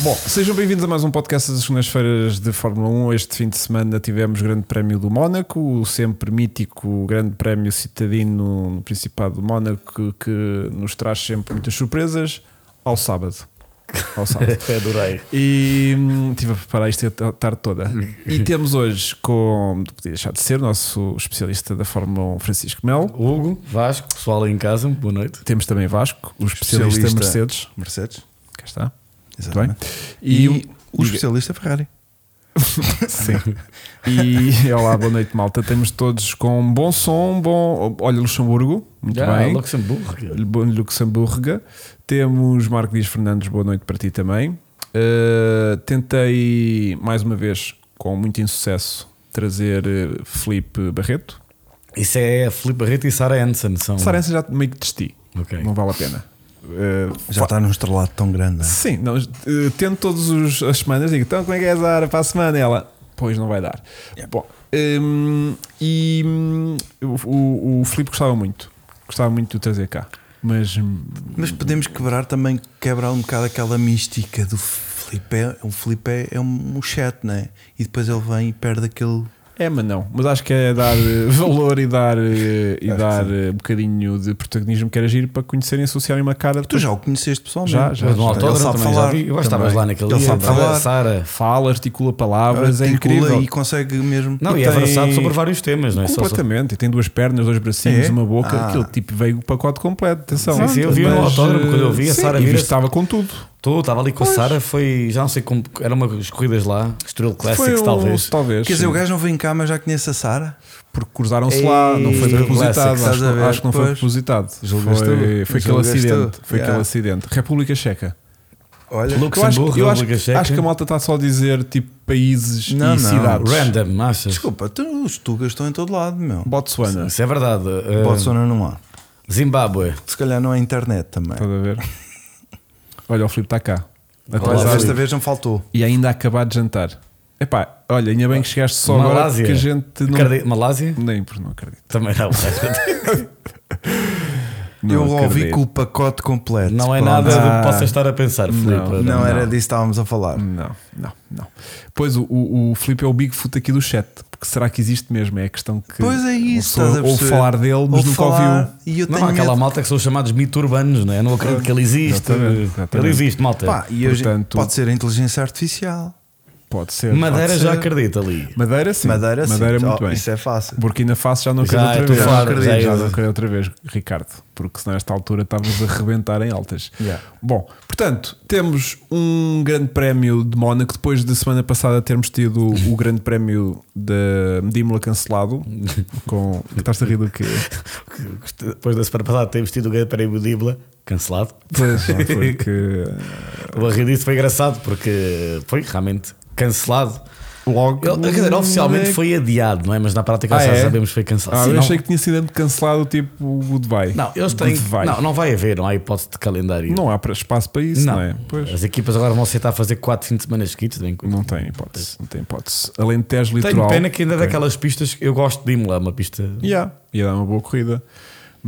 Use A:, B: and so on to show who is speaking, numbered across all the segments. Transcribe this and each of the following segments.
A: Bom, sejam bem-vindos a mais um podcast das segundas-feiras de Fórmula 1. Este fim de semana tivemos o Grande Prémio do Mónaco, o sempre mítico Grande Prémio citadino no Principado do Mónaco, que, que nos traz sempre muitas surpresas, ao sábado. Ao sábado.
B: Adorei.
A: E hum, estive a preparar isto a tarde toda. E temos hoje com, podia deixar de ser, nosso especialista da Fórmula 1, Francisco Melo.
B: Hugo, Vasco, pessoal aí em casa, boa noite.
A: Temos também Vasco, o especialista,
C: Especialista.
A: Mercedes.
C: Mercedes.
A: Cá está. Muito bem.
C: Exatamente.
A: E,
C: E, o
A: diga-
C: especialista Ferrari.
A: Sim. E olá, boa noite, malta. Temos todos com bom som, bom. Olha, Luxemburgo, muito
B: Já, é
A: bem.
B: Luxemburgo.
A: Bom Luxemburgo. Temos Marco Dias Fernandes, boa noite para ti também. Uh, tentei mais uma vez, com muito insucesso, trazer uh, Felipe Barreto.
B: Isso é Filipe Barreto e Sara Hansen. São...
A: Sarense já meio que testei.
B: Hum. Ok.
A: Não vale a pena. Uh,
C: Já está num estrelado tão grande. não é?
A: Sim, não, eh, tento todas os- as semanas, digo, então como é que é a hora para a semana? Ela, pois não vai dar. Bom, hum, e hum, o, o, o Filipe gostava muito, gostava muito de o trazer cá, mas hum,
C: Mas podemos quebrar também, quebrar um bocado aquela mística do Felipe. O Felipe é- é um chat, né? E depois ele vem e perde aquele.
A: é, mas não. Mas acho que é dar eh, valor e dar, eh, e
C: Acho que
A: dar eh, um bocadinho de protagonismo que era giro para conhecerem e associarem uma cara.
C: Tu já o conheceste pessoalmente?
A: Já, já.
B: Já de um
A: Ele
B: autódromo
C: sabe
B: também, já
C: falar.
B: vi. Eu acho que estavas
C: Também.
B: lá naquele
C: Ele
B: dia.
C: sabe
B: Sara-
C: falar.
B: Sara.
A: Fala, articula palavras, é
C: Ah, Articula
A: incrível.
C: E consegue mesmo.
B: Não,
A: E
B: e é
A: tem-
B: versado sobre vários temas, não é? Só sobre-
A: Completamente, e tem duas pernas, dois bracinhos,
C: É?
A: uma boca,
C: Ah.
A: aquele tipo veio o pacote completo. Atenção,
B: Sim, sim, eu vi no autódromo, quando eu vi, a
A: sim,
B: Sara
A: e vi que
B: vira-se-
A: estava com tudo.
B: Tu estava ali com a Sara, foi, já não sei como, eram umas corridas lá, Estoril Classics
A: um-
B: talvez.
A: talvez.
C: Quer dizer,
A: sim.
C: o gajo não vem cá, mas já conhece a Sara?
A: Porque cruzaram-se lá, não foi
B: Ei,
A: propositado.
B: clássico,
A: Acho,
C: estás a ver,
A: acho que não foi
C: pois.
A: propositado.
C: Julgas
A: Foi,
C: tu,
A: foi aquele
C: julgas
A: acidente.
C: tu.
A: Foi aquele
C: Yeah.
A: acidente. República Checa.
C: Olha,
B: Lu-
A: Eu acho,
B: Luxemburgo,
A: eu acho,
B: República Checa.
A: acho que a malta está só a dizer tipo países
C: Não,
A: e
C: não.
A: cidades.
B: Random, achas?
C: desculpa, tu, os tugas estão em todo lado, meu.
A: Botsuana.
B: Isso é verdade. Uh,
C: Bolsonaro não há.
B: Zimbábue.
C: Se calhar não há internet também.
A: Estás a ver? Olha, o Filipe está cá.
C: Mas
A: Atrasado.
C: desta vez não faltou.
A: E ainda acabar de jantar. Epá, olha, ainda bem que chegaste só agora
B: Malásia.
A: que a gente não.
B: Acredi- Malásia?
A: Nem por não acredito.
B: Também não.
C: eu
A: Não
C: ouvi
A: acredito.
C: com o pacote completo.
B: Não é
C: Pronto.
B: nada do
A: Ah.
B: que possas estar a pensar, Filipe.
C: Não, Hum. era disso que estávamos a falar.
A: Não, não, não. Pois o, o, o Filipe é o Bigfoot aqui do chat. Porque será que existe mesmo? É a questão que.
C: Pois é isso,
A: Ou,
C: estás a
A: ou
C: perceber?
A: falar dele, mas
C: Ou
A: nunca
C: falar,
A: ouviu.
C: E eu
B: Não,
C: tenho
B: há aquela
C: medo.
B: malta que são os chamados mito urbanos, não é? Eu Não acredito que ele existe.
A: Exatamente, exatamente.
B: Ele existe, malta.
C: Pá, e hoje
A: Portanto-
C: pode ser a inteligência artificial.
A: Pode ser.
B: Madeira
A: pode
B: já
A: ser.
B: acredita ali.
A: Madeira sim.
C: Madeira, sim.
A: Madeira muito
C: Oh,
A: bem.
C: Isso é fácil.
A: Burkina Faso já não
B: Já,
A: quero outra
B: estou
A: vez.
C: fora,
A: já, é
C: já
A: não
B: existe.
A: quero outra vez, Ricardo. Porque senão esta altura estávamos a rebentar em altas.
C: Yeah.
A: Bom, portanto, temos um grande prémio de Mónaco depois de semana passada termos tido o grande prémio da Medímola cancelado. com... Estás a rir do quê?
B: Depois da semana passada temos tido o Grande Prémio de Ibla cancelado.
A: Pois, não, porque
B: O arreio disso foi engraçado porque foi realmente cancelado.
A: logo.
B: Ele- quer dizer, oficialmente foi adiado, não é? Mas na prática
A: Ah,
B: já
A: é?
B: sabemos que foi cancelado.
A: Ah,
B: Sim,
A: eu
B: não,
A: achei que tinha sido cancelado tipo o Goodbye.
B: não, eles têm.
A: Goodbye.
B: Não, não vai haver, não há hipótese de calendário.
A: Não há pra- espaço para isso, não,
B: Não.
A: é? Pois.
B: As equipas agora vão aceitar fazer 4 fins de semana seguidos. bem que-
A: Não tem hipótese, não tem hipótese. Alentejo
B: Tenho
A: litoral.
B: pena que ainda é daquelas pistas que eu gosto de Imola, é uma pista.
A: Yeah, ia dar é uma boa corrida.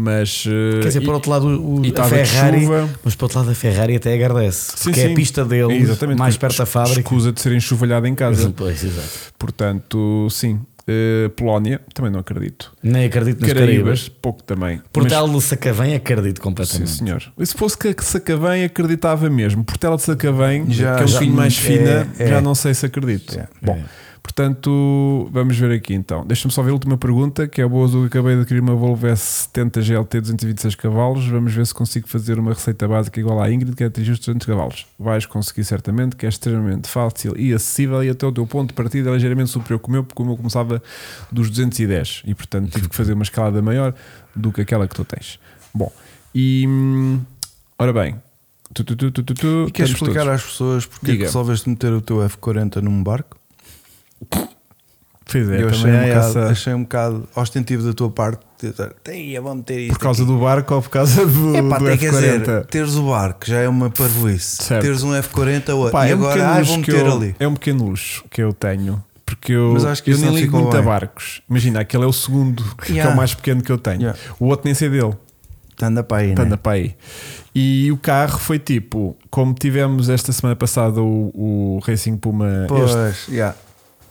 A: Mas. eh,
B: Quer dizer,
A: e-
B: por outro lado, o,
A: e
B: a
A: estava de
B: Ferrari,
A: chuva.
B: mas por outro lado, a Ferrari até agradece,
A: sim,
B: porque é
A: sim.
B: a pista dele,
A: Exatamente,
B: mais
A: que
B: perto da
A: es-
B: fábrica.
A: Escusa de ser enxovalhado em casa.
B: Pois, exato.
A: Portanto, sim. Eh, Polónia, também não acredito.
B: Nem acredito nas Caraíbas.
A: Caraíbas, pouco também.
B: Portal de Sacavém, acredito
A: Sim,
B: completamente.
A: senhor. E se fosse que a Sacavém acreditava mesmo. Portela de Sacavém,
C: Já-
A: que é um
C: já-
A: bocadinho mais
C: é,
A: fina,
C: é.
A: já não sei se acredito.
C: É,
A: Bom,
B: é.
A: portanto, vamos ver aqui então. Deixa-me só ver a última pergunta, que é a boa azul. Acabei de adquirir uma Volvo S70 GLT 226 cavalos. Vamos ver se consigo fazer uma receita básica igual à Ingrid, que é atingir os 200 cavalos. Vais conseguir certamente, que é extremamente fácil e acessível e até o teu ponto de partida é ligeiramente superior que o meu, porque o meu começava dos 210 e portanto tive que fazer uma escalada maior do que aquela que tu tens. Bom, e hum, ora bem, tu, tu, tu, tu, tu, tu,
C: E
A: estamos
C: queres explicar
A: todos.
C: às pessoas porque é
A: Diga.
C: que resolveste meter o teu F40 num barco?
A: Pois é,
C: eu
A: também é um
C: achei um, bocado,
A: bocado-
C: achei um bocado ostentivo da tua parte. de dizer, Teia, vou meter isto.
A: por causa do barco ou por causa do,
C: É pá,
A: do
C: tem que dizer,
A: F40.
C: teres o barco já é uma parvoíce.
A: Certo.
C: Teres um F40 ou
A: Pá,
C: e
A: é um
C: agora
A: pequeno
C: ai,
A: luxo
C: vou
A: que
C: meter
A: eu,
C: ali.
A: É um pequeno luxo que eu tenho. Porque eu,
C: Mas acho que
A: eu
C: isso
A: nem
C: não
A: ligo
C: ficou
A: muito a
C: bem.
A: barcos. Imagina, aquele é o segundo, que é o
C: Yeah.
A: mais pequeno que eu tenho.
C: Yeah.
A: O outro nem sei dele.
C: Tanda para aí,
A: Tanda
C: né?
A: para aí. E o carro foi tipo, como tivemos esta semana passada o, o Racing Puma,
C: Pois,
A: este,
C: já.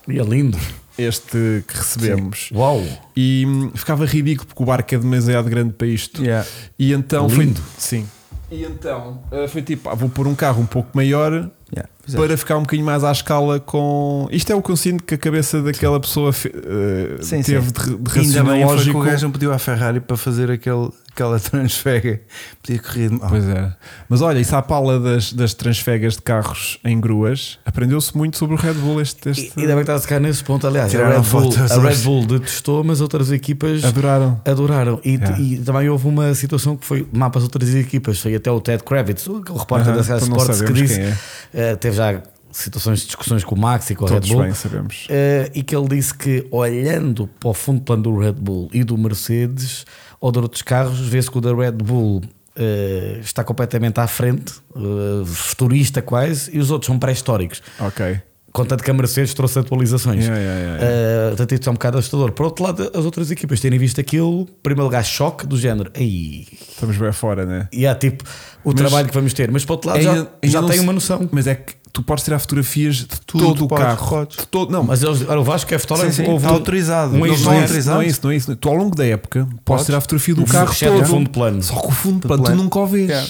B: E é lindo.
A: este que recebemos,
B: Uau!
A: e hum, ficava ridículo porque o barco é demasiado grande para isto.
C: já.
A: E então
B: Lindo.
A: foi. Sim. E então eh, foi tipo, ah, vou pôr um carro um pouco maior
C: já, fizeste.
A: para ficar um bocadinho mais à escala com. Isto é o que eu sinto que a cabeça daquela pessoa fe- eh,
C: Sim,
A: teve
C: sim.
A: de, ra- de
C: Ainda
A: raciocínio
C: bem foi que
A: lógico.
C: o gajo me pediu à Ferrari para fazer aquele, aquela transfega. Podia corrido mal.
A: Pois é. Mas olha, isso à pala das, das transfegas de carros em gruas, aprendeu-se muito sobre o Red Bull este.
B: E
A: este...
B: ainda bem que estás a ficar nesse ponto. Aliás, a
C: Tiraram
B: Red, Bull,
C: fotos
B: a Red
C: hoje.
B: Bull detestou, mas outras equipas
A: Adoraram.
B: adoraram. E,
A: Yeah.
B: e também houve uma situação que foi mapas outras equipas. Foi até o Ted Kravitz, o repórter da Sky
A: então não
B: Sports, que
A: sabemos
B: disse.
A: quem é.
B: eh, teve já situações, discussões com o Max e com o Red
A: Todos
B: Bull.
A: bem, sabemos.
B: Eh, e que ele disse que olhando para o fundo plano do Red Bull e do Mercedes ou de outros carros, vê-se que o da Red Bull eh, está completamente à frente, eh, futurista quase, e os outros são pré-históricos.
A: Ok.
B: Contanto que a Mercedes trouxe atualizações.
A: Yeah, yeah, yeah, yeah.
B: Eh, portanto, isto é um bocado assustador. Por outro lado, as outras equipas terem visto aquilo, em primeiro lugar, choque do género. Aí,
A: Estamos bem fora, né?
B: e há tipo o
A: Mas-
B: trabalho que vamos ter. Mas por outro lado,
A: Ainda-
B: já,
A: ainda
B: já
A: não
B: tem
A: se-
B: uma noção.
A: Mas é que tu podes tirar fotografias de
C: Então- Tudo,
A: todo o
C: podes,
A: carro.
C: podes.
A: De todo- não,
B: Mas eles, olha, o Vasco é fotógrafo.
C: Sim, sim,
B: houve
C: está
B: um-
C: autorizado.
B: um
A: não,
C: Eles
A: não, é, isso,
C: estão
A: não é
C: autorizados.
A: isso, não é isso. Tu ao longo da época podes, tirar a fotografia do
B: um
A: carro
B: chefe de É.
A: todo.
B: fundo plano.
A: Só que o fundo plano tu
C: plano.
A: nunca o vês.
C: Yeah.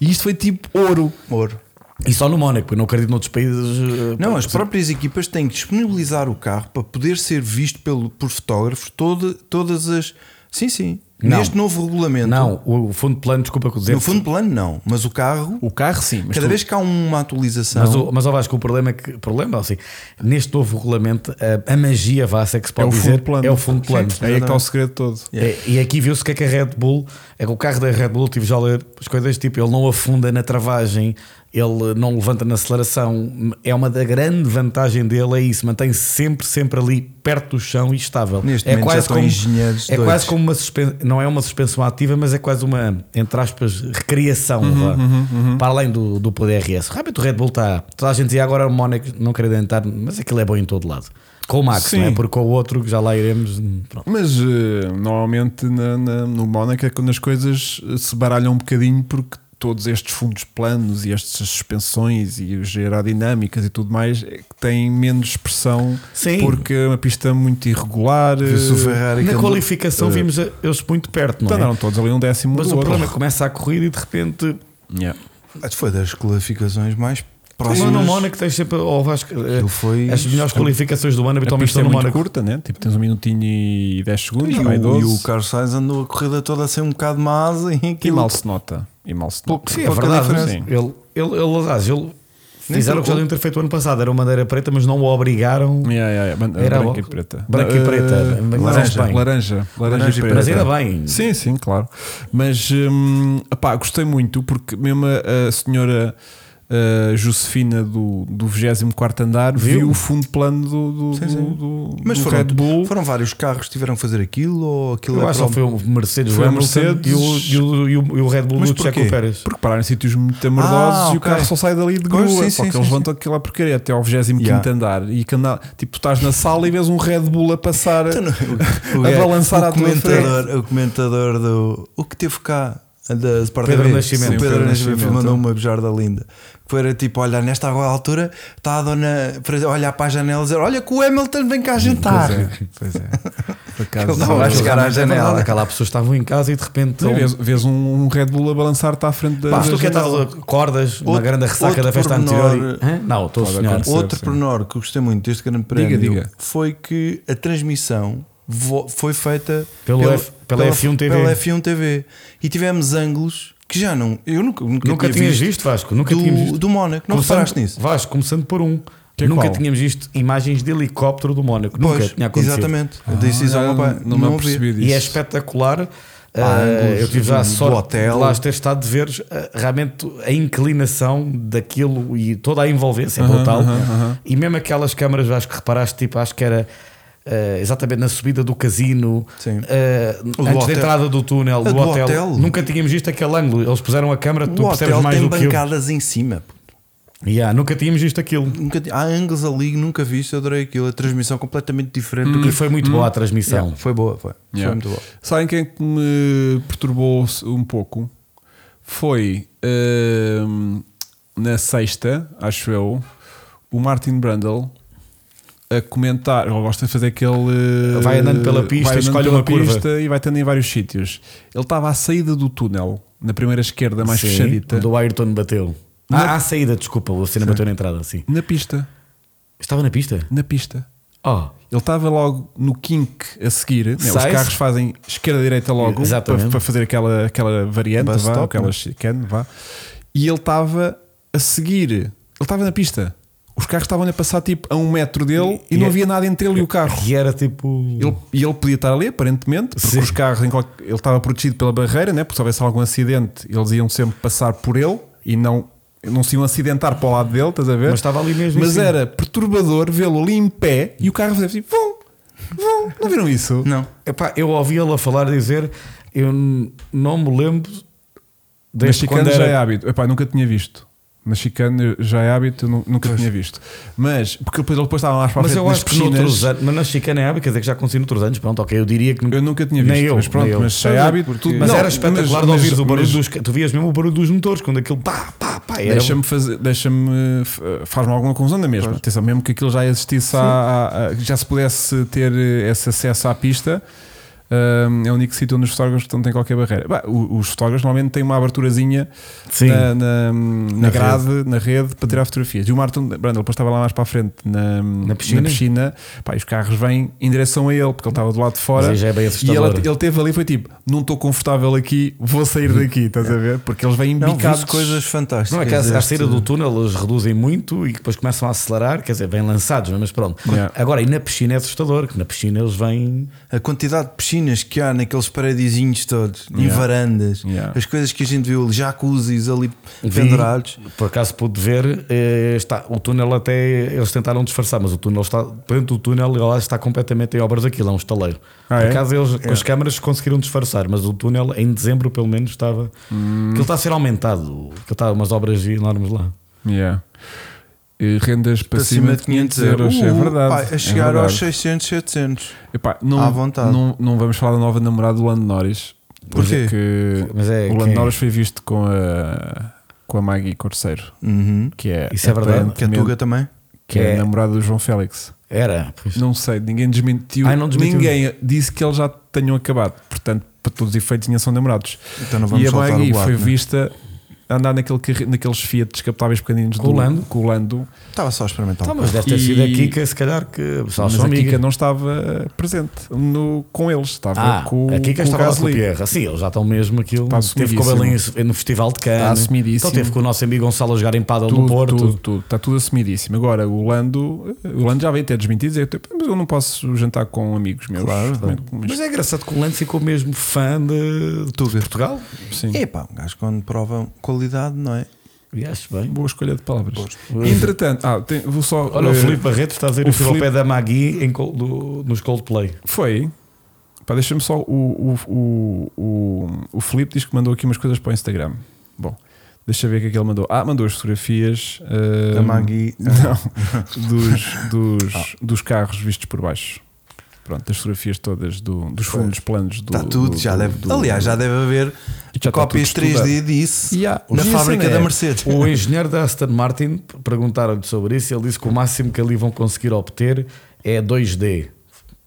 A: E isto foi tipo ouro.
C: Ouro.
B: E só no Mónaco, eu não acredito noutros países. eh,
C: Não,
B: pá,
C: as próprias equipas têm que disponibilizar o carro para poder ser visto pelo, por fotógrafos todo, todas as. Sim, sim.
B: Não.
C: Neste novo regulamento.
B: Não, o o fundo plano, desculpa que eu dizer.
C: No fundo plano, não. Mas o carro,
A: O carro sim, mas
C: cada
A: tu-
C: vez que há uma atualização.
B: Mas, o, mas ó Vasco, o problema é que. Problema, assim, neste novo regulamento, a, a magia vá se é que se
A: é
B: pode
A: o
B: dizer.
A: fundo plano.
B: É o fundo plano.
A: Aí é que está o segredo todo.
B: É, e aqui viu-se que é que a Red Bull, é que o carro da Red Bull, tive já a ler as coisas, tipo, ele não afunda na travagem, ele não levanta na aceleração, é uma da grande vantagem dele, é isso, mantém-se sempre, sempre ali perto do chão e estável.
C: Neste
B: é
C: momento já estão engenheiros
B: É
C: doidos.
B: quase como uma suspensão, não é uma suspensão ativa, mas é quase uma, entre aspas, recriação
C: Uhum,
B: vá, para além do, do PDRS. Rápido, o Red Bull está, toda a gente dizia agora o Mónaco não queria adentrar, mas aquilo é bom em todo lado. Com o Max,
A: Sim.
B: não é? porque com o outro que já lá iremos. hum, Pronto.
A: Mas eh, normalmente na, na- no Mónaco é quando as coisas eh, se baralham um bocadinho porque todos estes fundos planos e estas suspensões e as aerodinâmicas e tudo mais é que têm menos pressão
B: Sim.
A: porque é uma pista muito irregular.
C: Viu-se o
A: eh,
C: Ferrari
B: Na
C: que-
B: qualificação vimos a- eles muito perto, não é?
A: Andaram todos ali um décimo
B: Mas
A: do
B: o
A: outro.
B: problema é que começa a corrida e de repente.
A: Yeah.
C: Ah, Foi das qualificações mais
B: Lá
C: próximas.
B: no Mónaco tens sempre. Ou Vasco, eh,
C: Aquilo foi-
B: as melhores qualificações do
A: A
B: ano habitualmente
A: pista é
B: estão no
A: muito
B: Mónaco.
A: curta, né? Tipo, tens um minutinho e 10 segundos,
C: E,
A: vai
C: o, e o
A: 12.
C: Carlos Sainz andou a corrida toda sem um bocado de asa e
A: E
C: aquilo.
A: mal se nota. E mal se nota.
C: Pouco-
B: Sim, é
C: pouca
B: verdade.
C: diferença.
A: Sim.
B: Ele, ele, ele, aliás, ele fizeram
C: Nem
B: o que já
C: trocou.
B: deviam ter feito o ano passado. Era uma bandeira preta, mas não o obrigaram.
A: Yeah, yeah, yeah. Ban-
B: Era
A: branca
B: bom.
A: e preta.
B: Branca e
A: Eh,
B: preta. Mas
A: laranja,
B: bem.
A: laranja, laranja,
C: Laranja
A: e
C: e
A: preta.
B: Mas ainda bem.
A: Sim, sim, claro. Mas hum, epá, gostei muito porque mesmo a, a senhora uh, Josefina do, do 24 andar viu,
B: Viu.
A: o fundo plano do, do,
C: Sim, sim.
A: do- do-
C: Mas
A: do
C: foram,
A: Red Bull.
C: foram vários carros que tiveram que fazer aquilo ou aquilo
B: Eu
C: é
B: acho que só
C: pró-
B: foi o Mercedes,
A: Foi o
B: Hamilton
A: Mercedes.
B: E, o, e, o, e o- e o Red Bull
C: Mas
B: do Checo
C: porquê?
B: Pérez.
A: Porque pararam em sítios muito amordosos
C: Ah,
A: e o
C: ok.
A: carro só sai dali de grua.
C: Pois,
A: só
C: sim, sim,
A: que
C: sim,
A: eles
C: sim.
A: levantam aquela porcaria até ao 25
C: Yeah.
A: andar. E que anda, tipo, tu estás na sala e vês um Red Bull a passar.
C: o,
A: A
C: gajo-
A: balançar à
C: o
A: tua
C: comentador, o comentador do. O que teve cá? Da Sport
B: Pedro
C: TV,
B: Nascimento.
C: O
A: Pedro
C: Pedro Nascimento
A: Nascimento.
C: mandou uma bujarda linda. Que era tipo: olha, nesta altura está a dona para olhar para a janela e dizer: olha que o Hamilton vem cá jantar.
A: Pois é, pois é. Por acaso,
C: Ele não vai chegar à
B: É
C: janela.
B: verdade, Aquela pessoas estavam em casa e de repente.
A: Sim, vês, vês um, um Red Bull a balançar-te à frente da.
B: Pá,
A: da
B: se tu quer estar
A: janela.
B: a cordas, uma
C: Outro-
B: grande ressaca
C: outro
B: da festa
C: pormenor-
B: anterior. e- Hã? Não, estou a
A: Pode
B: sonhar.
A: acontecer.
C: Outro
A: sim.
C: pormenor que eu gostei muito deste grande prémio
A: diga.
C: foi que a transmissão vo- foi feita
B: Pelo F- pela F1 TV.
C: pela F1 TV. E tivemos ângulos que já não. Eu nunca, nunca,
B: Nunca
C: tinha
B: tinhas
C: visto,
B: visto, Vasco. Nunca tínhamos
C: do,
B: visto.
C: do Mónaco. Não
B: Começando-
C: reparaste nisso?
B: Vasco, começando por um.
A: Que é
B: nunca
A: qual?
B: tínhamos visto imagens de helicóptero do Mónaco. nunca
C: Pois,
B: tinha acontecido.
C: Exatamente. Eu disse isso ao meu pai.
A: Ah, Não, me
C: não vi.
A: apercebi disso.
B: E é espetacular.
C: Há
B: Eh,
C: ângulos
B: eu tive já a
C: do
B: sorte
C: hotel.
B: de lá ter estado de ver eh, realmente a inclinação daquilo e toda a envolvência é brutal. E mesmo aquelas câmaras, acho que reparaste, tipo, acho que era eh, exatamente na subida do casino,
C: Sim.
B: eh,
C: O do
B: antes da
C: hotel. Ah,
B: entrada do túnel, do,
C: do
B: hotel.
C: hotel.
B: Nunca tínhamos visto aquele ângulo. Eles puseram a câmera, tu
C: O
B: percebes
C: hotel
B: mais
C: tem
B: do que eu.
C: bancadas em cima.
B: Yeah, nunca tínhamos visto aquilo.
C: Nunca, ti- há Angus ali, nunca vi isso, eu adorei aquilo. A transmissão completamente diferente do
B: E
C: que
B: foi muito boa a transmissão.
C: foi boa, foi.
A: Yeah.
C: Foi muito boa.
A: Sabem quem é que me perturbou um pouco? Foi hum, na sexta, acho eu, o Martin Brundle a comentar. Ele gosta de fazer aquele. eh,
B: Vai andando pela
A: vai
B: pista,
A: andando
B: escolhe
A: pela
B: uma curva.
A: pista e vai tendo em vários sítios. Ele estava à saída do túnel, na primeira esquerda, mais
B: Sim,
A: fechadita,
B: Onde o Ayrton bateu.
A: Na-
B: Ah, à saída, desculpa, o Senna bateu na entrada, sim.
A: na pista.
B: Estava na pista?
A: Na pista.
B: Oh,
A: Ele estava logo no kink a seguir. né? Os
B: Sai-se.
A: carros fazem esquerda-direita logo
B: Exatamente.
A: para, para fazer aquela, aquela variante,
C: Bus
A: vá,
C: stop,
A: aquela
B: é?
C: né?
A: chicane, vá. E ele estava a seguir. Ele estava na pista. Os carros estavam a passar tipo a um metro dele e,
B: E
A: não
B: é-
A: havia nada entre ele e o carro.
B: e era tipo.
A: Ele, e ele podia estar ali, aparentemente, porque
B: Sim.
A: os carros, em qualquer- ele estava protegido pela barreira, né? porque se houvesse algum acidente, eles iam sempre passar por ele e não, não se iam acidentar para o lado dele, estás a ver?
B: Mas estava ali mesmo em
A: Mas
B: cima.
A: era perturbador vê-lo ali em pé e o carro fazia assim: vão, vão, não viram isso?
C: Não.
B: Epá, eu ouvi ele a falar dizer, eu n- não me lembro
A: Mas
B: desde quando
A: chicane já é
B: era.
A: hábito. Epá, nunca tinha visto. Na chicane já é hábito, eu nu- nunca tinha visto. Mas, porque depois ele depois estava mais para a
B: Mas
A: frente
B: eu
A: nas
B: acho que
A: piscinas.
B: noutros anos, mas na chicana é hábito, quer dizer que já aconteceu noutros anos, pronto, ok, eu diria que
A: Eu nunca tinha
B: Nem
A: visto,
B: eu,
A: mas
B: nem
A: pronto,
B: eu.
A: mas já é hábito. tudo-
B: Mas
A: Não,
B: era
A: mas-
B: espetacular de ouvir o barulho
A: mas-
B: dos. Tu vias mesmo o barulho dos motores, quando aquilo pá, pá, pá. Era...
A: Deixa-me fazer, deixa-me, f- faz-me alguma confusão na mesma. Atenção, mesmo que aquilo já existisse, à- à- à- que já se pudesse ter eh, esse acesso à pista, hum, é o único sítio onde os fotógrafos não têm qualquer barreira. Bah, o- os fotógrafos normalmente têm uma aberturazinha
B: Sim.
A: na, na, na grade, na rede, para tirar fotografias. E o Martin Brando, depois estava lá mais para a frente, na, na
B: piscina?
A: piscina. Pá, e os carros vêm em direção a ele, porque ele estava do lado de
B: Mas
A: fora.
B: aí já é bem
A: E
B: assustador.
A: ele, ele teve ali e foi tipo: Não estou confortável aqui, vou sair daqui,
B: É.
A: estás a ver? Porque eles vêm
C: Não,
A: bicados
C: vi coisas fantásticas.
B: Não é que à à
C: deste-
B: saída do túnel eles reduzem muito e depois começam a acelerar, quer dizer, vêm lançados, mas pronto.
A: Yeah.
B: Agora, e na piscina é assustador, que na piscina eles vêm.
C: A quantidade de piscinas que há naqueles paradisinhos todos, em
A: Yeah.
C: varandas,
A: Yeah.
C: as coisas que a gente viu, jacuzzis ali
B: Vi,
C: pendurados.
B: Por acaso pude ver, eh, está, o túnel até eles tentaram disfarçar, mas o túnel está dentro do túnel ele lá está completamente em obras aquilo, é um estaleiro.
A: Ah,
B: por
A: é?
B: acaso eles com as câmaras conseguiram disfarçar, mas o túnel em dezembro pelo menos estava.
A: Hum.
B: Aquilo está a ser aumentado, que está umas obras enormes lá.
A: Yeah. E rendas para,
C: Para
A: cima, de 500 euros, é
C: Uh,
A: verdade.
C: pá,
A: é
C: a chegar
A: verdade.
C: aos 600, 700.
A: Epá, não,
C: à vontade.
A: Não, não vamos falar da nova namorada do Lando Norris.
C: Porquê?
A: Porque
B: Mas
A: o
B: é,
A: Lando
B: quem é?
A: Norris foi visto com a, com a Maggie Corceiro,
C: Uhum.
A: que é,
B: Isso é verdade.
A: aparentemente,
C: Que a Tuga também.
A: que é
B: É.
A: a namorada do João Félix.
B: Era, pois.
A: Não sei, ninguém desmentiu.
B: Ai, não desmentiu.
A: Ninguém disse que eles já tenham acabado. Portanto, para todos os efeitos, tinham são namorados.
C: Então não vamos
A: e a
C: saltar
A: Maggie
C: o
A: foi
C: barco. né?
A: vista a andar naquele, carri- naqueles Fiat descapotáveis pequeninos
B: Com o
A: do
B: Lando?
A: com o Lando.
C: Estava só a experimentar.
B: Tá,
C: um
B: mas deve ter
A: E-
B: sido a Kika, se calhar que o pessoal
A: Mas
B: são
A: a
B: amigas.
A: Kika não estava eh, presente no- com eles, estava
B: Ah,
A: com,
B: aqui que
A: com
B: estava
A: o
B: lá com o
A: Gasly.
B: Pierre. Assim, eles já estão mesmo aquilo.
A: Está
B: teve com o Belém
A: assumidíssimo.
B: no Festival de
A: Está
B: Cannes.
A: assumidíssimo.
B: Então teve com o nosso amigo Gonçalo a jogar em Paddle
A: Tudo,
B: no Porto.
A: tudo, tudo. Está tudo assumidíssimo. Agora, o Lando, eh, o Lando já veio ter desmentido dizer: "Tipo, Mas eu não posso jantar com amigos meus. Mas-
B: Mas é engraçado que o Lando ficou mesmo fã de
C: Tuga.
B: Portugal.
A: sim.
C: É pá, um gajo quando prova qualidade, não é?
B: E acho bem.
A: Boa escolha de palavras. Entretanto, ah, tem- vou só.
B: Olha,
A: eh,
B: o Filipe Barreto está a dizer
A: o
B: que foi ao
A: Filipe-
B: pé da Magui em, Col- do, nos Coldplay.
A: Foi. Pá, deixa-me só. O, o, o, o, o Filipe diz que mandou aqui umas coisas para o Instagram. Bom, deixa eu ver o que é que ele mandou. Ah, mandou as fotografias. eh,
C: Da Maggie.
A: Não, dos, dos, dos carros vistos por baixo. Pronto, as fotografias todas do, dos fundos planos do.
C: Está Tá tudo,
A: do-
C: já
A: do-
C: deve.
A: do-
C: aliás, já deve haver
A: E já está
C: cópias
A: tudo estudado.
C: 3D disso
A: E há-
C: na
A: e a
C: fábrica
A: cena é,
C: da Mercedes.
B: O engenheiro da Aston Martin perguntaram-lhe sobre isso. Ele disse que o máximo que ali vão conseguir obter é 2D.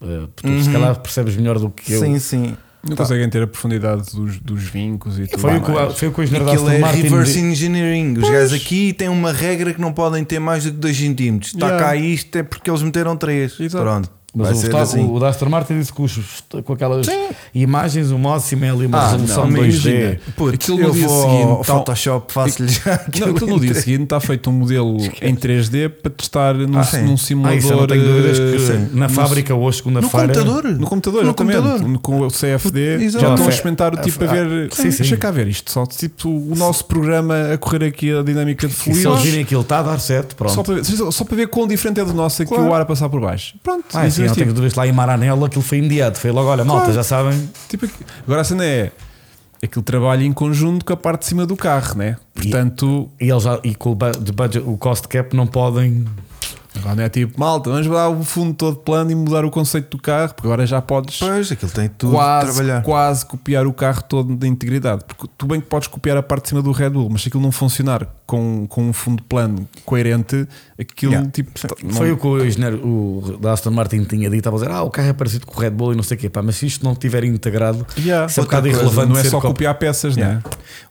B: Eh, Tu, se calhar, percebes melhor do que eu.
C: Sim, sim.
A: Não conseguem ter a profundidade dos, dos vincos e tudo.
B: Foi o, que, o-
A: mais.
B: foi o que o engenheiro da
C: Aquilo
B: Aston
C: é
B: Martin
C: reverse
B: di-
C: engineering. Os gajos aqui têm uma regra que não podem ter mais do que 2 centímetros. Está
A: Yeah.
C: cá isto, é porque eles meteram 3.
A: Exato.
C: Pronto.
B: Mas
C: vai
B: o,
C: ser
B: Gustavo-
C: assim.
B: o da Aston Martin disse que os- com aquelas imagens o máximo é ali uma
A: Ah,
B: resolução
A: não,
B: 2D.
A: imagina.
C: Puto,
A: Aquilo no
C: eu
A: dia
C: vou
A: seguinte,
C: ao
A: tal-
C: Photoshop, faço-lhe já
A: Não, aquilo no dia seguinte está feito um modelo em 3D para testar num,
C: Ah, sim.
A: num
B: Ah,
A: simulador.
B: isso eu não tenho dúvidas
A: eh,
B: que
C: sim.
B: na fábrica hoje,
C: No
B: segunda-feira.
C: computador?
A: No computador,
C: No
A: exatamente.
C: computador.
A: Com o CFD,
C: Exato.
A: já
B: Ah,
A: estão a
B: fe-
A: experimentar,
B: ah,
A: tipo, a
B: ah,
A: ver.
B: sim, sim.
A: Deixa cá ver isto, só tipo o nosso programa a correr aqui a dinâmica de
B: E se eles virem
A: fluidos.
B: aquilo, está a dar certo, pronto.
A: Só para, ver, só para ver quão diferente é do nosso aqui
C: Claro.
A: o ar a passar por baixo. Pronto,
B: Ah,
A: isso
B: sim,
A: é
B: não
A: tipo-
B: tenho dúvidas. Lá em Maranello aquilo foi imediato. Foi logo, olha, malta,
A: Claro.
B: já sabem.
A: tipo aqui. Agora a cena é aquele trabalho em conjunto com a parte de cima do carro, né? Portanto,
B: E, eles já, e com o, bu- de budget, o cost cap não podem.
A: agora não é tipo, malta, vamos mudar o fundo todo plano e mudar o conceito do carro, porque agora já podes
C: Pois, aquilo tem tudo de
A: quase,
C: trabalhar.
A: quase copiar o carro todo de integridade. Porque tu bem que podes copiar a parte de cima do Red Bull, mas se aquilo não funcionar com, com um fundo plano coerente, aquilo
C: Yeah.
A: tipo. tá- não-
B: Foi o que o engenheiro o, da Aston Martin tinha dito. Estava a dizer, ah, o carro é parecido com o Red Bull e não sei o quê. Pá, mas se isto não estiver integrado,
A: Yeah.
B: isso é
A: Outra
B: um bocado
A: coisa,
B: irrelevante.
A: Não é
B: ser
A: só
B: cop-
A: copiar peças,
C: Yeah.
A: né?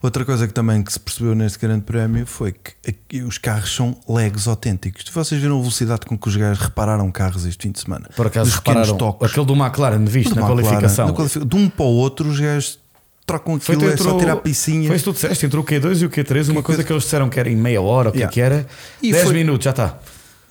C: Outra coisa que também que se percebeu neste grande prémio foi que aqui os carros são legs autênticos. Vocês viram a velocidade com que os gajos repararam carros este fim de semana?
B: Por acaso
C: Dos pequenos
B: repararam,
C: toques.
B: aquele do McLaren, viste,
C: Do
B: na
C: McLaren,
B: qualificação.
C: na qualifi- De um para o outro, os gajos trocam aquilo, é só tirar a
B: Foi
C: piscinha.
B: isso que tu disseste, entre o Q2 e o Q3, uma coisa que eles disseram que era em meia hora, o que é
C: Yeah.
B: que era,
C: E
B: 10
C: foi-
B: minutos, já tá. está.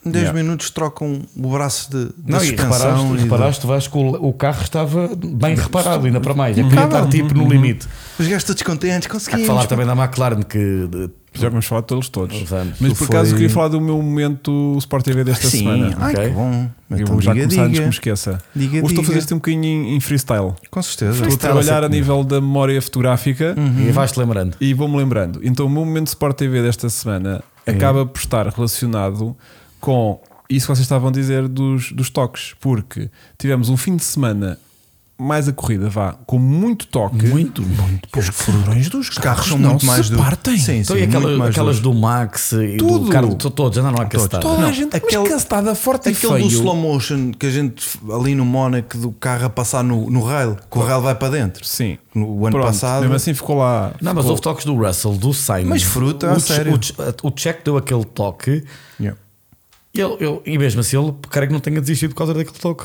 C: Em 10
A: Yeah.
C: minutos trocam o braço de, de
B: Não, e
C: suspensão.
B: reparaste,
C: e de-
B: reparaste Vasco, o o carro estava bem reparado, ainda para mais. É que
C: Impecável.
B: estar tipo no limite.
C: Os gajos todos contentes,
B: Há de
C: conseguimos.
B: falar também da McLaren que de-
A: Já vamos falar de todos, todos.
B: Vamos.
A: Mas
C: Tu
A: por acaso
C: foi-
A: queria falar do meu momento Sport TV desta
C: Sim,
A: semana.
C: ai
B: ok.
C: que bom.
A: Eu
C: Então
A: vou já
C: diga,
A: começar antes
C: diga.
A: que me esqueça.
C: Diga,
A: Hoje estou a fazer
C: diga.
A: isto um bocadinho em, em freestyle.
C: Com
A: Estou
C: certeza. Então,
A: a
B: Freestyle,
A: trabalhar a
B: sim.
A: nível da memória fotográfica
C: Uhum.
B: e vais-te lembrando.
A: e vou-me lembrando. Então, o meu momento Sport TV desta semana
C: É.
A: acaba por estar relacionado com isso que vocês estavam a dizer dos, dos toques, porque tivemos um fim de semana mais a corrida, vá, com muito toque.
B: Muito, muito.
C: é Os furões dos carros, são
A: não
C: muito
A: se
C: mais duros.
A: partem.
C: Sim,
B: Então,
C: sim,
B: e aquela-
C: muito mais
B: aquelas
C: duros.
B: do Max e
A: Tudo.
B: do Carlos, to- todos andaram a castar.
A: Toda
C: Não,
A: a gente,
C: aquele-
A: mas castada forte
C: Aquele
A: e
C: do
A: feio.
C: slow motion que a gente ali no Mónaco do carro a passar no, no rail, que o rail vai para dentro.
A: Sim.
C: No ano
A: Pronto,
C: passado.
A: Mesmo assim ficou lá.
B: Não, mas houve toques do Russell, do Simon.
C: Mas fruta,
B: o,
C: a
B: che-
C: sério.
B: o che- o check deu aquele toque
A: Yeah.
B: e, ele, eu- e mesmo assim ele creio que não tenha desistido por causa daquele toque.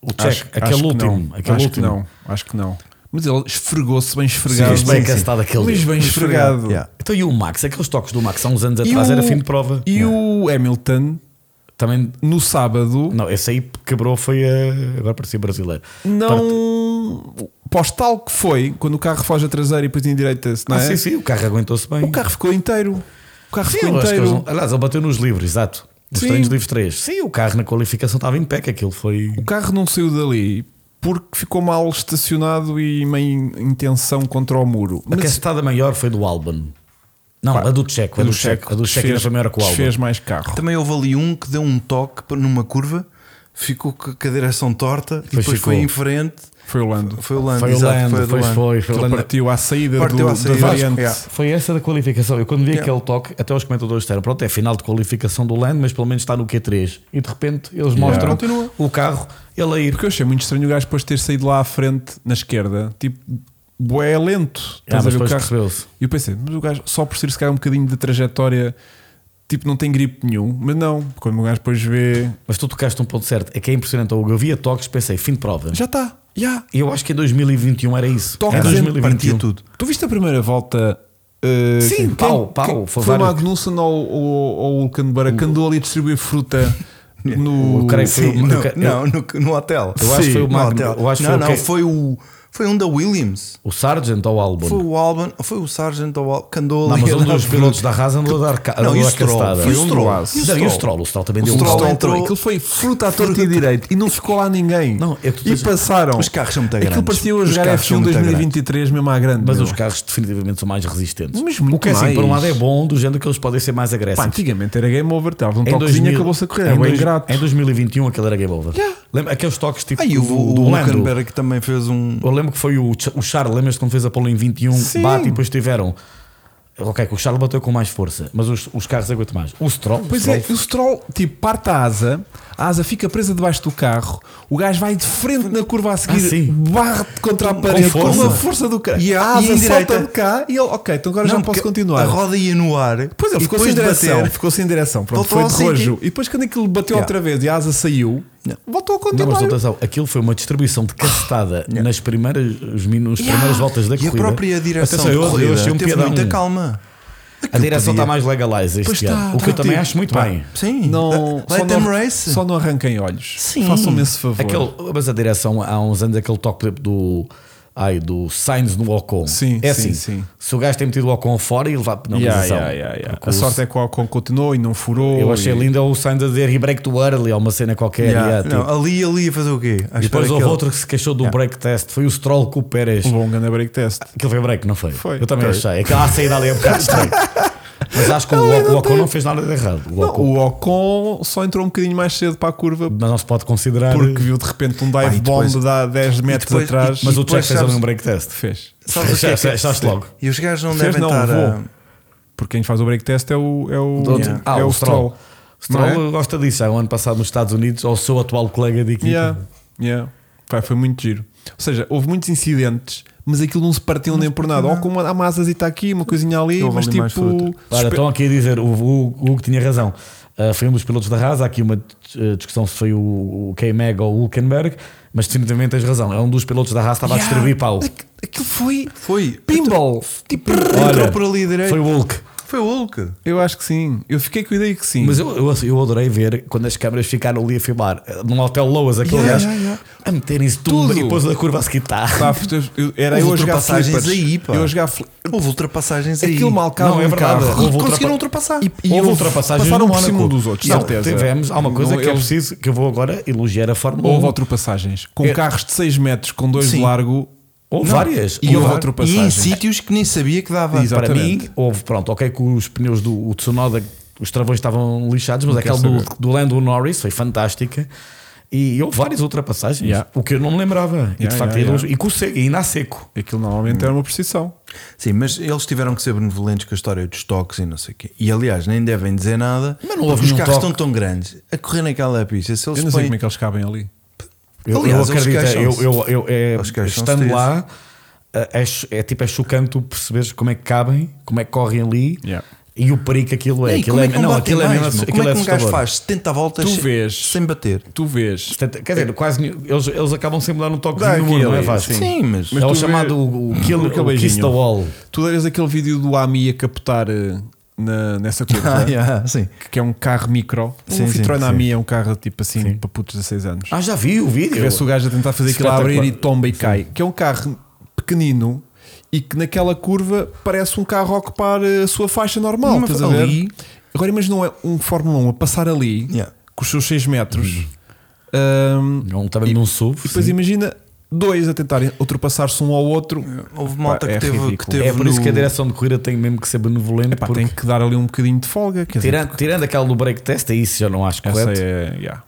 B: O check,
A: Acho-
B: aquele
A: acho que
B: último.
A: não.
B: aquele
A: acho
B: último.
A: Que não, acho que não. Mas ele esfregou-se bem esfregado.
B: Sim, bem castado aquele.
A: Luís bem esfregado.
C: Yeah.
B: Então, e o Max, aqueles toques do Max há uns anos
A: E
B: atrás
A: o-
B: era fim de prova.
A: E o Hamilton,
B: Também,
A: no sábado,
B: não, esse aí quebrou foi a. Agora parecia brasileiro.
A: não. Postal que foi, quando o carro foge a traseira e depois em direita, não
B: Ah,
A: é?
B: sim, sim, o carro aguentou-se bem.
A: O carro ficou inteiro. O carro
B: Sim,
A: ficou
B: eu acho que
A: inteiro.
B: eles não- Aliás, ele bateu nos livros, exato. Nos
A: Sim.
B: treinos livres 3. Sim, o carro na qualificação estava em pé, que aquilo foi.
A: O carro não saiu dali porque ficou mal estacionado e meio em tensão contra o muro.
B: A castada maior foi do Alban. Não, a do Checo. A do Checo. A do Checo ainda foi maior que o Alban.
A: fez mais carro.
C: Também houve ali um que deu um toque para- numa curva, ficou com a direção torta e depois
B: ficou.
C: foi em frente.
A: Foi o Lando.
C: Foi o Lando,
B: Foi o
C: exato,
B: Lando,
C: foi a do
B: foi,
C: Lando.
B: foi, foi o
A: Ele
B: Lando.
A: partiu à saída,
C: Partiu
A: do,
C: à saída.
A: da variante.
C: Yeah.
B: Foi essa da qualificação. Eu quando vi
C: Yeah.
B: aquele toque, até os comentadores disseram: pronto, é final de qualificação do Land, mas pelo menos está no Q3. E de repente eles mostram
C: Continua.
B: o carro, ele a ir.
A: Porque eu achei muito estranho o gajo depois ter saído lá à frente, na esquerda, tipo, boé lento.
B: Ah,
A: Estás
B: mas
A: a ver o
B: depois
A: carro?
B: percebeu-se.
A: E eu pensei, mas o gajo, só por ser se calhar um bocadinho de trajetória, tipo, não tem gripe nenhum. Mas não, quando o gajo depois vê,
B: Mas tu tocaste um ponto certo. É que é impressionante. Hugo. Eu via toques, pensei: fim de prova.
A: já está, já.
B: E Eu acho que em 2021 era isso.
A: Toques
B: em
A: em-
C: Partia
B: 2021.
C: tudo.
A: Tu viste a primeira volta? eh,
B: Sim,
A: quem-
B: pau, pau,
A: quem-
B: foi
A: Foi,
B: vários-
A: o Magnussen ou, ou, ou o Canberra que andou ali a distribuir fruta no.
B: O creio que foi
C: Sim,
B: o-
C: no,
B: eu-
C: não, no, no hotel.
B: Eu acho que
A: Sim,
B: foi o
C: No
B: Magno.
C: hotel.
B: Eu acho que
C: não,
B: foi o
C: não,
B: quê?
C: foi o. Foi um da Williams.
B: O Sargent ou o Albon?
C: Foi o Alban, foi o Sargent ou o Al- que andou
B: Não,
C: ali
B: mas
C: a
B: um
C: dar
B: dos
C: fruta.
B: pilotos da Haas andou a dar ca-
C: Não,
B: andou
C: e
B: a
C: o Stroll?
B: castada.
C: Foi
A: um
B: um
A: do
B: Stroll.
A: Haas.
B: Não,
C: E o
B: E o
C: Stroll?
B: Stroll, o Stroll também deu
A: O
B: um
A: Stroll
B: Stroll.
A: entrou,
C: entrou-
A: aquilo foi fruta à torta e direito e não ficou lá ninguém.
B: Não, é que tu
A: e
B: tens-
A: passaram.
C: Os carros são muito
A: Aquilo
C: grandes.
A: parecia eu
C: Os
A: jogar
C: carros são
A: F1
C: muito
A: 2023 mesmo à grande.
B: Mas
A: meu.
B: os carros definitivamente são mais resistentes.
A: Mas muito
B: o que é assim,
A: mais.
B: por um lado é bom, do género que eles podem ser mais
C: um
A: Pá,
B: agressivos.
A: antigamente era game over, estava um
B: Em
A: toquezinho
B: 2000
A: e acabou-se a
C: é
A: correr.
B: em
A: Era bem
B: dois-
A: grato.
B: Em 2021 aquele era game over.
A: Yeah.
B: Lembra, aqueles toques tipo
C: Ah, e o,
B: do,
C: o,
B: do Lando.
C: Hülkenberg também fez um.
B: Eu lembro que foi o, Ch- o Charles, lembras-te quando fez a Polo em 21,
A: Sim.
B: bate e depois tiveram. Ok, que o Charles bateu com mais força, mas os, os carros aguentam mais. O Stroll, o
A: Pois
B: Stroll
A: é, o Stroll tipo, parte a asa, a asa fica presa debaixo do carro, o gajo vai de frente na curva a
B: Ah,
A: seguir,
B: sim.
A: barre-te contra a parede com,
B: força.
A: a força do carro.
C: E a asa
A: ele salta
C: direita.
A: de cá e ele, ok, então agora já
C: Não,
A: posso
C: que
A: continuar.
C: A roda ia no ar.
A: Pois ele
C: e
A: ficou
C: depois
A: sem
C: de
A: direção.
C: bater,
A: Ficou sem direção. Pronto, foi
C: Voltou
A: de
C: ao sítio.
A: rojo. E depois, quando aquilo bateu
C: Yeah.
A: outra vez e a asa saiu,
C: Yeah.
A: voltou a
B: Não, mas
A: continuar.
B: atenção, aquilo foi uma distribuição de castada nas primeiras, os minu- nas primeiras voltas da
C: E a
B: corrida.
C: própria direção
B: Atenção,
C: de
B: eu, eu
C: corrida
B: achei um
C: teve
B: piadão.
C: muita calma.
B: A direção
C: podia.
B: está mais legalize este
A: Pois
B: ano.
A: está,
B: o que eu
A: tá,
B: também
A: tipo,
B: acho muito
A: pá,
B: bem.
C: Sim.
A: não,
C: Let
A: só,
C: them
A: não,
C: race.
A: só não arranquem olhos.
C: Sim.
A: Façam-me esse favor.
B: Aquele, mas a direção há uns anos, aquele toque do, ai, do Sainz no Ocon.
A: Sim,
B: é
A: sim,
B: assim,
A: sim.
B: Se o gajo tem metido o Ocon fora e levar a penalização.
A: Yeah, yeah, yeah, yeah.
B: Porque
A: A
B: o-
A: sorte é que o Alcon continuou e não furou.
B: Eu achei
A: e-
B: lindo é o Sainz a dizer he break to early ou uma cena qualquer.
C: Yeah.
B: yeah, tipo.
A: ah,
C: Não, ali, ali ia fazer o quê? À
B: E
C: espera
B: depois
C: que
B: houve
C: ele-
B: outro que se queixou do break test. Foi o Stroll com o Pérez.
A: Um bom grande break test.
B: Aquilo foi break, não foi?
A: Foi.
B: Eu também
A: Foi.
B: achei. Aquela saída ali é um bocado estranho. Mas acho que o, Ocon- o Ocon não fez nada de errado. O
A: Não,
B: Ocon-
A: o Ocon só entrou um bocadinho mais cedo para a curva
B: mas não se pode considerar.
A: porque viu de repente um dive
C: e depois-
A: bomb de há 10 metros
C: depois-
A: atrás.
B: mas o
C: depois
B: Checo fez
C: sabes-
B: ali um break test.
A: fez.
C: Sabes o que é que é?
B: Achaste logo.
C: E os gajos não
A: Fez,
C: devem
A: não, um.
C: estar a-
A: vou. Porque quem faz o break test é o, é o,
B: Do-
A: é
B: Ah,
A: o
B: o Stroll.
A: Stroll.
B: Stroll
A: Não é?
B: gosta disso. Há um ano passado nos Estados Unidos, ao seu atual colega de equipe.
A: Yeah, yeah. Pá, foi muito giro. Ou seja, houve muitos incidentes, mas aquilo não se partiu nem por nada. Ou como há masas e está aqui, uma coisinha ali,
C: Houve
A: mas
C: ali mais
A: tipo.
C: fruta.
B: Olha,
A: suspe-
B: estão aqui a dizer, o Hugo o Hugo tinha razão. Ah, foi um dos pilotos da Haas. Há aqui uma eh, discussão se foi o, o K-Mag ou o Hulkenberg, mas definitivamente tens razão. É um dos pilotos da Haas, estava a distribuir pau.
A: Aqu- Aquilo foi.
C: Foi.
A: Pinball! Tipo,
B: Olha,
C: Entrou por ali direito.
B: foi o Hulk.
C: Foi o Hulk.
A: eu acho que sim. Eu fiquei com a ideia que sim.
B: Mas eu, eu, eu adorei ver quando as câmaras ficaram ali a filmar, eh, num hotel Loas, aquele
A: Yeah,
B: gajo,
A: yeah,
B: a meterem-se tudo,
A: Tudo.
B: e depois da curva a Tá. se quitar.
A: Pá, eu- eu- era
C: Houve
A: eu a jogar
C: ultrapassagens
A: flippers.
C: aí, pá.
A: Eu a jogar fli-
C: Houve ultrapassagens aí.
A: Aquilo malcava
B: Não, é
A: um
B: verdade.
A: carro.
B: Ah, Houve
A: E
B: ultrapa-
A: conseguiram ultrapassar. E, e
B: houve
A: houve-
B: ultrapassagens
A: passaram
B: no
A: por cima um
B: Mónaco.
A: dos outros,
B: Não,
A: certeza.
B: Tivemos, há uma coisa
A: Não,
B: que é
A: eles-
B: preciso, que eu vou agora elogiar a Fórmula 1.
A: Houve ultrapassagens. Com carros de 6 metros, com 2 de
C: Sim.
A: largo.
B: É- Houve
A: Não,
B: várias.
A: E houve
B: Houve-
C: E em
A: ultrapassagens.
C: sítios que nem sabia que dava.
A: Exato.
B: Para
A: Exatamente.
B: mim, houve, pronto, ok, que os pneus do o Tsunoda, os travões estavam lixados, mas aquele
A: quero
B: do,
A: saber.
B: do Lando Norris foi fantástica. E houve várias ultrapassagens,
A: Yeah.
B: o que eu não me lembrava. e de
A: Yeah,
B: facto,
A: yeah,
B: eram-
A: yeah.
B: e com seco, e ainda a seco.
A: Aquilo normalmente era uma precisão.
C: Sim, mas eles tiveram que ser benevolentes com a história dos toques e não sei o quê. E aliás, nem devem dizer nada.
B: Mas não houve
C: porque os
B: nenhum
C: carros
B: toque.
C: estão tão grandes a correr naquela pista. Se eles
A: Eu não sei
C: põem-
A: como é que eles cabem ali.
B: Eu,
C: Aliás,
B: eu
C: eles
B: acredito, eu,
C: queixam-se.
B: eu, eu, é,
C: Eles queixam-se
B: estando
C: disso.
B: lá, é, é cho- é tipo, é chocante tu perceberes como é que cabem, como é que correm ali
A: Yeah.
B: e o perigo que aquilo é.
C: Ei,
B: aquilo
C: como
B: é,
C: é que não,
B: não,
C: batem
B: aquilo é
C: mais,
B: mesmo
C: meu?
B: ass-
C: Como
B: aquilo
C: é que um gajo
B: assustador.
C: faz 70 voltas
A: Tu
C: sem-
A: vês.
C: sem bater?
A: Tu vês.
B: Portanto, Quer dizer, quase nenhum- eles, eles acabam sempre a dar um
A: Dá
B: toquezinho no muro,
A: aquele,
B: não é Vasco?
A: sim.
C: Sim, mas,
A: Mas
B: é
A: tu
B: o
A: vê- é
B: chamado o, o, kill,
A: Aquele
B: o Kiss
A: beijinho.
B: the Wall.
A: Tu deves aquele vídeo do Ami a captar eh, na, nessa curva.
C: Ah, yeah, sim.
A: que- Que é um carro micro.
C: Sim,
A: o
C: sim,
A: Citroën
C: sim.
A: Ami é um carro tipo assim para putos de 16 anos.
B: Ah, já vi o vídeo.
A: Vê-se o gajo a tentar fazer aquilo a abrir e
B: Espetacular.
A: tomba e cai. Que é um carro pequenino e que naquela curva parece um carro a ocupar a sua faixa normal.
C: Mas
A: estás a ver?
C: ali-
A: Agora imagina um- um Fórmula 1 a passar ali
C: Yeah. Uhum.
A: com os seus 6 metros. Ahm,
B: Não, também não soube.
A: e depois
B: sim.
A: imagina dois a tentarem ultrapassar-se um ao outro.
C: houve malta
A: Pá, é
C: que, teve, que
A: ridículo.
C: teve
B: É por isso
C: no-
B: que a direção de corrida tem mesmo que ser benevolente.
A: Epá,
B: porque
A: tem que dar ali um bocadinho de folga. Quer dizer,
B: tirando, tirando aquela do break test, é isso já não acho
A: essa
B: correto.
A: é. yeah.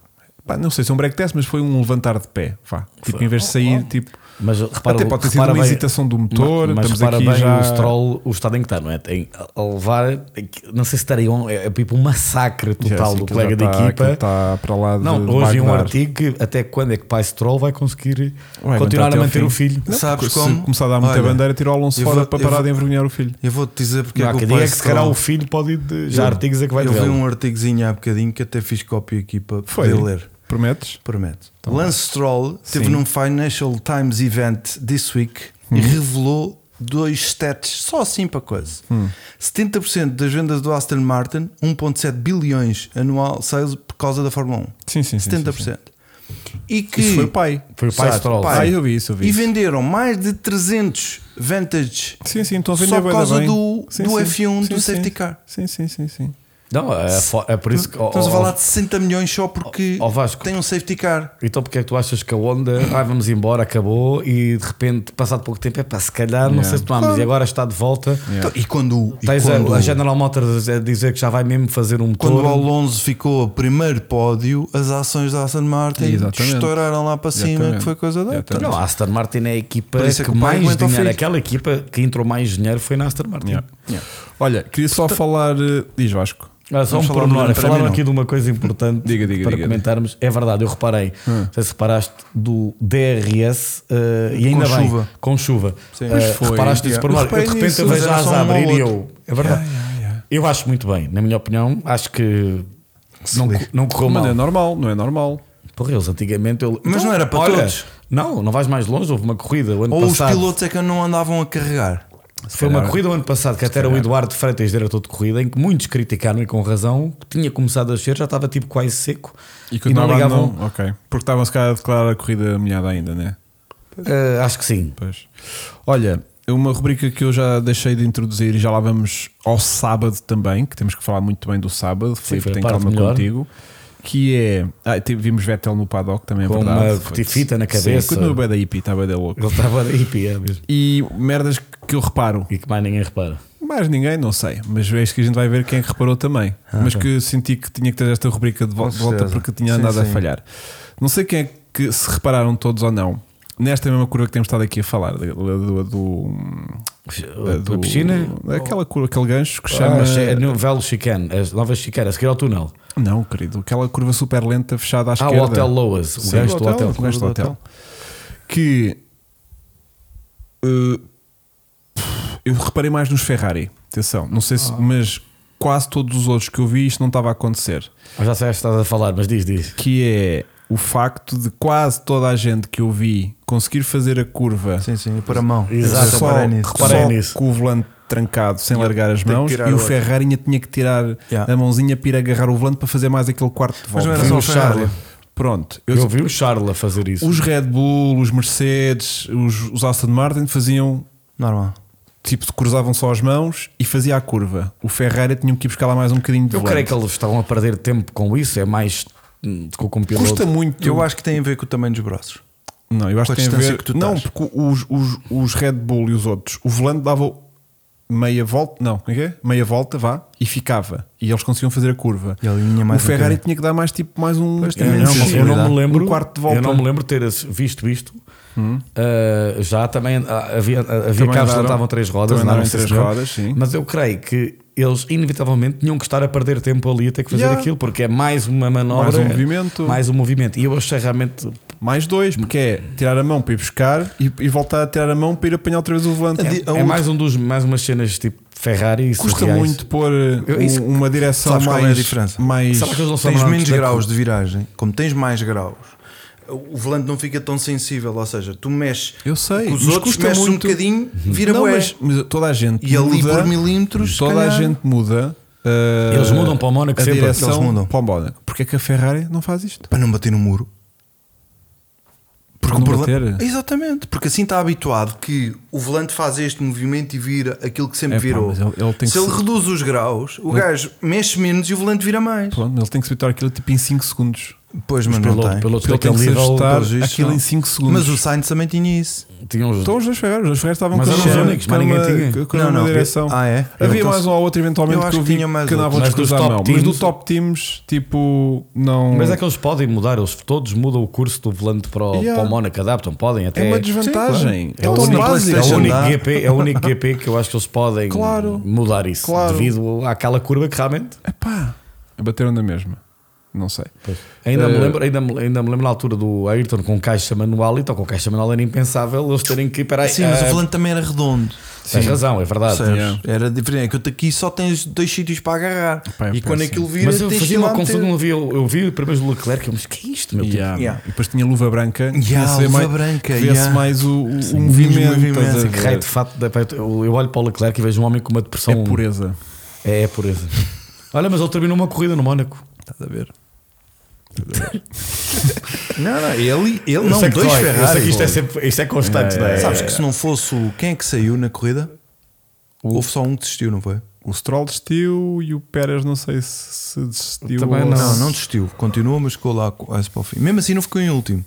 A: Pá, não sei se é um break test, mas foi um levantar de pé. Vá. Tipo, em vez de sair, tipo.
B: Mas repara,
A: Até pode ter sido
B: repara
A: uma
B: bem-
A: hesitação do motor,
B: Mas, mas
A: estamos
B: repara
A: aqui
B: bem
A: já-
B: o Stroll, o estado em que está, não é? Tem a levar, é não sei se estaria um, é, é tipo um massacre total
A: assim,
B: do colega da equipa.
A: Está tá- para lá de
B: Não, hoje vi um
A: Bagdar.
B: artigo que até quando é que pai Stroll vai conseguir
A: Vai
B: continuar
A: aguentar
B: a
A: até ao
B: manter
A: fim.
B: o filho?
A: Não,
C: Sabes
A: porque Se
C: como?
A: começar a dar muita
C: Olha,
A: bandeira, tirou o Alonso
C: eu
A: fora
C: vou-
A: para
C: eu
A: parar
C: vou-
A: de envergonhar o filho.
C: Eu vou-te dizer porque
B: Não, há
C: é que
B: quem
C: o
B: diga
C: pai
B: que se calhar
C: Stroll-
B: o filho pode ir de, já há artigos é que vai
C: Eu
B: ver.
C: vi um artigozinho há bocadinho que até fiz cópia aqui para
A: Foi.
C: poder ler.
A: Prometes?
C: Prometo. Lance Stroll esteve
A: Sim. Uhum.
C: num Financial Times event this week e revelou dois stats só assim para coisa.
A: Hum.
C: 70% das vendas do Aston Martin, 1.7 bilhões anual sales por causa da Fórmula 1.
A: Sim, sim, sim.
C: 70%.
A: sim, sim.
C: E que
A: Isso foi o pai.
B: Foi o pai
C: Exato,
B: Stroll.
A: pai. Ah, eu vi isso, eu vi
C: E
A: isso.
C: venderam mais de 300 Vantage
A: Sim, sim, estão a vender
C: só por
A: bué da
C: causa
A: bem.
C: do,
A: Sim,
C: do
A: sim.
C: F1 do
A: Sim,
C: safety
A: sim.
C: car.
A: Sim, sim, sim, sim.
B: Não, é, fo- é por isso que. oh,
C: Estamos a
B: oh,
C: falar de 60 milhões só porque
B: Ó, Vasco.
C: tem um safety car.
B: Então porque é que tu achas que a onda, ah, vamos embora, acabou e de repente, passado pouco tempo, é pá, se calhar, não sei se tomámos e agora está de volta.
C: Então, e quando, e
B: Tens
C: quando-
B: a, a General Motors a dizer que já vai mesmo fazer um
C: Quando
B: motor.
C: o Alonso ficou a primeiro pódio, as ações da Aston Martin
A: Exatamente.
C: estouraram lá para cima,
A: Exatamente.
C: que foi coisa dela.
A: Exatamente.
B: Não, a Aston Martin é a equipa
C: Por isso
B: que,
C: é que o pai
B: mais
C: aguenta o
B: dinheiro,
C: filho.
B: aquela equipa que entrou mais dinheiro foi na Aston Martin.
A: Yeah. Olha, queria só falar. eh, Diz Vasco.
B: Olha, só
C: Vamos
B: um
C: falar
B: pormenor,
C: do Grande
B: falaram
C: Prémio,
B: aqui de uma coisa importante
A: Diga, diga,
B: para
A: diga.
B: comentarmos. É verdade, eu reparei,
C: Hum.
B: não sei se reparaste, do DRS eh, e
C: Com
B: ainda bem,
C: chuva.
B: com chuva.
C: Sim.
B: Eh,
A: Pois foi,
B: reparaste nesse
A: yeah.
B: pormenor.
C: Eu
B: Eu,
C: reparei
B: de repente
C: nisso,
B: eu vejo
C: mas era
B: as
C: só um
B: a abrir
C: ao
B: e eu.
C: outro.
B: É verdade. Eu acho muito bem, na minha opinião, acho que não, co- não correu
A: Mas
B: mal.
A: não é normal, não é normal.
B: Porra, eles antigamente. Eu... Então,
C: Mas não era para todos.
B: Não, não vais mais longe. Houve uma corrida o ano
C: Ou os
B: passado.
C: pilotos é que não andavam a carregar.
B: Foi uma corrida o ano passado que até era o Eduardo Freitas, diretor de corrida, em que muitos criticaram e com razão, que tinha começado a descer, já estava tipo quase seco
A: E continuava
B: não
A: a
B: ligavam.
A: não. Ok. Porque estavam-se cá a declarar a corrida molhada ainda, né?
B: Ah, acho que sim.
A: Pois. Olha, é uma rubrica que eu já deixei de introduzir e já lá vamos ao sábado também, que temos que falar muito bem do sábado, Filipe,
B: foi a
A: tem
B: parte
A: calma
B: melhor.
A: contigo. Que é. Ah, te- vimos Vettel no paddock também,
B: Com
A: é verdade.
B: uma fita na
A: Sim,
B: cabeça.
A: Continua bem da hippie, está bem da louco.
B: Ele estava hippie, é mesmo.
A: E merdas que eu reparo,
B: E que mais ninguém repara.
A: mais ninguém, não sei, mas vejo que a gente vai ver quem é que reparou também. mas que senti que tinha que ter esta rubrica de, vol-
C: Ah, Com
A: de volta
C: certeza.
A: porque tinha
C: Sim,
A: andado a
C: sim.
A: falhar. Não sei quem é que se repararam todos ou não. Nesta mesma curva que temos estado aqui a falar, do, do- do-
B: A
A: do-
B: piscina? Ah,
A: Aquela curva, aquele gancho que
B: Chama
A: chama.
B: a Novel Chicane, as novas Chicane, a seguir ao túnel.
A: Não, querido, aquela curva super lenta fechada à
B: Ah,
A: esquerda.
B: o Hotel Loas, o
A: Sim,
B: gajo do hotel.
A: O gajo do hotel. Que uh, eu reparei mais nos Ferrari. Atenção, não sei se,
C: Ah.
A: mas quase todos os outros que eu vi isto não estava a acontecer.
B: Eu Já sei o que estás a falar, mas diz, diz.
A: Que é o facto de quase toda a gente que eu vi conseguir fazer a curva
C: Sim, sim, para a mão.
B: Exato,
C: Eu
A: só,
C: reparei nisso.
B: reparei
A: só
B: nisso.
A: com o volante trancado sem largar as
C: tem que
A: mãos
C: tirar
A: e o
C: o outro.
A: Ferrarinha tinha que tirar
C: Yeah.
A: a mãozinha para ir agarrar o volante para fazer mais aquele quarto de
C: Mas
A: volta. um
C: não era
B: Vem
C: só
B: o
C: o Ferrari.
B: Charlie.
A: Pronto, eu,
B: Eu ouvi o Charla fazer isso.
A: Os Red Bull, os Mercedes, os, os Aston Martin faziam
C: Normal.
A: tipo cruzavam só as mãos e fazia a curva. O Ferrari tinha que ir buscar lá mais um bocadinho de
B: Eu
A: volante.
B: creio que eles estavam a perder tempo com isso, é mais hum, com o piloto.
A: custa muito.
C: Eu acho que tem a ver com o tamanho dos braços.
A: não, eu acho
C: com a
A: que tem a
C: distância
A: ver.
C: que tu
A: não,
C: estás.
A: porque os, os, os Red Bull e os outros, o volante dava meia volta, não, como é que é? meia volta, vá, e ficava. E eles conseguiam fazer a curva.
C: E a linha
A: o
C: mais um
A: Ferrari
C: bocadinho.
A: tinha que dar mais tipo mais um.
C: Pois,
B: Eu
C: também
A: um
B: não,
A: X,
B: eu não me lembro,
A: Um quarto de volta.
B: Eu não me lembro ter visto isto. Uh, já também ah, havia, ah, havia
A: Hum. Também
B: carros que
A: andaram-
B: andavam três rodas,
A: também andaram
B: andavam
A: em três
B: seis mil.
A: rodas, sim.
B: mas eu creio que eles inevitavelmente tinham que estar a perder tempo ali até que fazer
A: Yeah.
B: aquilo, porque é mais uma manobra,
A: Mais um movimento.
B: mais um movimento. E eu achei realmente
A: Mais dois, porque é tirar a mão para ir buscar e, e voltar a tirar a mão para ir apanhar outra vez o volante.
C: Adi-
B: é
C: a outra-
B: mais um dos mais umas cenas tipo Ferrari e
A: Custa
B: surreais.
A: muito pôr eh,
B: Eu-
A: um-
B: isso-
A: uma direção
C: Sabes
A: mais.
C: qual é a diferença? é
A: Mais
B: Será que eles não são
C: Tens
B: manobras
C: menos
A: é?
B: da-
C: graus de viragem, como tens mais graus, o volante não fica tão sensível, ou seja, tu mexes
A: Eu sei,
C: com os
A: mas
C: outros,
A: custa
C: mexes um
A: muito.
C: bocadinho, vira
A: não,
C: bué.
A: mas, mas toda a gente
C: E ali
A: muda,
C: por milímetros, se
A: toda a
C: calhar.
A: gente muda. eh,
B: Eles mudam para o Mónaco
A: a
B: sempre.
A: direção
C: Eles mudam.
A: para o Mónaco. Porque é que a Ferrari não faz isto?
C: Para não bater no muro.
A: Porque
C: o
A: não
C: problema-
A: bater.
C: Exatamente, porque assim está habituado que o volante faz este movimento e vira aquilo que sempre
A: É pá,
C: virou.
A: mas ele- ele tem
C: se
A: que
C: ele
A: se-
C: reduz os graus, o gajo mexe menos e o volante vira mais.
A: Pronto, ele tem que se evitar aquilo tipo em 5 segundos.
C: Pois, mas
B: piloto-
C: não tem.
B: piloto- Outro
A: Ele tem que se
B: daquele nível,
A: ajustar
C: pelos vistos,
A: aquilo
C: não.
A: em 5 segundos.
C: Mas o Sainz também tinha isso.
B: Tinham os-
A: Estão os dois Ferraris, os dois Ferraris estavam
B: Mas
A: com
B: eram
A: a
B: os
A: mesma-
B: únicos,
A: com
B: mais ninguém
A: uma-
B: tinha.
A: com a mesma
C: Não, não,
A: direção.
C: ah, é?
A: Havia
C: Então,
A: mais um ou outro eventualmente
C: eu
A: que
C: acho
A: eu
C: que
A: vi
C: tinha mais
A: que andavam a
B: outro. Mas dos
A: descruzar a mão.
B: top
A: Mas do
B: teams-
A: top teams, tipo, não.
B: Mas é que eles podem mudar, eles todos mudam o curso do volante para o,
A: Yeah.
B: para o Mónaco, adaptam, podem até.
A: É uma desvantagem.
B: É o
C: Então,
A: tão
B: único-
A: básico.
B: É o,
C: PlayStation
B: único
C: dá.
B: GP, é o único GP que eu acho que eles podem
A: Claro.
B: mudar isso
A: Claro.
B: devido àquela curva que realmente.
A: Epá, bateram na mesma. Não sei.
B: Ainda, me
A: Eh.
B: lembro, ainda, me, ainda me lembro na altura do Ayrton com caixa manual, então com caixa manual era impensável eles terem que ir para aí.
C: Sim, mas
B: ah,
C: o volante também era redondo.
B: Tens razão, é verdade.
C: Percebes?
A: Yeah.
C: Era diferente. É que eu aqui só tens dois sítios para agarrar.
A: Pá, é
C: e quando
A: péssimo.
C: aquilo vira,
B: Mas eu
C: tens
B: fazia
C: que lá
B: uma
C: meter.
B: confusão, eu vi, eu vi primeiro o Leclerc, eu mas que é isto, meu tipo?
A: Yeah.
C: Yeah.
A: ah, E depois tinha luva branca. que
C: Yeah,
A: se vê
C: luva
A: mais-
C: branca,
A: que Vê-se
C: yeah.
A: mais o, o- o
C: os
A: movimento.
C: movimentos,
A: estás a
C: é que
A: ver?
B: Raio de fato, da- eu eu olho para o Leclerc e vejo um homem com uma depressão.
A: É pureza.
B: É, é pureza. Olha, mas ele terminou uma corrida no Mónaco.
A: Estás a ver?
C: Não, não, ele, ele
B: Eu
C: não,
B: sei que
C: dois
B: dói, eu sei que
C: Ferrari.
B: Isto é, sempre, isto é constante,
A: É,
B: não é?
C: Sabes que se não fosse o. Quem é que saiu na corrida? Houve só um que desistiu, não foi?
A: O Stroll desistiu e o Pérez não sei se, se desistiu.
B: Também
A: ou
B: não.
A: se-
C: Não, não desistiu. Continua, mas ficou lá quase para o fim. Mesmo assim, não ficou em último.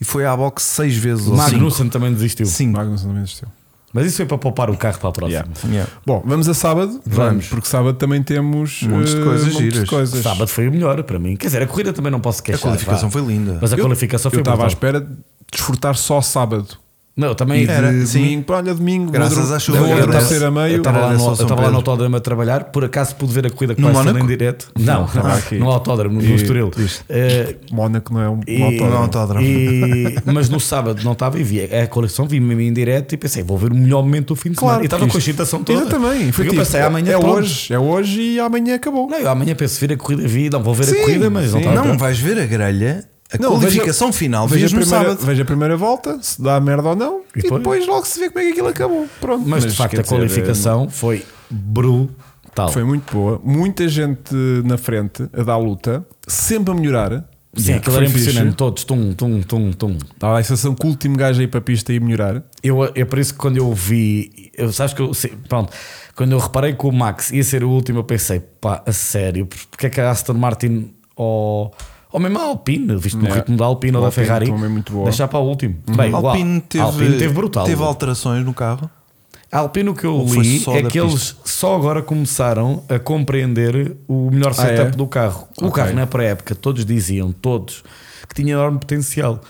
C: E foi à boxe seis vezes ou cinco.
B: Magnussen também desistiu.
C: Cinco.
A: Magnussen também desistiu.
B: Mas isso foi para poupar o carro para a próxima.
A: Yeah.
C: Yeah.
A: Bom, vamos a sábado?
C: Vamos.
A: Porque sábado também temos
C: Montes de
A: eh,
C: coisas
A: montes
C: giras.
A: coisas.
B: Sábado foi o melhor para mim. Quer dizer, a corrida também não posso
C: A
B: queixar.
C: qualificação
B: vá.
C: foi linda.
B: Mas a qualificação
A: Eu
B: foi
A: estava à
B: brutal.
A: espera de desfrutar só sábado.
B: Não, eu também.
C: Era,
A: de
C: sim.
A: domingo, pá, olha, domingo,
C: Graças
A: vou-
C: à chuva,
A: vou
C: eu
A: a
C: tava-
A: terceira
B: Eu
A: meio.
B: estava lá,
C: Era
B: no,
C: só
B: eu
C: São
B: estava lá no
C: Pedro.
B: autódromo a trabalhar, por acaso pude ver a corrida
C: No
B: quase toda em
C: Mónaco?
B: direto. Não,
A: estava aqui.
B: no autódromo, no
A: E-
B: Estoril. Eh,
A: Mónaco não é um
B: E-
A: um autódromo.
C: Não, autódromo.
B: E- mas no sábado não estava e vi a coleção, vi mesmo em direto e pensei, vou ver o melhor momento do fim de semana.
A: Claro,
B: e estava
A: porque
B: com a
A: isto-
B: excitação toda.
A: Eu também. Foi
B: Porque eu
A: tipo,
B: pensei, "Ah, amanhã
A: é
B: pronto.
A: hoje, é hoje e amanhã acabou.
B: Não, eu amanhã penso vir a corrida, vi, não vou ver
A: Sim,
B: a corrida, mas não
A: sim.
B: estava.
C: Não, vais ver a grelha. A
A: Não, veja-
C: qualificação final.
A: veja
C: Vês
A: a
C: no
A: primeira,
C: sábado.
A: veja a primeira volta, se dá merda ou não, e depois,
B: depois?
A: logo se vê como é que aquilo acabou. Pronto.
B: Mas, de facto
A: quer
B: a
A: dizer, eh,
B: qualificação foi brutal.
A: Foi muito boa. Muita gente na frente a dar luta, sempre a melhorar.
B: Sim,
A: Yeah,
B: aquilo
A: foi
B: era impressionante.
A: fixe.
B: Todos, tum, tum, tum, tum.
A: Estava a sensação que o último gajo aí para a pista ia melhorar.
B: Eu, é por isso que quando eu vi, eu, sabes que eu, sei- pronto, quando eu reparei que o Max ia ser o último, eu pensei, pá, a sério, porque é que a Aston Martin ou, ou mesmo a Alpine, visto no
A: Yeah.
B: ritmo da Alpine ou
A: É. A
B: da
A: Alpine
B: Ferrari,
A: também é muito boa.
B: deixar para o último. Bem,
C: A
B: o Al-
C: Uhum. Alpine teve,
B: a É Alpine teve brutal.
C: teve alterações no carro.
B: a Alpine, o que eu
C: Ou foi
B: li,
C: só
B: é
C: da
B: que eles só agora começaram a compreender o melhor
A: Ah, é?
B: setup do carro. O
A: Ok.
B: carro na pré-época, todos diziam, todos, que tinha enorme potencial.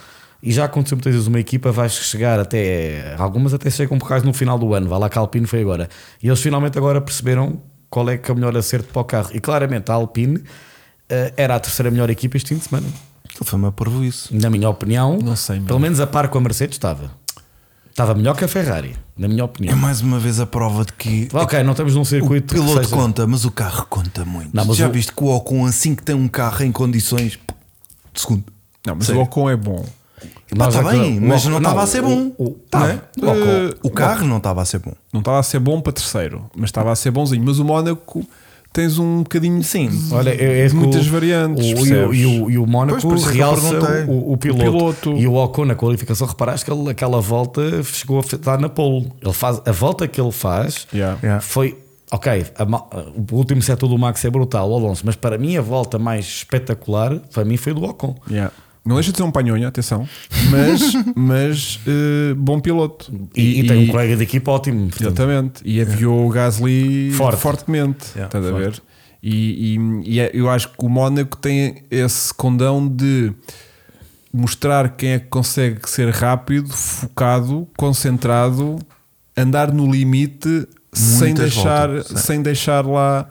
B: E já aconteceu muitas vezes uma equipa vai chegar até. Algumas até chegam por causa no final do ano, vai lá que a Alpine foi agora. E eles finalmente agora perceberam qual é que é o melhor acerto para o carro. E claramente a Alpine eh, era a terceira melhor equipa este fim de semana.
C: Aquilo foi uma porvoíce.
B: Na minha opinião,
A: Não sei, meu.
B: pelo menos a par com a Mercedes estava. Estava melhor que a Ferrari, na minha
C: É
B: opinião.
C: mais uma vez a prova de que
B: Ok, não estamos num
C: o
B: circuito. que
C: piloto
B: seja-
C: conta, mas o carro conta muito.
B: Não, mas
C: Já
B: o-
C: viste que o Ocon, assim que tem um carro em condições, pô, segundo.
A: Não, mas
C: Sério?
A: o Ocon é bom.
C: Pá,
B: Nós
C: está
B: aqui-
C: bem,
B: o
C: mas
B: Ocon-
C: não estava a ser
B: o-
C: bom.
B: o- tá,
C: não
B: tava. O
C: é?
B: Ocon-
C: Eh, o carro não estava a ser bom.
A: Não estava a ser bom para terceiro, mas estava a ser bonzinho. Mas o Mónaco tens um bocadinho
C: Sim.
A: de,
B: Olha, é- é
A: de
B: que
A: muitas
B: o-
A: variantes.
B: O, e, o,
A: percebes?
B: e o, e o Mónaco
C: por isso é que eu
B: realça
C: perguntei.
B: o, o piloto.
A: piloto.
B: E o Ocon na qualificação, reparaste que ele, aquela volta chegou a estar na pole. Ele faz, a volta que ele faz
A: Yeah.
C: Yeah.
B: foi. Ok, a ma- o último setor do Max é brutal, o Alonso, mas para mim a volta mais espetacular para mim foi do Ocon.
A: Yeah. Não deixa de ser um panhonha, atenção, mas, mas eh, bom piloto.
B: E, e tem um colega de equipa ótimo. portanto.
A: Exatamente. E aviou o Gasly
B: Forte.
A: fortemente.
C: Yeah,
A: estás a ver? E, e- e é- eu acho que o Mónaco tem esse condão de mostrar quem é que consegue ser rápido, focado, concentrado, andar no limite sem deixar,
C: voltas,
A: sem deixar lá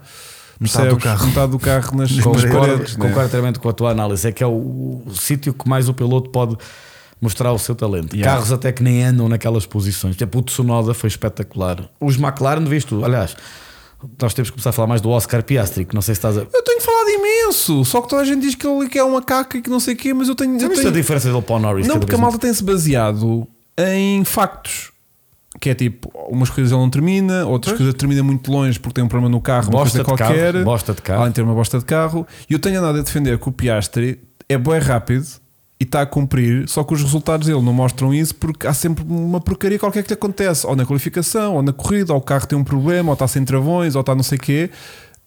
C: Metade do
A: percebes,
C: carro.
A: metade do carro nas, nas
B: Concordo,
A: paredes. né?
B: concordo inteiramente com a tua análise. É que é o, o sítio que mais o piloto pode mostrar o seu talento.
A: Yeah.
B: Carros até que nem andam naquelas posições. Tipo, o Tsunoda foi espetacular. Os McLaren, viste tu? Aliás, nós temos que começar a falar mais do Oscar Piastri, que não sei se estás a.
A: Eu tenho falado imenso, só que toda a gente diz que ele que é um macaco e que não sei o quê, mas eu tenho.
B: Já
A: Eu
B: viste
A: tenho
B: a diferença dele para o Norris?
A: Não,
B: cada
A: porque a
B: vez
A: malta tem-se baseado em factos. Que é tipo, umas coisas ele não termina, outras coisas termina muito longe porque tem um problema no carro, uma
B: Bosta
A: coisa
B: de carro,
A: qualquer.
B: bosta de carro.
A: Além de ter uma bosta de carro. E eu tenho andado a defender que o Piastri é bem rápido e está a cumprir, só que os resultados dele não mostram isso porque há sempre uma porcaria qualquer que lhe acontece, ou na qualificação, ou na corrida, ou o carro tem um problema, ou está sem travões, ou está não sei o quê.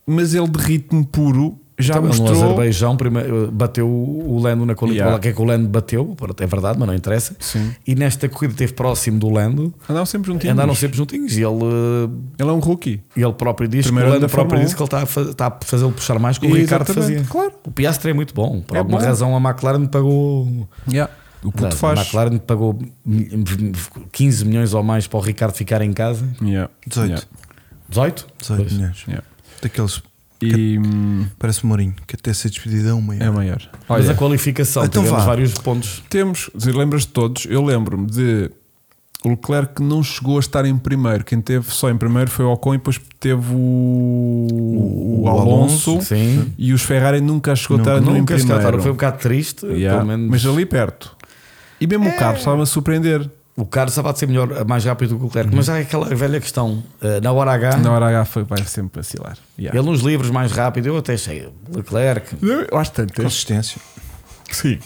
A: Mas ele de ritmo puro já
B: Também No
A: mostrou.
B: Então, é um Azerbaijão primeiro, bateu o Lando na qualificação.
A: Yeah.
B: Que é que o Lando bateu, pronto, é verdade, mas não interessa.
A: Sim.
B: E nesta corrida esteve próximo do Lando,
A: Andaram sempre juntinhos.
B: andaram sempre juntinhos e ele eh,
A: Ele é um rookie.
B: E ele próprio diz
A: Primeiro
B: que o
A: ano
B: Lando
A: da Fórmula
B: próprio
A: 1.
B: diz que ele está a, fa- está a fazê-lo puxar mais que o Ricardo
A: Exatamente,
B: fazia.
A: claro.
B: O Piastre é muito bom. Por
A: É
B: alguma
A: bom.
B: razão a McLaren pagou.
A: Yeah. O puto
B: a
A: faz.
B: McLaren pagou mil- 15 milhões ou mais para o Ricardo ficar em casa.
A: Yeah.
C: 18.
A: Yeah.
B: 18?
C: 18
B: Pois.
C: milhões.
A: Yeah.
C: Daqueles,
A: E hum,
C: parece o Mourinho, que até ser despedido é um
A: é
C: maior.
A: maior.
B: Mas
A: Olha,
B: a qualificação,
C: Então
B: tivemos
C: vá.
B: vários pontos.
A: temos, quer dizer, lembras de todos? Eu lembro-me de o Leclerc que não chegou a estar em primeiro. Quem teve só em primeiro foi o Ocon e depois teve o, o,
C: o
A: Alonso.
C: Alonso,
B: Sim.
A: E os Ferrari nunca chegou a estar em
B: Nunca se
A: primeiro.
B: cataram. Foi um bocado triste.
A: Yeah.
B: Pelo menos.
A: Mas ali perto. E mesmo o Carlos estava a surpreender.
B: O Carlos estava a ser melhor, mais rápido do que o Leclerc. Mas há aquela velha questão. eh, Na hora H,
A: Na hora H foi, vai sempre vacilar. Yeah.
B: ele nos livros mais rápido. Eu até achei Leclerc.
A: Eu acho tantas.
C: Consistência.
A: Sim.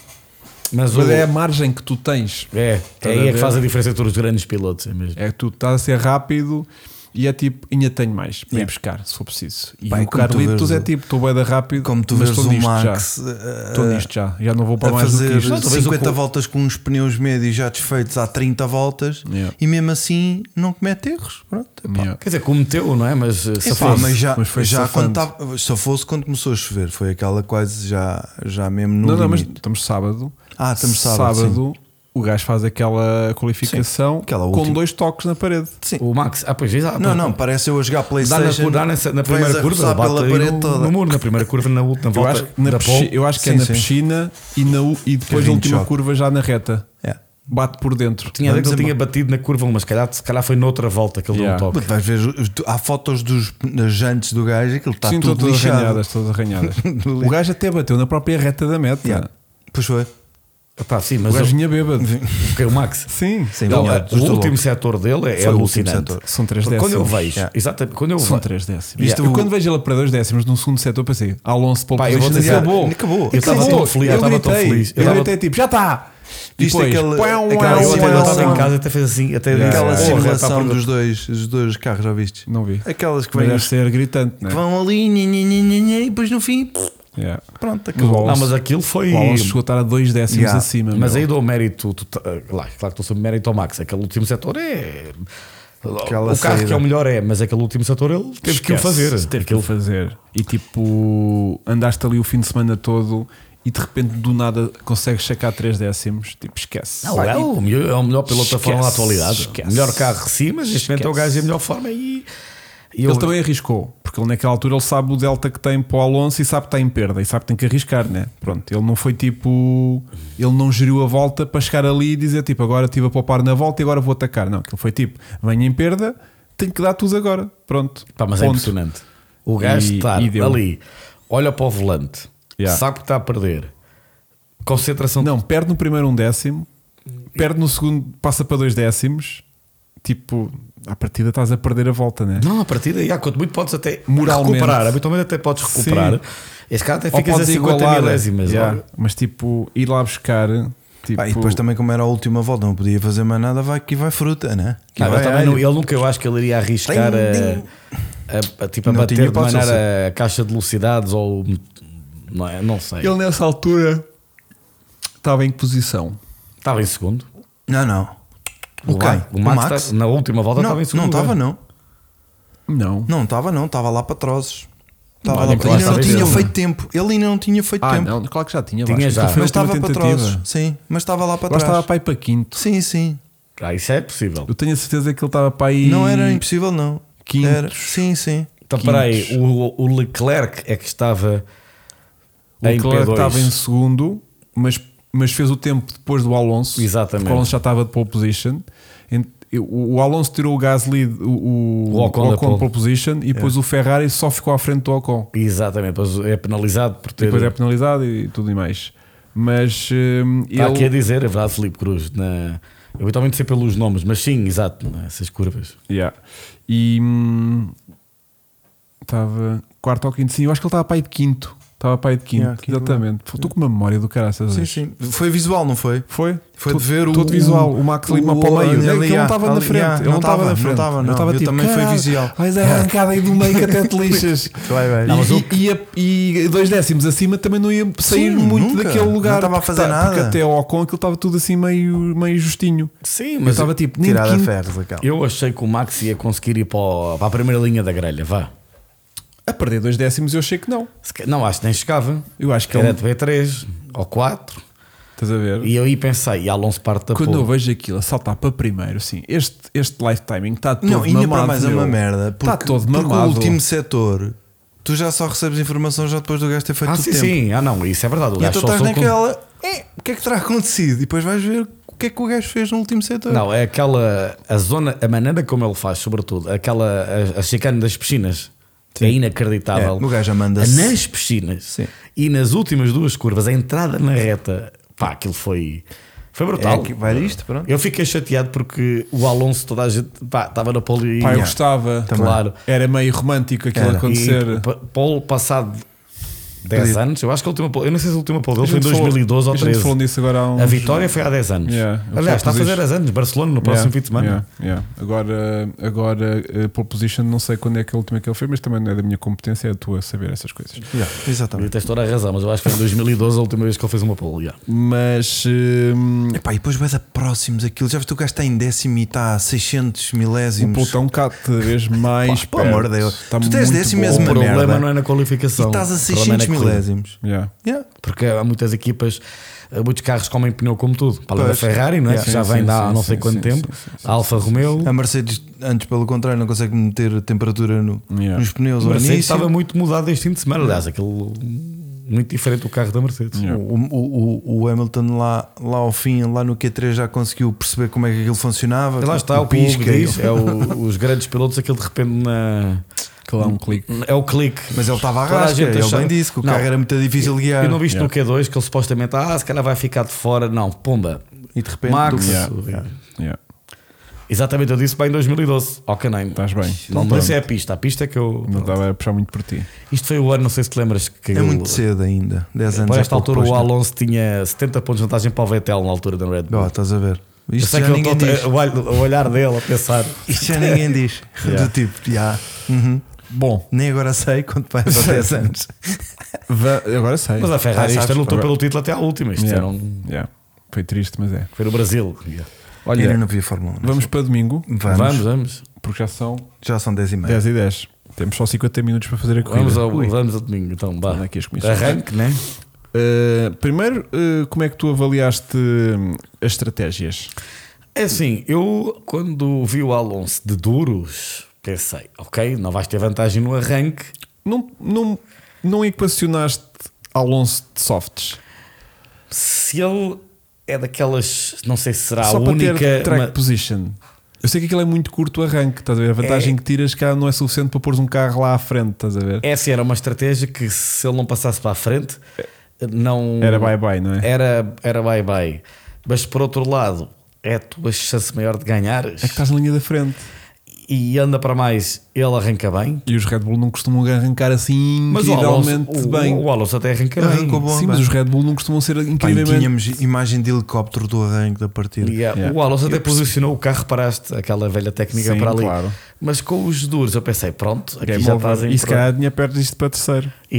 B: Mas,
A: Mas
B: o,
A: é a margem que tu tens
B: É,
A: a
B: é aí é
A: ver?
B: que faz a diferença entre os grandes pilotos. É mesmo.
A: É que tu estás a ser rápido e é tipo, ainha tenho mais para ir
C: Yeah.
A: buscar, se for preciso. E
C: Bem,
A: o
C: como tu
A: Carlitos
C: vês
A: é
C: o-
A: tipo, estou bem da rápido,
C: Como tu
A: mas
C: vês
A: estou
C: o
A: nisto
C: Max
A: já.
C: eh,
A: Estou nisto já, já não vou para
C: a
A: mais do que
C: fazer
A: isto.
B: Não, talvez o
C: 50
B: co-
C: voltas com uns pneus médios já desfeitos há 30 voltas
A: Yeah.
C: e mesmo assim não comete erros. Pronto, epá.
A: Yeah.
B: Quer dizer, cometeu, não é? Mas eh, se
C: Epá,
B: fosse-
C: mas já,
A: mas foi
C: já quando
A: safando.
C: tava, só fosse quando começou a chover, foi aquela quase já, já mesmo no
A: Não, não, mas
C: limite.
A: estamos sábado.
C: Ah, estamos sábado,
A: o gajo faz aquela qualificação
C: Sim, aquela
A: com
C: última.
A: dois toques na parede.
C: Sim.
B: O Max, ah, pois diz, ah,
C: Não,
B: pá,
C: não, parece eu a jogar
B: Dá na,
C: Playstation
B: cur- dá nessa- na primeira
C: vais a
B: curva,
C: roçar
B: bate
C: pela
B: aí
C: parede
B: no,
C: toda.
B: no muro, na primeira curva, na última
A: Eu
B: volta.
A: acho, que na
B: da
A: pisci-
B: pole.
A: eu acho que é
C: Sim,
A: na
C: sim.
A: piscina e, na, u- e depois
C: Carrinho
A: a
C: de
A: última
C: choque.
A: curva já na reta.
C: É.
A: Bate por dentro.
B: Tinha a ver que
C: Vamos
B: ele tinha
C: embora.
B: batido na curva 1, mas se calhar, se calhar foi noutra volta que ele
A: Yeah.
B: deu um
C: Puto,
B: toque.
C: Vais ver, os- tu- há fotos dos das jantes do gajo, aquilo
B: Tá
C: está
A: Sim,
C: tudo
A: todas
C: lixado.
A: arranhadas, todas arranhadas. o gajo até bateu na própria reta da meta.
C: Yeah. Pois foi.
B: Epá, sim,
A: O
B: mas
A: gajo é
B: eu-
A: vinha bêbado.
B: Ok, o Max.
A: Sim.
C: Sim,
B: Ele-
C: vinha
B: o
C: do
B: último
C: louco.
B: setor dele é
C: Foi o último
B: alucinante.
C: setor.
A: São três décimos.
B: Quando eu vejo,
C: Yeah.
B: exatamente, quando eu
A: São
B: vejo,
A: 3 décimos.
C: Isto-
A: ah, Eu quando vejo ele para 2 décimos no segundo setor, pensei, Alonso pole
B: Pá, eu vou
A: position,
B: dizer-
A: acabou.
C: Acabou.
B: Eu estava
A: Acabou.
B: tão feliz, eu
A: eu
B: estava tão
A: gritei,
B: feliz.
A: Eu,
B: Eu tava-
A: gritei tipo, já está!
C: Viste aquele- aquela-
B: Cara, eu
C: Não,
B: até
C: não,
B: eu estava
C: não.
B: em casa, até fez assim, até
A: Yeah.
C: Aquela
A: Ah,
B: disse, "Porra, está
C: simulação
B: por-
C: dos dois, dos dois carros, já viste?
A: Não vi.
C: Aquelas que
A: Mas
C: vêm
A: deve ser gritante, né?
C: que vão ali nhe, nhe, nhe, nhe, nhe, e depois no fim
A: Yeah.
C: pronto,
A: Mas o
C: acabou.
B: Não,
A: Alonso-
B: mas aquilo foi.
A: O Alonso chegou a estar a 2 décimos
C: Yeah.
A: acima.
B: Mas
A: meu.
B: aí dou mérito, tota- lá, claro que estou sobre mérito ao Max. Aquele último setor é.
C: Aquela
B: o carro
C: saída.
B: que é o melhor é, mas aquele último setor ele teve que o
A: Esquece,
B: fazer.
A: Teve que o fazer. E tipo, andaste ali o fim de semana todo e de repente do nada consegues sacar 3 décimos. Tipo, esquece.
B: Não, é, o melhor, é o melhor piloto da
A: Esquece,
B: Fórmula na atualidade.
A: esquece.
B: Melhor carro, sim, mas neste momento é o gajo em melhor forma. E, e eu-
A: Ele também arriscou, porque ele naquela altura ele sabe o delta que tem para o Alonso e sabe que está em perda e sabe que tem que arriscar, né? Pronto, ele não foi tipo. Ele não geriu a volta para chegar ali e dizer tipo agora estive a poupar na volta e agora vou atacar. Não, ele foi tipo venho em perda, tenho que dar tudo agora. Pronto.
B: Pá, mas é
A: Ponto.
B: impressionante. O gajo
A: E-
B: está
A: e deu.
B: ali, olha para o volante,
A: Yeah.
B: sabe que está a perder, concentração.
A: Não, perde no primeiro um décimo, perde no segundo, passa para dois décimos. Tipo, à partida estás a perder a volta, né?
B: Não, a partir daí, há quanto muito podes até
A: Moralmente.
B: recuperar. Habitualmente até podes recuperar.
A: Sim.
B: Este cara até
A: Ou
B: ficas a
A: podes
B: 50
A: igualar,
B: milésimas.
A: yeah,
B: olha.
A: mas tipo, ir lá buscar. Tipo,
C: Pá, e depois também, como era a última volta, não podia fazer mais nada, vai que vai fruta, né? Aqui
B: Ah, mas
C: vai
B: também
C: alho.
B: não- ele nunca, eu acho que ele iria arriscar
C: Tem-
B: a, a- a- tipo, a
C: Não
B: bater
C: tinha
B: de
C: hipótese,
B: maneira a caixa de velocidades ou. Não, é- não sei.
A: Ele nessa altura estava em que posição?
B: Estava em segundo.
C: Não, não.
B: O,
C: Ok,
B: Max- o Max, tá- na última volta
C: não,
B: estava em segundo.
C: não estava,
B: lugar.
C: não.
A: Não.
C: Não estava, não. Estava lá para trozes. Estava
A: Olha,
C: lá
A: que
C: para
A: lá
C: Ele não
A: está
C: tinha
A: ele.
C: feito tempo. Ele ainda não tinha feito
A: Ah,
C: tempo.
A: não, claro que já tinha.
B: Tinha
A: Vasco.
B: já.
A: Aquilo
C: Mas
A: Foi a
C: estava
A: última
C: para
A: tentativa.
C: trozes. Sim, mas estava lá para
A: Lá
C: trás.
A: estava para ir para quinto.
C: Sim, sim.
B: Ah, isso é possível.
A: Eu tenho a certeza que ele estava para ir.
C: Não era impossível, não.
A: Quintos.
C: Era. Sim, sim.
B: Então,
A: Quintos.
B: peraí, o, o Leclerc é que estava
A: O
B: em
A: Leclerc
B: P2.
A: estava em segundo, mas, mas fez o tempo depois do Alonso.
B: Exatamente.
A: Porque o Alonso já estava de pole position. Ent- O o Alonso tirou o Gasly, o, o,
B: O Ocon da
A: de
B: pole. É.
A: pole position, e depois o Ferrari só ficou à frente do Ocon.
B: Exatamente, pois é penalizado por ter.
A: Depois é penalizado e tudo e mais. Mas hum,
B: Está aqui a
A: ele.
B: dizer, é verdade, Felipe Cruz. Na... Eu habitualmente sei pelos nomes, mas sim, exato, não é? essas curvas.
A: Yeah. E hum, estava quarto ou quinto, sim. Eu acho que ele estava para aí de quinto. Estava para aí de quinto,
C: Yeah, quinto
A: exatamente. Estou com uma memória do caraças.
C: Sim,
A: hoje.
C: sim. Foi visual, não foi?
A: Foi?
C: Foi de ver o-
A: Todo visual, o Max Lima para o meio.
C: ali,
A: Não, que ele não
C: ali,
A: estava na
C: ali,
A: frente.
C: yeah,
A: Ele
C: não
A: não estava na
C: estava, não
A: frente. tipo,
C: estava, não. Eu também fui
A: "Caralho,
C: visual."
A: Vais arrancar aí do meio que até te lixas.
C: Vai, vai.
A: e, e, a- e dois décimos acima também não ia sair
C: Sim,
A: muito
C: nunca.
A: daquele
C: Não
A: lugar.
C: estava a
A: porque
C: fazer
A: tá- Porque
C: nada.
A: até ao Ocon aquilo estava tudo assim meio, meio justinho.
B: Sim,
A: eu estava tipo, nem
C: Tirada a
A: quinto.
C: ferros, aquela.
B: Eu achei que o Max ia conseguir ir para, o- para a primeira linha da grelha, vá.
A: A perder dois décimos eu achei que não.
B: Se ca- Não, acho que nem chegava.
A: Eu acho que
C: Então-
B: Era
A: ele.
B: de B3 ou 4.
A: Estás a ver?
B: E eu aí pensei, e Alonso parte da
A: Quando
B: pole.
A: eu vevejo aquilo a saltar para primeiro, assim, este, este lifetiming está todo
C: Não, ainda
A: mamado.
C: para mais é uma
A: meu.
C: merda. Porque,
B: Tá
A: Está todo
C: porque o
A: mamado.
C: último setor, tu já só recebes informação já depois do gajo ter feito
B: Ah,
C: o
B: sim,
C: tempo.
B: sim, ah não, isso é verdade. O
C: E
B: gajo
C: então
B: só
C: estás
B: soube quando-
C: naquela. "Eh, o que é que terá acontecido? E depois vais ver o que é que o gajo fez no último setor.
B: Não, é aquela a zona, a maneira como ele faz, sobretudo, aquela a, a chicane das piscinas. É inacreditável.
C: É, o gajo manda-se.
B: Nas piscinas
C: Sim.
B: e nas últimas duas curvas, a entrada na reta, pá, aquilo foi, foi brutal.
C: É
A: É
C: que vai disto, pronto.
B: Eu fiquei chateado porque o Alonso, toda a gente, pá, estava na pole e,
A: Pá, eu
B: Yeah.
A: gostava.
B: Claro.
A: Era meio romântico aquilo
C: Era.
A: acontecer.
B: E pa- pole passado 10 anos, eu acho que a última pole, eu não sei se a última pole dele foi em
A: A gente falou-
B: 2012
A: a
B: ou
A: gente
B: 13.
A: falou nisso agora há uns-
B: A vitória foi há 10 anos.
A: Yeah, eu já
B: Aliás, está a
A: pus
B: fazer
A: isto.
B: 10 anos, Barcelona, no próximo
A: Yeah,
B: fim de semana.
A: yeah, yeah. Agora, agora eh, pole position, não sei quando é que é a última que ele fez, mas também não é da minha competência, é a tua saber essas coisas.
C: Yeah,
A: Tá
B: E
C: exatamente.
B: tens toda a razão, mas eu acho que foi em 2012 a última vez que ele fez uma pole. yeah.
A: Mas hum,
C: Epá, e depois vai a próximos aquilo. Já viste o gajo está em décimo e está a 600
A: o
C: milésimos.
A: pelotão cá cada vez mais.
C: pelo amor de Deus. Tu tens décimo
B: O
C: mesmo- Uma
B: problema
C: merda.
B: não é na
C: e
B: qualificação.
C: estás a
B: o problema é na corrida.
C: 600 milésimos.
A: Yeah.
C: Yeah.
B: Porque há muitas equipas, eh, muitos carros comem pneu como tudo. Para da
C: Pois.
B: Ferrari, não é?
A: Yeah.
B: que já
A: Sim,
B: vem
A: sim,
B: de há
A: sim,
B: não sei
A: sim,
B: quanto
A: sim,
B: tempo.
A: sim, sim,
B: a Alfa Romeo.
C: A Mercedes, antes pelo contrário, não consegue meter a temperatura no-
A: Yeah.
C: nos pneus
B: A
C: ao
B: Mercedes
C: início.
B: estava muito mudada este fim de semana. Aliás, aquilo muito diferente do carro da Mercedes.
A: Yeah.
C: O, o- o- o Hamilton lá, lá ao fim, lá no Q3, já conseguiu perceber como é que aquilo funcionava.
B: E Lá está, o,
C: pisca
B: Hugo diz,
C: e-
B: é o- os grandes pilotos, aquele de repente na.
A: Aquilo é um clique.
B: É o clique.
C: Mas ele estava à
B: Toda a
C: rasca,
B: gente
C: ele
B: achava-
C: bem disse que o
B: Não.
C: carro era muito difícil de guiar.
B: Eu não vi isto
A: Yeah.
B: no Q2 que ele supostamente, ah, se calhar vai ficar de fora. Não, pumba.
C: E de repente,
B: Max.
C: do-
A: Yeah.
B: horrível.
A: Yeah.
B: Exatamente, eu disse bem em 2012. Ok, não. então.
A: Estás bem.
B: Não,
A: Tá. Pronto.
B: mas é a pista. A pista é que eu.
A: Não tá. estava a puxar muito por ti.
B: Isto foi o ano, não sei se te lembras que.
C: é muito cedo ainda, 10 anos.
B: Por
C: é
B: esta
C: pouco,
B: altura o
C: pois, não?
B: Alonso tinha 70 pontos de vantagem para o Vettel na altura da Red Bull.
C: Ó, estás a ver?
B: Eu
C: Isto
B: sei
C: já,
B: que eu
C: ninguém
B: estou
C: diz.
B: a- o olho- o olhar dele a pensar.
C: Isto já ninguém diz.
B: Yeah.
C: Do tipo, já. uhum.
A: Bom,
C: Nem agora sei quanto vai há 10 anos.
A: va- agora sei.
B: é- Mas é- a Ferrari
C: Ah,
B: este
C: sabes,
B: ano lutou
A: agora-
B: pelo título até à última. Isto
A: Yeah.
B: era um-
A: Yeah. Foi triste, mas é.
B: Foi no Brasil.
A: Olha,
C: Ainda não vi a Fórmula 1.
A: vamos para domingo,
C: Vamos.
B: Vamos, vamos.
A: porque já são
C: Já são 10 e meia.
A: 10 e 10. Temos só 50 minutos para fazer a corrida.
B: Vamos ao,
A: Ui.
B: vamos ao domingo, então. vá.
A: Olha aqui as comissões.
B: Arranque, né?
A: Uh, primeiro, uh, como é que tu avaliaste hum, as estratégias?
B: É assim, eu quando vi o Alonso de duros, pensei, ok, não vais ter vantagem no arranque.
A: Não, não, não equacionaste Alonso de softs?
B: Se ele é daquelas, não sei se será
A: só
B: a única.
A: para ter track
B: ma-
A: position. Eu sei que aquilo é muito curto o arranque, estás a ver? A vantagem
B: É.
A: que tiras cá não é suficiente para pôres um carro lá à frente, estás a ver?
B: Essa era uma estratégia que se ele não passasse para a frente, não.
A: Era bye-bye, não é?
B: Era, era bye bye. Mas por outro lado, é a tua chance maior de ganhares
A: É que estás na linha da frente.
B: e anda para mais, ele arranca bem.
A: E os Red Bull não costumam arrancar assim
B: Mas o Alonso,
A: incrivelmente
B: o-
A: bem.
B: o Alonso até arranca
C: Arrancou
B: bem.
A: Sim,
C: bom, bem.
A: mas os Red Bull não costumam ser
C: Pá, e
A: incrivelmente.
C: tínhamos imagem de helicóptero do arranque da partida.
B: Yeah.
A: Yeah.
B: O Alonso até
A: Eu percebi.
B: posicionou o carro, reparaste aquela velha técnica
A: Sim,
B: para ali.
A: claro.
B: Mas com os duros, eu pensei, pronto, aqui
A: Game
B: já
A: over.
B: fazem.
A: e se
B: pronto.
A: calhar tinha perto isto para terceiro.
B: E,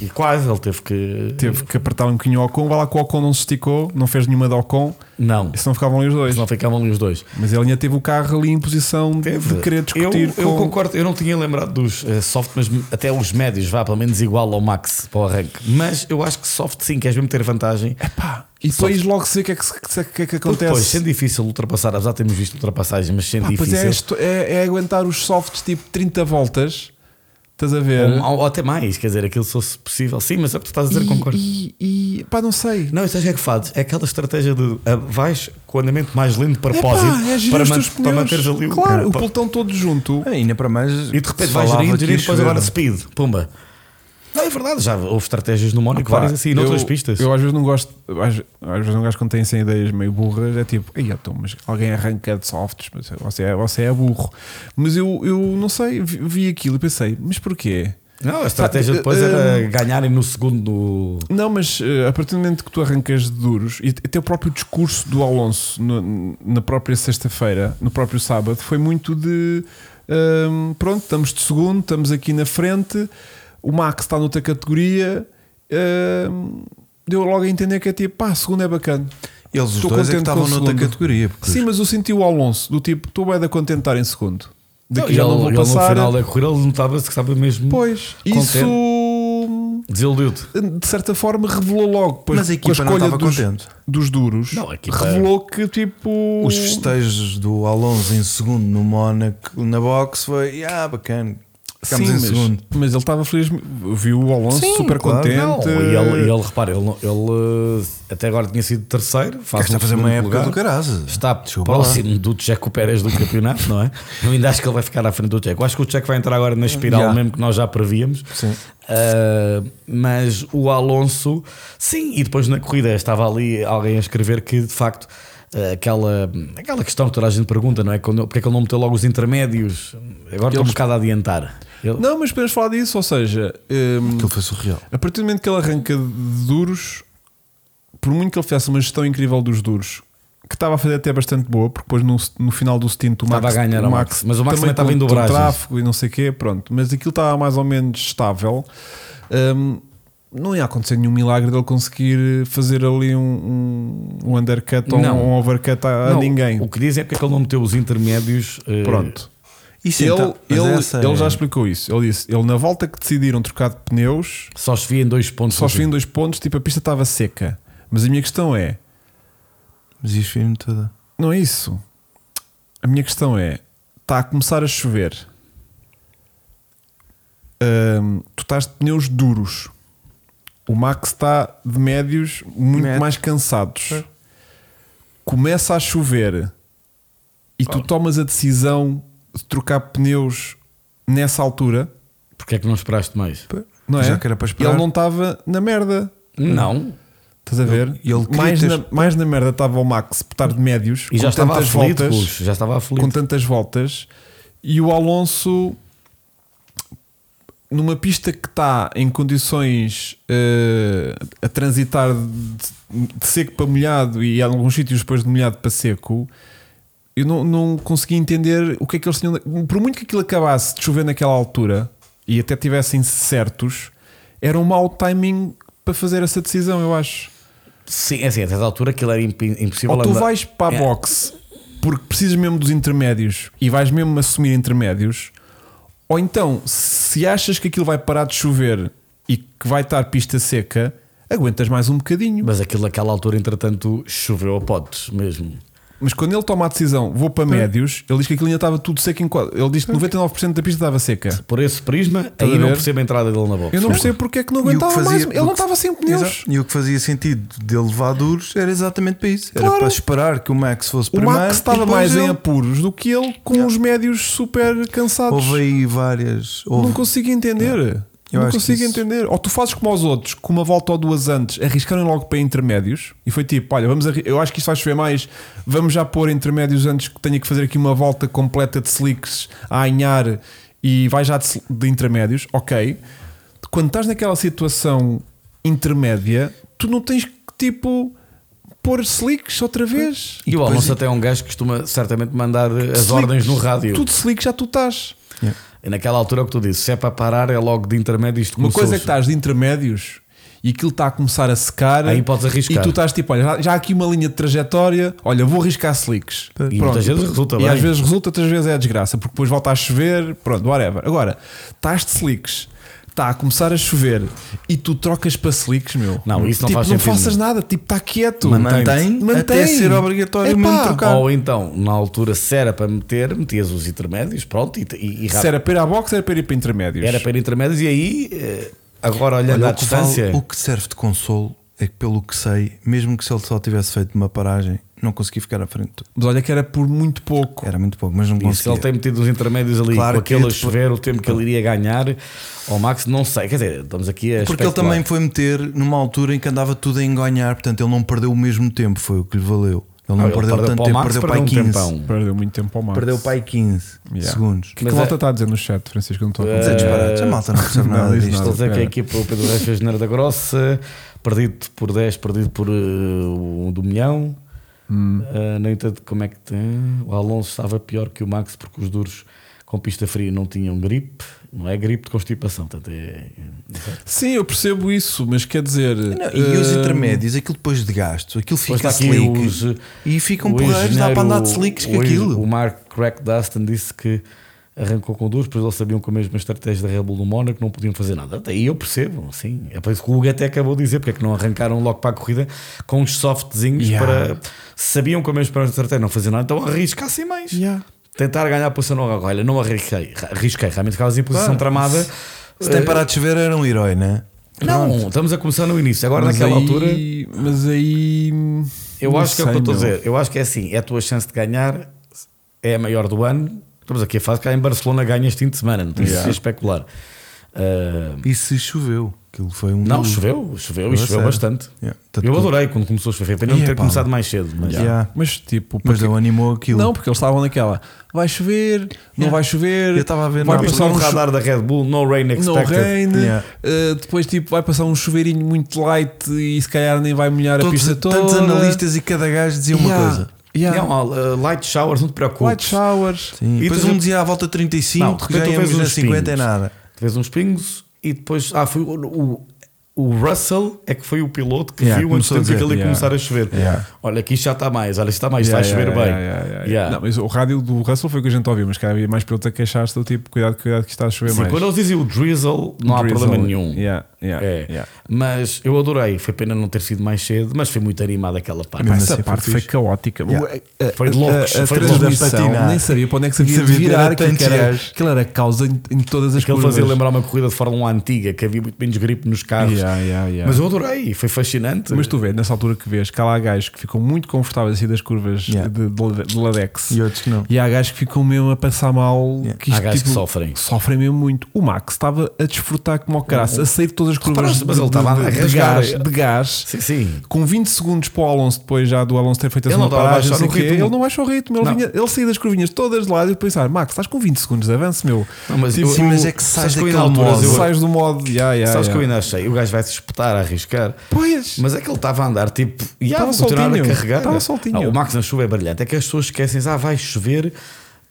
B: e- e quase, ele teve que.
A: Teve que apertar um bocadinho o Ocon. Vai lá que o Ocon não se esticou, não fez nenhuma de Ocon,
B: Não,
A: e se não ficavam ali os dois.
B: senão ficavam ali os dois.
A: Mas ele ainda teve o carro ali em posição de querer
B: Eu,
A: discutir
B: eu
A: com.
B: concordo, eu não tinha lembrado dos eh, soft, mas até os médios, vá, pelo menos igual ao Max para o arranque. Mas eu acho que soft sim, queres mesmo ter vantagem.
A: Pá, e depois logo sei o que é que, se- que, se- que, é que
B: Porque depois,
A: acontece.
B: sendo difícil ultrapassar, já temos visto ultrapassagens, mas sendo
A: Pá, pois
B: difícil.
A: é, isto- é, é aguentar os softs tipo 30 voltas. Estás a ver?
B: ou, ou até mais, quer dizer, aquilo se fosse possível. Sim, mas é o que tu estás a dizer, concordo.
A: e, e, e pá, não sei.
B: Não, sabes o que é que fazes? É aquela estratégia de ah, vais com o andamento mais lento de propósito
A: Epá, é girar
B: para,
A: os
B: man-
A: teus
B: para
A: pneus.
B: manteres ali o- É,
A: Claro, o
B: pa-
A: pelotão todo junto.
C: Ah, Ainda para mais.
B: E de repente
C: se
B: vais
C: falava
B: gerindo,
C: que
B: gerindo,
C: ia
B: depois
C: chover.
B: agora speed, pumba. Não, é verdade, já houve estratégias no Mónaco, várias assim, e noutras
A: eu,
B: pistas.
A: Eu às vezes não gosto, às, às vezes um gajo quando tem assim ideias meio burras é tipo, ei, então, mas alguém arranca de softs, mas você é, você é burro. Mas eu, eu não sei, vi, vi aquilo e pensei, mas porquê?
B: Não, a estratégia depois era ganharem no segundo.
A: Não, mas eh, a partir do momento que tu arrancas de duros, e até o próprio discurso do Alonso no- na própria sexta-feira, no próprio sábado, foi muito de ehm, pronto, estamos de segundo, estamos aqui na frente, o Max está noutra categoria, ehm, deu logo a entender que é tipo, pá, segundo é bacana.
C: Eles os
A: Estou
C: dois é que
A: contente com o
C: estavam noutra
A: segundo.
C: categoria. porque
A: Sim, mas eu senti o Alonso do tipo, estou bem da contente estar em segundo. Daqui já
B: ele-
A: não vou
B: ele
A: passar.
B: No final da corrida, ele notava-se que estava mesmo.
A: Pois,
B: Contente.
A: isso
B: Desiludiu-te.
A: de certa forma revelou logo pois,
C: Mas a
A: com
C: equipa não
A: escolha
C: estava
A: dos,
C: contente.
A: dos duros
B: Não, a equipa-
A: revelou que tipo
C: Os festejos do Alonso em segundo no Mónaco, na box, foi. Ah, bacana. Ficamos
A: Sim,
C: em
A: mas,
C: segundo.
A: mas ele estava feliz viu o Alonso
C: Sim,
A: super
C: claro,
A: contente
B: Não, e ele, e ele repara, ele, não- ele, eh, até agora tinha sido terceiro. Faz
C: Está
B: um
C: a fazer uma
B: segundo
C: época
B: lugar.
C: do caraças.
B: Está
C: Desculpa lá.
B: próximo do Checo Pérez do campeonato, não é? Eu ainda acho que ele vai ficar à frente do Checo. Acho que o Checo vai entrar agora na espiral
C: Já.
B: mesmo que nós já prevíamos.
C: Sim.
B: Ah, mas o Alonso, sim, e depois na corrida estava ali alguém a escrever que de facto. ah, Aquela, aquela questão que toda a gente pergunta, não é? Quando- Porque é que ele não meteu logo os intermédios? Agora estou um
A: Eles-
B: bocado a adiantar. Ele-
A: não mas podemos falar disso ou seja hum,
C: Aquilo foi surreal.
A: a partir do momento que ele arranca de duros por muito que ele fizesse uma gestão incrível dos duros que estava a fazer até bastante boa porque depois no, no final do stint o Max,
B: Estava a ganhar ao Max, mas o Max também estava em
A: com- com
B: dobragens.
A: tráfego e não sei o quê pronto mas aquilo estava mais ou menos estável Hum, não ia acontecer nenhum milagre dele conseguir fazer ali um, um, um undercut ou
B: Não.
A: um, um overcut a, a
B: Não,
A: ninguém
B: O que dizem é porque é que ele não meteu os intermédios. eh,
A: pronto
C: Isso
A: ele,
C: então, mas
A: ele,
C: essa
A: ele
C: é-
A: já explicou isso. Ele disse: ele na volta que decidiram trocar de pneus,
B: Só se via em dois pontos.
A: só
C: Uhum.
A: se
B: no
A: viam dois pontos, tipo a pista estava seca. Mas a minha questão é:
C: Mas isso foi-me toda.
A: não é isso. A minha questão é: está a começar a chover. Ahm, tu estás de pneus duros. O Max está de médios muito
C: Médio. É.
A: mais cansados. Começa a chover e tu tomas a decisão de trocar pneus nessa altura,
B: Porque é que não esperaste mais?
A: não é?
C: Já que era para esperar.
A: Ele não estava na merda.
B: Não.
A: Estás a ver?
C: e ele queria
A: mais,
C: ter-
A: na, mais na merda estava o Max por estar de médios
B: E
A: com
B: já estava
A: tantas
B: aflito,
A: voltas.
B: Russo, já estava aflito.
A: com tantas voltas e o Alonso numa pista que está em condições eh, a transitar de, de seco para molhado e em alguns sítios depois de molhado para seco eu não, não consegui entender o que é que eles tinham por muito que aquilo acabasse de chover naquela altura e até tivessem certos era um mau timing para fazer essa decisão eu acho
B: Sim, é assim, a certa altura aquilo era imp- impossível.
A: ou tu
B: andar.
A: vais para a
B: É.
A: boxe porque precisas mesmo dos intermédios e vais mesmo assumir intermédios, ou então, se achas que aquilo vai parar de chover e que vai estar pista seca, aguentas mais um bocadinho.
B: Mas aquilo naquela altura, entretanto, choveu a potes mesmo.
A: Mas quando ele toma a decisão, vou para médios, ele diz que aquilo ainda estava tudo seco em quadro. Ele diz que 99% da pista estava seca.
B: Por esse prisma,
A: a
B: aí não
A: ver?
B: percebo a entrada dele na box.
A: Eu não percebo porque é que não aguentava
C: fazia-
A: mais. Ele
C: o
A: não
C: que-
A: estava sem pneus.
C: Exato. E o que fazia sentido de levar duros era exatamente para isso. Era
A: Claro.
C: para esperar que o Max fosse
A: O
C: primeiro.
A: Max
C: e
A: estava
C: depois
A: mais em
C: ele.
A: apuros do que ele com os médios super cansados.
C: Houve aí várias. Houve.
A: Não consigo
B: É.
A: entender.
C: Eu
A: não
C: acho que
A: consigo
C: isso-
A: entender. Ou tu fazes como aos outros, com uma volta ou duas antes, arriscaram logo para intermédios e foi tipo: olha, vamos arri- eu acho que isto vai chover mais, vamos já pôr intermédios antes que tenha que fazer aqui uma volta completa de slicks a anhar e vai já de, sl- de intermédios. Ok. Quando estás naquela situação intermédia, tu não tens que tipo pôr slicks outra vez.
B: E o Alonso até é um gajo que costuma certamente mandar eh, as
A: Slicks,
B: ordens no rádio.
A: Tudo slick já tu estás.
B: E naquela altura é o que tu disse, se é para parar, é logo de intermédio isto
A: Uma
B: começou
A: coisa é que estás de intermédios e aquilo está a começar a secar.
B: Aí podes arriscar.
A: E tu estás tipo, olha, já, já há aqui uma linha de trajetória, olha, vou arriscar slicks.
C: Tá.
B: E muitas vezes resulta
A: e
B: Tá bem.
A: às vezes resulta, outras vezes é a desgraça, porque depois volta a chover, pronto, whatever. Agora, estás de slicks. Está a começar a chover e tu trocas para slicks, meu.
B: Não, isso não
A: tipo,
B: faz
A: não
B: sentido
A: faças nada, tipo, está quieto.
C: Mantém,
A: Mantém.
C: até ser obrigatório
A: Epá.
C: mesmo trocar.
B: Ou então, na altura, se era para meter, metias os intermédios, pronto, e, e, e rápido.
A: Se era para ir à box, era para ir para intermédios.
B: Era para ir intermédios e aí, eh, agora olhando
C: Olha,
B: à
C: o, que vale-
B: distância,
C: o que serve de consolo é que, pelo que sei, mesmo que se ele só tivesse feito uma paragem, não consegui ficar à frente. de tudo.
A: Mas olha que era por muito pouco.
C: Era muito pouco, mas não
B: e se
C: conseguia.
B: ele tem metido os intermédios ali,
C: é. Claro
B: com
C: que
B: aquele a
C: depois-
B: chover, o tempo que ele iria ganhar, ao Max, não sei, quer dizer, estamos aqui a
C: Porque ele
B: especular.
C: também foi meter numa altura em que andava tudo a enganhar, portanto ele não perdeu o mesmo tempo, foi o que lhe valeu. Ele não,
B: Ah, ele
C: perdeu,
B: perdeu para
C: tanto
B: o
C: tempo,
B: Max,
C: perdeu para
B: perdeu
C: aí
B: um
C: 15.
B: tempão.
A: Perdeu muito tempo ao Max.
C: Perdeu para aí 15
A: Yeah.
C: segundos.
A: O que, é
B: Mas
A: que a malta
B: é-
A: está a dizer no chat, Francisco? Não estou
B: Eh,
A: a
C: Mas é
A: dizer.
C: disparate, a malta não percebe
A: Não,
C: nada
A: diz
C: disto.
B: Estou a dizer que a
A: Espera.
B: equipa, o Pedro Reis fez Neira da Grossa, perdido por 10, perdido por eh, um do milhão.
C: Hum.
B: Eh, no entanto, como é que tem? O Alonso estava pior que o Max porque os duros com pista fria não tinham gripe, não é gripe de constipação. Portanto, é,
A: Sim, eu percebo isso, mas quer dizer.
C: Não, e os
A: hum,
C: intermédios, aquilo depois de gasto, aquilo
B: Depois está
C: fica
B: aqui
C: slick
B: os, eh,
C: e ficam
B: o
C: porreiros, dá para andar de
B: engenheiro-
C: slicks
B: o
C: com
B: engen-
C: aquilo.
B: O Mark Crack Dustin disse que arrancou com duros, pois eles sabiam com a mesma estratégia da Red Bull do Mónaco não podiam fazer nada. Até aí eu percebo, sim. É por isso que o Hugo até acabou de dizer porque é que não arrancaram logo para a corrida com uns softzinhos
A: Yeah.
B: para. Sabiam com a mesma estratégia não fazer nada, então arriscassem mais.
A: Yeah.
B: Tentar ganhar a posição logo. Olha, não arrisquei, ra- arrisquei, realmente ficavas em posição
C: Claro.
B: tramada.
C: Se tem parado de chover, era um herói, né?
B: Não, estamos a começar no início. Agora,
A: mas
B: naquela
A: aí-
B: altura.
A: Mas aí.
B: Eu
A: não
B: acho que é o que
A: sei,
B: eu estou a
A: meu.
B: dizer. Eu acho que é assim: é a tua chance de ganhar, é a maior do ano. Estamos aqui a fase que cá em Barcelona ganhas fim de semana, não tens de
A: Yeah.
B: se especular. Ah,
C: E se choveu, aquilo foi um.
B: não,
C: duro.
B: choveu, choveu e
C: Mas é
B: choveu
C: sério.
B: bastante.
C: Yeah, tá
B: Eu
C: tudo-
B: adorei quando começou a chover, pena não
C: Yeah,
B: ter
C: pá.
B: começado mais cedo. Mas
C: Yeah.
A: Mas tipo.
C: Mas
A: porque-
C: ele animou aquilo.
A: Não, porque eles estavam naquela. Vai chover, não
C: Yeah.
A: vai chover.
C: Eu estava a ver
A: Vai
C: na-
A: passar
B: Passou
A: um
B: no
A: radar.
B: radar da Red Bull, no rain
A: No
B: expected.
A: rain,
C: Yeah.
A: eh, depois tipo vai passar um chuveirinho muito light e se calhar nem vai molhar a
C: Todos,
A: pista toda.
C: tantos analistas e cada gajo dizia uma
A: Yeah,
C: coisa.
A: yeah.
B: Não, ah, light showers, não te preocupes.
A: White showers.
C: E
B: E
C: depois
B: tu-
C: um dizia à volta 35,
B: Não, de
C: que
B: repente
C: já
B: tu
C: íamos
B: vês
C: na
B: uns
C: 50 e
B: pingos.
C: nada.
B: Fez uns pingos e depois. Ah, foi o, o, o Russell é que foi o piloto que
C: Yeah,
B: viu antes
C: começou a
B: de
C: dizer,
B: aquilo
A: yeah.
B: começar a chover.
C: Yeah.
B: Olha, aqui já está mais, olha, isto está mais,
A: Yeah,
B: está a chover
A: yeah,
B: bem.
A: yeah, yeah, yeah, yeah.
B: Yeah.
A: Não, é mas o rádio do Russell foi o que a gente ouviu, mas cara, havia mais pilotos a queixar-se do tipo, cuidado, cuidado que está a chover
B: Sim,
A: mais.
B: quando eles dizem o drizzle, não há
A: Drizzle.
B: problema nenhum.
A: Yeah, Yeah,
B: É.
A: yeah.
B: Mas eu adorei. Foi pena não ter sido mais cedo, mas foi muito animada aquela parte.
A: Pá,
C: Mas
A: essa
C: assim,
A: parte
C: foi
A: foi
C: fixe.
A: caótica.
C: Yeah.
A: A- a-
B: Foi de
A: a,
B: loucos,
A: a
B: foi de loucos.
A: transmissão
C: Patinar.
A: nem sabia para onde é que se havia de
C: Sabia que era
A: virar, aquilo que era,
C: tantear.
A: aquilo era causa em, em todas as
B: Aquilo
A: coisas.
B: fazia lembrar uma corrida de Fórmula 1 antiga que havia muito menos gripe nos carros.
A: Yeah, yeah, yeah.
B: Mas eu adorei, foi fascinante.
A: Mas tu vês, nessa altura que vês, que há lá gajos que ficam muito confortáveis assim das curvas
C: Yeah.
A: de, de- de Ladex.
C: E outros que não.
A: E há gajos que ficam mesmo a passar mal.
C: Yeah.
A: Que isto,
B: Há gajos
A: tipo,
B: que sofrem.
A: Sofrem mesmo muito. O Max estava a desfrutar como ao
C: Uhum.
A: caraças, a sair de todas as curvas
B: Reparaste,
A: de,
B: mas ele estava a
A: de- de
B: rasgar.
A: gás, de gás.
B: Sim, sim.
A: Com 20 segundos para o Alonso, depois já do Alonso ter feito
B: Ele
A: essa
B: não
A: uma
B: estava a
A: paragem, não
B: baixar
A: sei
B: o
A: quê,
B: ritmo.
A: ele não baixou o ritmo. Ele,
B: Não.
A: vinha- ele saía das curvinhas todas de lado e depois, ah, Max, estás com 20 segundos de avanço, meu.
B: Não, mas
A: tipo,
C: Sim, mas é que sais
B: sabes que eu
C: daquele
B: ainda há alturas,
C: modo.
B: eu-
A: Sais do modo. Yeah, yeah,
B: Sabes que eu
A: yeah.
B: ainda achei, o gajo vai se espetar a arriscar.
A: Pois.
B: Mas é que ele estava a andar tipo e
A: Estava
B: estava continuar a
A: soltinho,
B: carregar.
A: estava soltinho.
B: Ah, o Max na chuva é brilhante. É que as pessoas esquecem, ah, vai chover.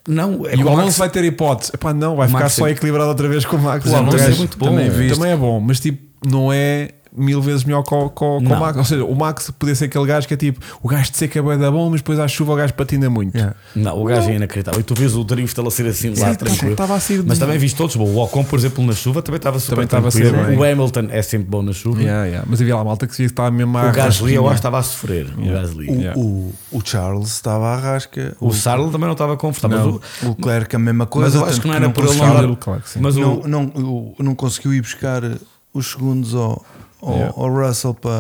B: Não, é que
A: E o
B: Max-
A: Alonso vai ter hipótese. Epá, não, vai
B: O
A: ficar
B: Max
A: só
B: é-
A: equilibrado outra vez com o Max.
B: O
A: Não,
B: Alonso
A: o
B: é
A: gajo
B: muito bom.
A: Também,
B: Também
C: viste.
A: também é bom, mas tipo, não é mil vezes melhor que o, que o- que o
B: Não.
A: Max. Ou seja, o Max podia ser aquele gajo que é tipo, o gajo de seca é bué da bom, mas depois à chuva o gajo patina muito.
C: Yeah.
B: Não, o gajo é inacreditável. E tu vês o drift ele a ser assim lá
A: Sim,
B: tranquilo.
A: estava a sair de-
B: Mas também viste todos. Bom, o Ocon, por exemplo, na chuva também estava super
A: Também estava a
B: tranquilo.
A: ser bem.
B: O Hamilton é sempre bom na chuva.
A: Yeah, yeah. Mas havia lá malta que se estava mesmo a
B: O Gasly, eu acho que estava a sofrer. O Gasly.
C: O,
A: Yeah.
C: o, o Charles estava à rasca.
B: O Sarlo também não estava confortável.
A: Não.
B: Mas o-
C: O Leclerc a mesma coisa.
B: Mas eu acho
C: tanto
B: que não era por ele
C: conseguiu-
B: não dar.
A: Leclerc, sim.
B: mas o-
C: não, não, o- não conseguiu ir buscar os segundos ao, ao,
A: Yeah.
C: ao Russell para,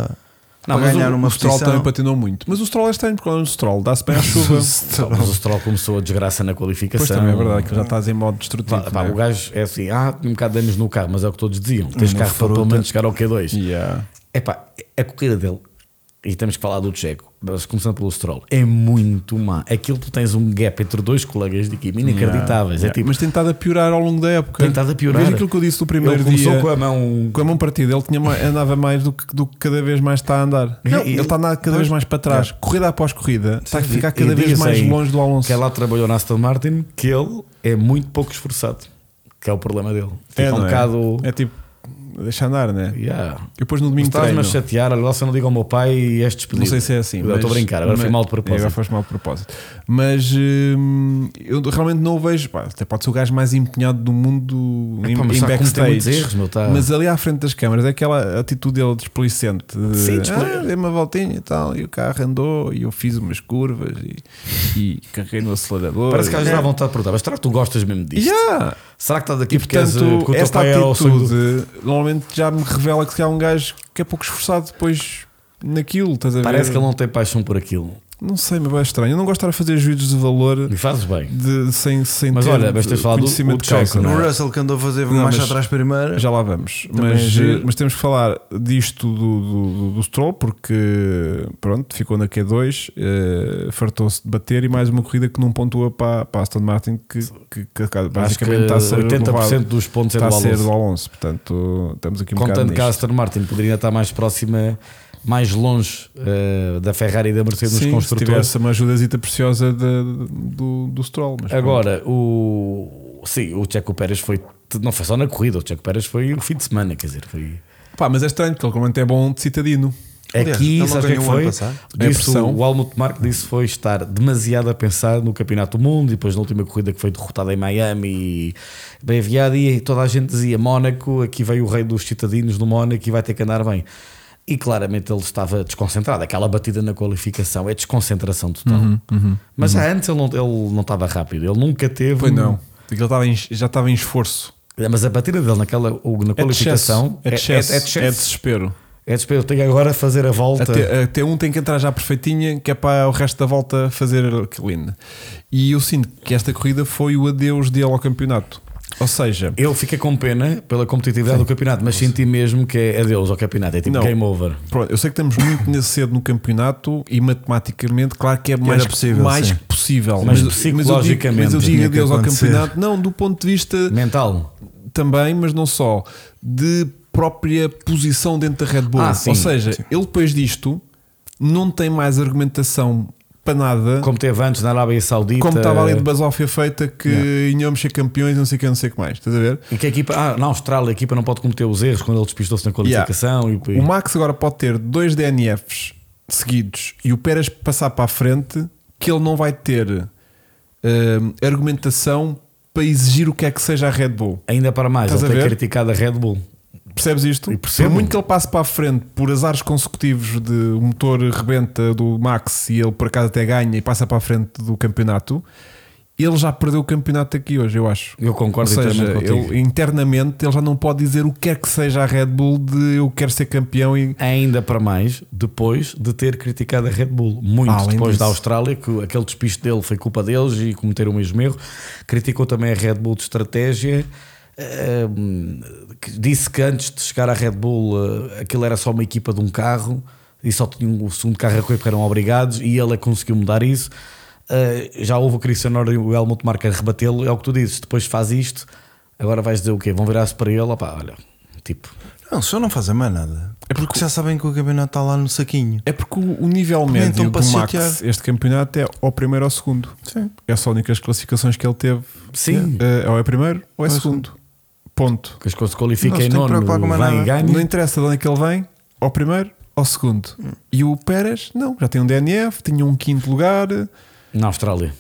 B: Não,
C: para
B: mas
C: ganhar
B: o-
C: uma
A: O Stroll
C: posição.
A: também patinou muito. Mas o Stroll é estranho, porque é um Stroll, dá-se bem à chuva.
B: Pá, mas o Stroll começou a desgraça na qualificação.
A: Pois também é verdade, que já estás em modo destrutivo.
B: Pá, pá,
A: né?
B: O gajo é assim, ah, tinha um bocado de danos no carro, mas é o que todos diziam. Tens carro para pelo menos chegar ao Q2.
A: Yeah.
B: É pá, a corrida dele, e temos que falar do Checo, mas começando pelo Stroll, é muito má. Aquilo tu tens um gap entre dois colegas de equipe inacreditáveis.
A: Yeah.
B: É tipo,
A: Mas tem estado a piorar ao longo da época.
B: Tem estado a piorar.
A: Veja aquilo que eu disse no primeiro
B: ele começou
A: dia.
B: com a mão.
A: Com a mão partida, ele tinha, ma- andava mais do que, do que cada vez mais está a andar.
B: Não, É.
A: ele está a andar cada vez mais para trás. Corrida após corrida, está Tá a ficar cada
B: E
A: vez
B: dizem
A: mais longe do Alonso.
B: Que é ela trabalhou na Aston Martin, que ele é muito pouco esforçado. Que é o problema dele. Tipo, é um
A: não
B: bocado.
A: é tipo, deixa andar, né? E
B: Yeah.
A: depois no domingo
B: Estás-me
A: treino.
B: a chatear, agora se eu não digo ao meu pai e és despedido.
A: Não sei se é assim.
B: Eu estou a
A: mas-
B: brincar, agora foi
A: mas-
B: mal de
A: Agora
B: propósito.
A: foste mal de propósito. Mas hum, eu realmente não o vejo. Pá, até pode ser o gajo mais empenhado do mundo em,
B: Epá, mas
A: em
B: sabe como tem muitos
A: backstage.
B: erros, meu, tá.
A: Mas ali à frente das câmaras é aquela atitude dele desplicente. De,
B: Sim, despli-
A: "Ah, dei uma voltinha e tal. E o carro andou e eu fiz umas curvas e, e carreguei no acelerador.
B: Parece que às
A: e, é.
B: vezes há vontade de perguntar, mas será que tu gostas mesmo disto?
A: Yeah.
B: Será que estás aqui
A: é- E
B: porque és, uh,
A: portanto,
B: porque o teu
A: esta
B: pai é o
A: atitude
B: sangue
A: normalmente já me revela que se há um gajo que é pouco esforçado depois naquilo, estás a
B: Parece
A: ver?
B: que ele não tem paixão por aquilo.
A: Não sei, mas é estranho. Eu não gosto de estar a fazer juízos de valor
B: E fazes bem.
A: de, sem, sem
B: Mas
A: ter
B: olha, mas tens falado
A: conhecimento
B: o
A: de
B: Checo,
A: causa.
B: não
C: O
B: é?
C: Russell que andou a fazer
A: Não,
C: marcha
A: mas-
C: atrás primeiro.
A: Já lá vamos.
C: Também é
A: Mas, eh,
C: giro.
A: mas temos que falar disto do, do, do- do Stroll, porque pronto, ficou na Q2, eh, fartou-se de bater e mais uma corrida que não pontua para, para Aston Martin, que, que, que
B: Acho que
A: basicamente está a ser
B: 80%
A: levado-
B: dos pontos é do
A: está a ser do
B: Alonso.
A: Alonso. Portanto, estamos aqui um
B: Contando
A: bocado
B: que a
A: nisto.
B: Aston Martin poderia estar mais próxima, mais longe uh, da Ferrari e da Mercedes nos
A: Sim, se
B: construtores.
A: tivesse uma ajudazita preciosa de- do, do Stroll. Mas
B: Agora, o. Sim, o Checo Pérez foi. Não foi só na corrida, o Checo Pérez foi o fim de semana, quer dizer, foi.
A: pronto. Pá, mas é estranho, porque ele realmente é bom de citadino.
C: Aliás,
B: Aqui,
C: ele não
B: sabes o que é que
C: ganhou o ano
B: foi?
C: passado.
A: É
B: Disse,
A: pressão.
B: o Almut Mark disse foi estar demasiado a pensar no Campeonato do Mundo e depois na última corrida que foi derrotada em Miami e bem aviada e toda a gente dizia Mónaco, aqui veio o rei dos citadinos do Mónaco e vai ter que andar bem. E claramente ele estava desconcentrado. Aquela batida na qualificação é desconcentração total.
A: Uhum,
B: Mas já antes ele não, ele não estava rápido, ele nunca teve. É,
A: Pois não. Ele estava em- já estava em esforço.
B: Mas a batida dele naquela, na
A: É de excesso.
B: qualificação
A: É de excesso.
B: é, é, é, de
A: É
B: excesso.
A: desespero.
B: é, de espelho. Tenho agora a fazer a volta.
A: Até, até um tem que entrar já perfeitinha, que é para o resto da volta fazer clean. E eu sinto que esta corrida foi o adeus dele ao campeonato. Ou seja,
B: Eu fiquei com pena pela competitividade do campeonato, mas senti mesmo que é adeus ao campeonato, é tipo
A: Não.
B: game over.
A: pronto, eu sei que estamos muito nesse cedo no campeonato e matematicamente, claro que é mais que-
C: possível,
A: mais
C: sim.
A: que possível.
B: Mas
A: eu digo-
B: psicologicamente
A: mas eu digo,
C: tinha que
A: adeus ao
C: acontecer.
A: campeonato, não do ponto de vista
B: Mental.
A: também, mas não só, de própria posição dentro da Red Bull.
B: Ah, sim.
A: Ou seja, ele depois disto não tem mais argumentação para nada.
B: Como teve antes na Arábia Saudita.
A: Como estava ali de basófia feita que inhamos ser campeões, não sei o que, não sei o que mais. Estás a ver?
B: E que a equipa, ah, na Austrália a equipa não pode cometer os erros quando ele despistou-se na qualificação. e-
A: O Max agora pode ter dois DNFs seguidos e o Pérez passar para a frente que ele não vai ter hum, argumentação para exigir o que é que seja a Red Bull.
B: E ainda para mais,
A: Estás
B: ele
A: a
B: tem
A: ver?
B: criticado a Red Bull.
A: Percebes isto?
B: E percebo.
A: Por muito que ele passe para a frente por azares consecutivos de o motor rebenta do Max e ele por acaso até ganha e passa para a frente do campeonato, ele já perdeu o campeonato aqui hoje, eu acho.
B: Eu concordo
A: Ou seja,
B: inteiramente contigo.
A: ele, internamente ele já não pode dizer o que quer que seja a Red Bull de eu quero ser campeão e
B: Ainda para mais, depois de ter criticado a Red Bull. Muito
A: Ah, além
B: depois
A: disso.
B: da Austrália, que aquele despiste dele foi culpa deles e cometeram o mesmo erro. Criticou também a Red Bull de estratégia. ehm, que disse que antes de chegar à Red Bull eh, aquilo era só uma equipa de um carro e só tinha um- o segundo carro a correr porque eram obrigados e ele é que conseguiu mudar isso. Eh, já houve o Cristiano Ronaldo e o Helmut Marko a rebatê-lo. É o que tu dizes, depois faz isto. Agora vais dizer o quê? Vão virar-se para ele? Opá, olha, tipo,
C: Não, se eu não fazer mais nada. É porque já sabem que o campeonato está lá no saquinho.
A: É porque o o nível
C: nem
A: médio
C: tão
A: do Max
C: passeatear.
A: este campeonato é ao primeiro ou ao segundo.
C: Sim.
A: É só as únicas classificações que ele teve.
B: Sim.
A: Eh, ou é primeiro ou é segundo. Ponto.
B: que as coisas se qualifiquem
C: Não se
B: em
C: tem que
B: nono,
C: preocupar com mais
B: vai
C: nada.
B: e ganha.
A: Não interessa de onde é que ele vem, ao primeiro ou ao segundo. E o Pérez, não, já tem um DNF, tinha um quinto lugar
B: Na Austrália.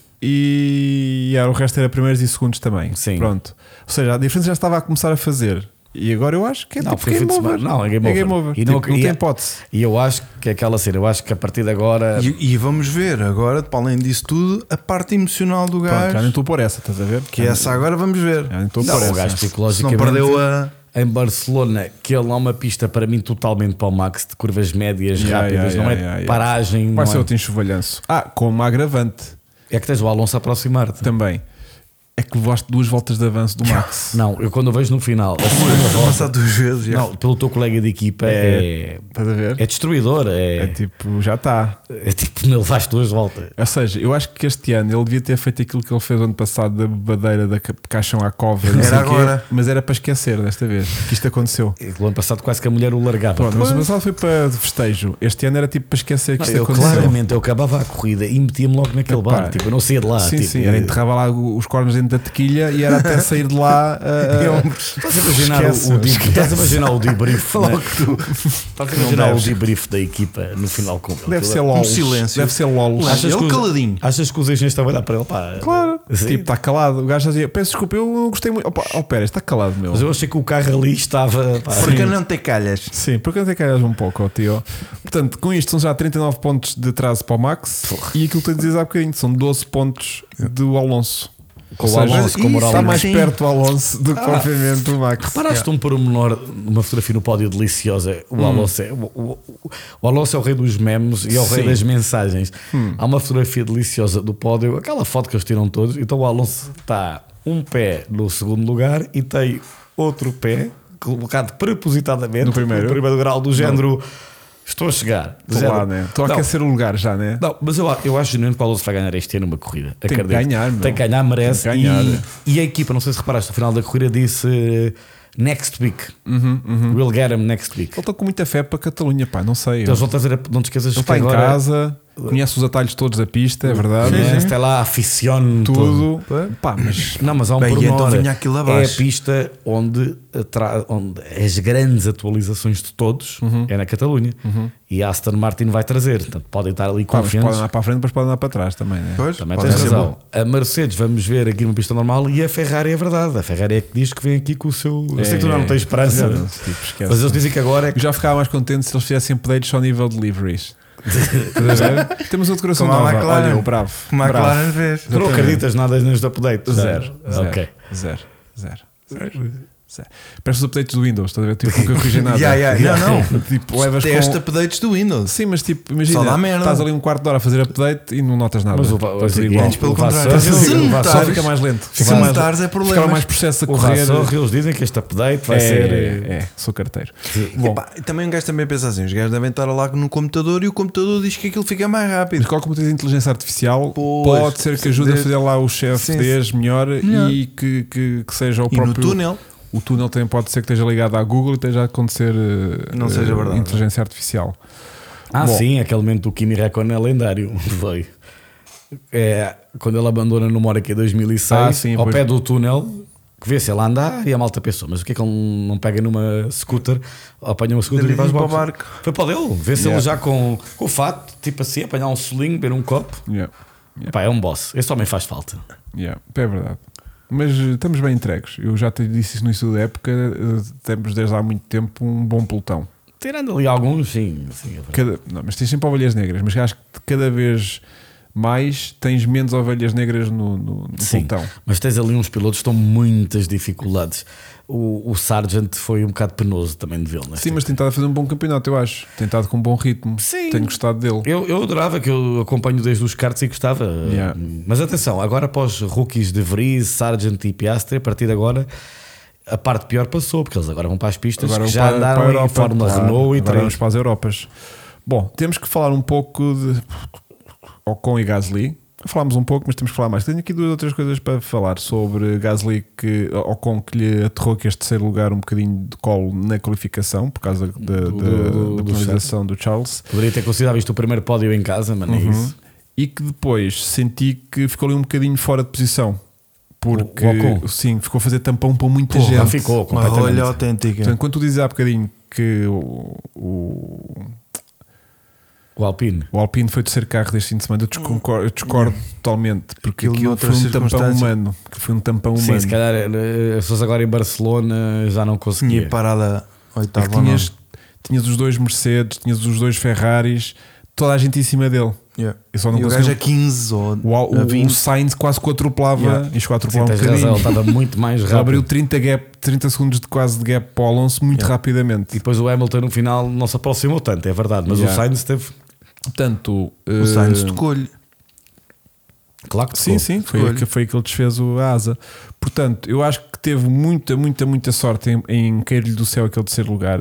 A: e era, o resto era primeiros e segundos também.
B: Sim.
A: Pronto. Ou seja, a diferença já estava a começar a fazer. E agora eu acho que é
B: Não,
A: tipo
B: foi fim
A: game
B: de semana.
A: over.
B: Não, é game over. E
A: Tipo,
B: não-
A: não,
B: e-
A: tem hipótese.
B: E eu acho que é aquela cena, eu acho que a partir de
A: É.
B: agora.
C: E, e vamos ver agora, para além disso tudo, a parte emocional do
A: Pronto, É, já
C: gajo.
A: nem estou por essa, estás a ver?
C: que é essa agora vamos ver.
A: Já nem estou
B: Não,
A: por
B: o
A: essa.
B: gajo
C: Se não
B: psicologicamente.
C: perdeu a.
B: Em Barcelona, que ele há uma pista para mim totalmente para o Max, de curvas médias,
A: Yeah,
B: rápidas,
A: yeah,
B: não é
A: yeah, yeah.
B: paragem.
A: Vai
B: não
A: ser
B: é?
A: outro enxovalhanço. Ah, com uma agravante
B: é que tens o Alonso a aproximar-te.
A: também. É que levaste duas voltas de avanço do Max.
B: Não, eu quando eu vejo no final, a segunda
C: Foi
B: volta,
C: passar duas vezes. já.
B: não, pelo teu colega de equipa, é,
A: Estás a ver?
B: é destruidor.
A: É,
B: É,
A: tipo, já está.
B: é tipo, ele faz duas voltas.
A: Ou seja, eu acho que este ano ele devia ter feito aquilo que ele fez ano passado da bebadeira da ca- caixão à cova, não
C: Era
A: sei o quê,
C: agora.
A: mas era para esquecer desta vez que isto aconteceu.
B: E O ano passado quase que a mulher o largava.
A: Pronto, mas o passado foi para festejo. Este ano era tipo para esquecer que
B: Não,
A: isto
B: eu
A: aconteceu.
B: claramente eu acabava a corrida e metia-me logo naquele
A: Epá,
B: bar. Tipo, eu não saía de lá.
A: sim,
B: tipo,
A: sim, era enterrava lá os cornos dentro da tequilha e era até sair de lá. ah, ah,
B: Estás a imaginar
A: Esquece,
B: o, o debrief,
A: esquece.
B: estás a imaginar o debrief, né? Estás a imaginar o Um
C: deves.
B: debrief da equipa no final com ele.
A: deve ser um
B: Aquilo- é-
A: LOL.
C: silêncio.
A: Deve ser LOL.
C: Lá. Ele
B: que os-
C: caladinho.
B: Achas que os engenheiros estão a olhar para ele? Pá, eh,
A: Claro.
B: Sim.
A: Tipo, está calado. O gajo dizia: Peço desculpa, eu não gostei muito. Opa, oh, pera, está calado, meu.
B: Mas eu achei que o carro ali estava. Pá,
C: Porque não tem calhas.
A: Sim, porque até calhas um pouco, ó, tio. Portanto, com isto são já 39 pontos de atraso para o Max e aquilo que tu dizes há bocadinho são 12 pontos do Alonso.
B: com o
A: Ou seja,
B: Alonso, com o moral.
A: Está
B: na
C: sim.
B: mão.
A: mais perto do Alonso do que
B: Ah.
A: propriamente o Max.
B: Reparaste um pormenor numa fotografia no pódio deliciosa. O
A: Hum.
B: Alonso, é, o, o- o Alonso é o rei dos memes e é o rei
A: Sim. Hum.
B: das mensagens. Há uma fotografia deliciosa do pódio, aquela foto que eles tiram todos. Então o Alonso está um pé no segundo lugar e tem outro pé colocado propositadamente
A: No primeiro?
B: no primeiro grau, do género estou a chegar. Do
A: Estou lá,
B: género-
A: né? Estou a
B: Não,
A: aquecer o lugar já, né?
B: não, mas eu, eu acho genuíno que o Alonso vai ganhar este ano uma corrida.
A: que
B: Acredito.
A: ganhar, meu.
B: Tem que ganhar, merece.
A: Tem que ganhar.
B: E, e a equipa, não sei se reparaste, no final da corrida disse eh, next week.
A: Uhum,
B: We'll get him next week.
A: Ele está com muita fé para a Catalunha, pá, não sei.
B: Eles
A: Ele
B: vão trazer, a- não te esqueças que
A: está tá em
B: agora
A: casa, conhece os atalhos todos da pista, é verdade.
B: né?
A: né?
B: está lá aficione todo.
A: Tudo. Pá, mas
B: Não, mas há um
C: Bem,
B: pormenor.
C: então vinha aquilo
B: é a
C: abaixo.
B: pista onde, atra- onde as grandes atualizações de todos
A: Uhum.
B: é na Catalunha. E a Aston Martin vai trazer. Portanto, podem estar ali
A: pá, Uhum. Tá, mas podem
B: confiantes.
A: andar para a frente, mas podem andar para trás também, né?
C: Pois,
B: Também
C: pode
B: tens
C: ser
B: razão.
C: bom.
B: A Mercedes, vamos ver aqui uma pista normal e a Ferrari é verdade. A Ferrari é que diz que vem aqui com o seu.
A: É,
B: Eu sei que tu não tens esperança,
A: Não, tipo, esquece.
B: mas eles dizem que agora é
A: Eu
B: que.
A: já ficava mais contente se eles fizessem updates só ao nível de deliveries. Estás a ver? Temos outra coração
C: Como a
A: nova.
C: McLaren.
A: Olha, o bravo.
C: Como a
A: bravo.
C: McLaren vez.
B: Tu não acreditas nada nos updates?
A: Zero. Zero.
B: Ok.
A: Zero. Zero. Zero. Zero. Parece os updates do Windows, estás a ver? Tipo, nunca corrigem nada.
C: Yeah, yeah, não, não.
A: Tipo, levas
C: Testa
A: com...
C: updates do Windows.
A: Sim, mas tipo,
C: Só dá
A: imagina,
C: merda.
A: estás ali um quarto de hora a fazer update e não notas nada.
B: Mas o
A: Está
B: Va-
A: tudo
B: o-
A: igual.
B: antes pelo
A: O Vassour-
B: contrário.
A: Só
B: Se
A: fica- o Vassour
C: notares-
A: fica mais lento.
C: se
A: Fica mais-
C: notares é
A: Fica
C: problemas.
A: mais processo tá a
B: O
A: correr.
B: Vassour, eles dizem que este update vai
A: é,
B: ser. eh,
A: é, é, sou carteiro. Bom,
C: Epá, também um gajo também pensa assim: os gajos devem estar lá no computador e o computador diz que aquilo fica mais
A: Mas
C: rápido.
A: qual como tens inteligência artificial,
C: Pois,
A: pode ser que ajude a
C: sim,
A: fazer lá o chefe
C: sim,
A: 10 melhor, e que, que, que seja o
C: E no
A: próprio.
C: túnel.
A: O túnel também pode ser que esteja ligado à Google e esteja a acontecer eh,
C: Não é?
A: eh,
C: seja verdade.
A: inteligência artificial.
B: Ah,
A: Bom.
B: sim, aquele momento do Kimi Räikkönen é lendário. Veio. É, quando ele abandona no Mónaco em 2006,
A: Ah, sim,
B: ao
A: pois.
B: pé do túnel, que vê-se ele a andar e a malta pensou: mas o que é que ele não pega numa scooter, apanha uma scooter
C: Ele
B: e vai
C: ia
B: para
C: para
B: o
C: o barco.
B: Foi para ele, vê-se
A: Yeah.
B: ele já com, com o fato, tipo assim, apanhar um solinho, beber um copo.
A: Yeah. Yeah.
B: Pá, é um boss, esse homem faz falta.
A: Yeah. É verdade. Mas eh, estamos bem entregues. Eu já te disse isso no início da época. eh, Temos desde há muito tempo um bom pelotão.
B: Tirando ali alguns, sim. sim é verdade.
A: Cada- não, mas tens sempre ovelhas negras, mas acho que cada vez mais tens menos ovelhas negras no, no, no
B: Sim.
A: pelotão.
B: Mas tens ali uns pilotos que estão muitas dificuldades. O, o Sargent foi um bocado penoso também de vê-lo. né? nesta
A: Sim, mas tentado a fazer um bom campeonato, eu acho. Tentado com um bom ritmo.
B: Sim.
A: Tenho gostado dele.
B: Eu, eu adorava que eu acompanho desde os karts e gostava.
A: Yeah.
B: Mas atenção, agora após rookies de Vries, Sargent e Piastri, a partir de agora a parte pior passou, porque eles agora vão para as pistas que
A: vamos
B: já
A: para-
B: andaram
A: para a
B: em Fórmula
A: claro.
B: Renault e
A: Agora vamos
B: três.
A: para as Europas. Bom, temos que falar um pouco de Ocon e Gasly. Falámos um pouco, mas temos que falar mais. Tenho aqui duas outras coisas para falar sobre Gasly que Ocon que lhe aterrou aqui este terceiro lugar um bocadinho de colo na qualificação por causa da, da,
B: do-
A: da
B: do
A: penalização do Charles.
B: Poderia ter considerado isto o primeiro pódio em casa, mas não é
A: Uhum.
B: isso.
A: e que depois senti que ficou ali um bocadinho fora de posição. Porque
B: O- o Ocon?
A: sim, ficou a fazer tampão para muita
B: Porra,
A: gente.
B: ficou
C: Uma
B: completamente.
C: rolha autêntica.
A: Portanto, quando tu dizes há bocadinho que o, o,
B: O Alpine.
A: o Alpine foi o terceiro carro deste fim de semana, eu desconcor- eu discordo,
B: Hum.
A: totalmente, porque
C: Aquilo
A: aquilo,
C: noutras
A: foi um tampão
C: circunstâncias.
A: humano. Que foi um tampão
B: Sim,
A: humano.
B: se calhar eh, as pessoas agora em Barcelona já não
C: Tinha
B: conseguiam.
C: parada
A: É que
C: oitava.
A: tinhas, tinhas os dois Mercedes, tinhas os dois Ferraris, toda a gente em cima dele.
C: nona. Yeah.
A: E só não
C: E o gajo
B: um
A: conseguiu-
C: a 15 ou
A: O, Al-
C: a
A: o, o
C: 20.
A: Sainz quase que o atropelava.
C: Yeah.
A: Isto
B: Sim,
A: atropelava um
B: tens razão, ele
A: bocadinho.
B: estava muito mais
A: Ele abriu
B: rápido.
A: 30, gap, 30 segundos de quase de gap para o Alonso muito
B: E
A: rapidamente.
B: depois o Hamilton no final não se aproximou tanto, é verdade. Mas
A: Yeah.
B: o Sainz teve.
A: Portanto,
C: O Sainz
A: eh,
C: tocou-lhe.
B: Claro que
A: Sim,
B: tocou.
A: sim, foi,
C: Escolha.
A: que, foi que ele desfez o- a asa. Portanto, eu acho que teve muita, muita, muita sorte em, em cair-lhe do céu aquele terceiro lugar.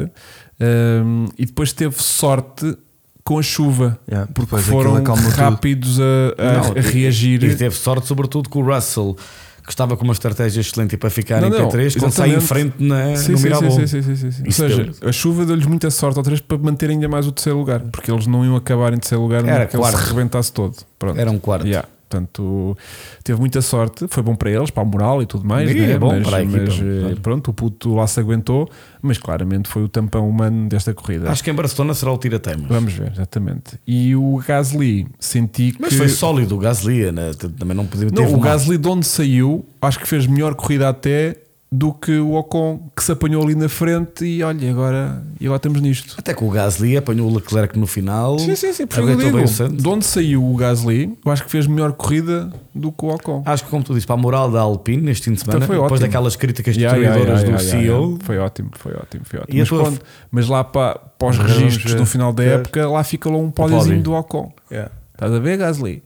A: Hum, e depois teve sorte com a chuva.
C: Yeah,
A: Porque
C: pois, aquilo
A: foram
B: um
C: acalmou tudo.
A: rápidos a, a-
B: Não,
A: a Ah, reagir.
B: E teve sorte, sobretudo, que o Russell, que estava com uma estratégia excelente para ficar
A: Não,
B: em
A: não,
B: P3, quando sai em
A: exatamente.
B: frente
C: é
B: na,
A: Sim,
B: no
A: sim,
B: Mirabol.
A: sim, sim, sim, sim, sim. Ou
B: Isso
A: seja,
B: deu-lhe.
A: a chuva deu-lhes muita sorte ao três para manter ainda mais o terceiro lugar, porque eles não iam acabar em terceiro lugar,
B: Era
A: não que ele se
B: quarto.
A: arrebentasse todo. Pronto.
B: Era um quarto.
A: Yeah. Portanto, teve muita sorte, foi bom para eles, para a moral e tudo mais.
B: E
A: né?
B: é bom
A: mas,
B: para a equipa,
A: mas, eh,
B: claro.
A: pronto, o puto lá se aguentou, mas claramente foi o tampão humano desta corrida.
B: Acho que em Barcelona será o tirateima.
A: Vamos ver, exatamente. E o Gasly, senti
B: Mas
A: que.
B: foi sólido o Gasly, né? T- também não podia ter.
A: Não, o Gasly de onde saiu, acho que fez melhor corrida até do que o Ocon, que se apanhou ali na frente e olha, agora, e agora estamos nisto.
B: Até que o Gasly apanhou o Leclerc no final.
A: Sim, sim, sim, por isso que eu
B: aguentou
A: digo,
B: bem o Santos.
A: de onde saiu o Gasly, eu acho que fez melhor corrida do que o Ocon.
B: Acho que, como tu disse, para a moral da Alpine neste fim de semana,
A: Então foi
B: depois
A: ótimo.
B: daquelas críticas
A: Yeah, yeah,
B: destruidoras
A: yeah,
B: do
A: yeah, yeah,
B: CEO,
A: yeah. Foi ótimo, foi ótimo, foi ótimo.
B: E a
A: Mas,
B: tua-
A: pronto, mas lá para, para os
C: Vamos
A: registros
C: ver.
A: no final da época, lá fica lá um pódiozinho do Ocon.
C: Yeah.
A: Estás a ver, Gasly?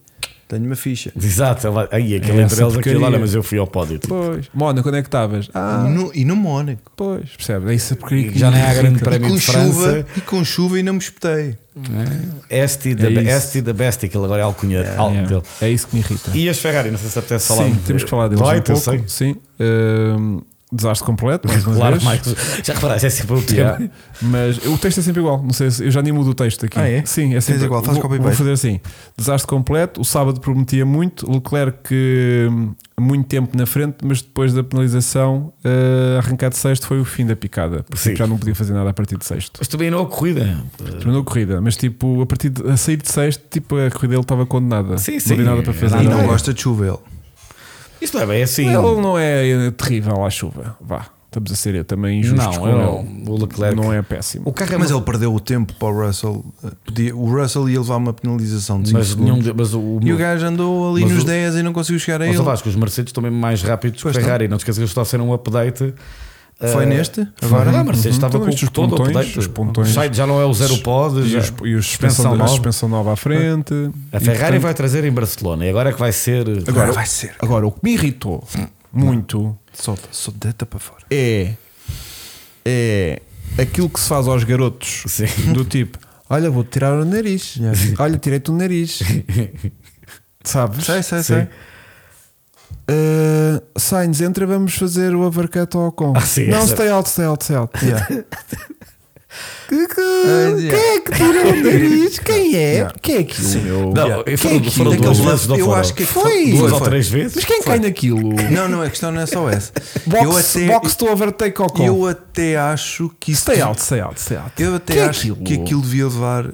C: Tenho uma ficha.
B: exato, ele vai- aí aquele
A: É
B: entre
A: essa
B: eles, aquilo,
A: porcaria.
B: olha, mas eu fui ao pódio. tipo.
A: Pois. Mona, quando é que estavas?
C: E,
A: Ah,
C: no, e no Mónaco.
A: pois, percebes? É isso porque
B: E já nem há grande
C: E
B: prémio
C: com,
B: de França.
C: chuva, e com chuva e não me espetei.
B: né? Este
A: É
B: da
A: isso.
B: Besti, da Besti, aquele agora é alcunha al- dele.
A: É, é isso que me irrita.
B: E as Ferrari, não sei se apetece falar.
A: Sim,
B: um-
A: temos que falar deles
B: Vai,
A: um
B: eu
A: pouco.
B: sei.
A: Sim. Hum, desastre completo, mais uma
B: Claro,
A: vez.
B: mais. Já reparaste, é sempre o tema.
A: Yeah. Mas o texto é sempre igual, não sei se eu já nem mudo o texto aqui.
C: Ah, é?
A: Sim, é
C: Tens
A: sempre
C: igual, faz
A: vou, vou
C: copy-paste.
A: fazer assim: desastre completo. O sábado prometia muito, Leclerc que, hum, muito tempo na frente, mas depois da penalização, eh, arrancar de sexto foi o fim da picada. Porque
B: Sim.
A: já não podia fazer nada a partir de sexto.
B: Mas também não a corrida.
C: Eh.
A: Terminou a corrida, mas tipo, a partir de, a sair de sexto, tipo, a corrida dele estava condenada.
B: Sim,
A: Não
B: sim.
A: havia nada para fazer.
C: E não
B: é.
A: nada.
C: gosta de chuva ele.
B: Isto não é bem assim.
A: Ele não é eh, terrível à chuva. Vá, estamos a ser eu também injustos
B: Não,
A: com
B: eu
A: ele.
B: não. O Leclerc.
A: é Não é péssimo.
B: O carro é
C: Mas
B: uma-
C: ele perdeu o tempo para o Russell. Podia- o Russell ia levar uma
A: é
C: penalização
A: um
C: de 5
B: mas, nenhum
C: segundos.
B: de- mas o, o,
C: E o gajo andou ali
B: Mas
C: nos
B: o-
C: 10 e não conseguiu chegar a
B: mas
C: ele.
B: o Vasco, os Mercedes estão mesmo mais rápidos que a
C: Pois
B: Ferrari. Não te esqueças que eles estão a ser um update.
C: Foi
B: eh,
C: neste?
B: Agora
C: Agora?
B: a Mercedes
A: Uhum.
B: estava
A: Então,
B: com
A: isto, os
B: todo o
A: pontões,
B: update.
A: os pontões.
B: O site já não é o zero pod.
A: E
B: já-
A: os, e os suspensão, a
B: nova.
A: suspensão nova à frente.
B: A
A: E,
B: Ferrari
A: portanto,
B: vai trazer em Barcelona. E agora é que vai ser.
A: Agora,
C: vai ser.
A: Agora, o que me irritou muito
C: Solta, solta, deita para fora.
A: é, é aquilo que se faz aos garotos
B: Sim.
A: do tipo: olha, vou tirar o nariz, olha, tirei-te o nariz, sabes?
C: Sei, sei, sei.
A: Uh, Sainz, entra, vamos fazer o overcut ao Ocon.
B: Ah, sim,
A: não,
B: essa-
A: stay out, stay out, stay out.
C: Yeah.
A: Que- que-
C: Ah, yeah.
A: Quem é que tirou o nariz? Quem é?
C: Yeah.
A: Quem é aquilo? meu?
B: Não,
C: Yeah.
B: foram,
A: Que é
B: foram
A: aquilo?
B: duas
C: Daqueles
B: vezes. não
C: eu
B: foram?
C: acho que
A: Foi.
B: duas ou
C: Foi.
B: três vezes.
A: Mas quem cai naquilo?
C: Não, não, a questão não é só essa. eu,
A: Box,
C: até,
A: box to overtake ao
C: eu até acho que isso.
A: é Stay out, stay out, stay out.
C: Eu até
A: Que é
C: acho que aquilo devia levar.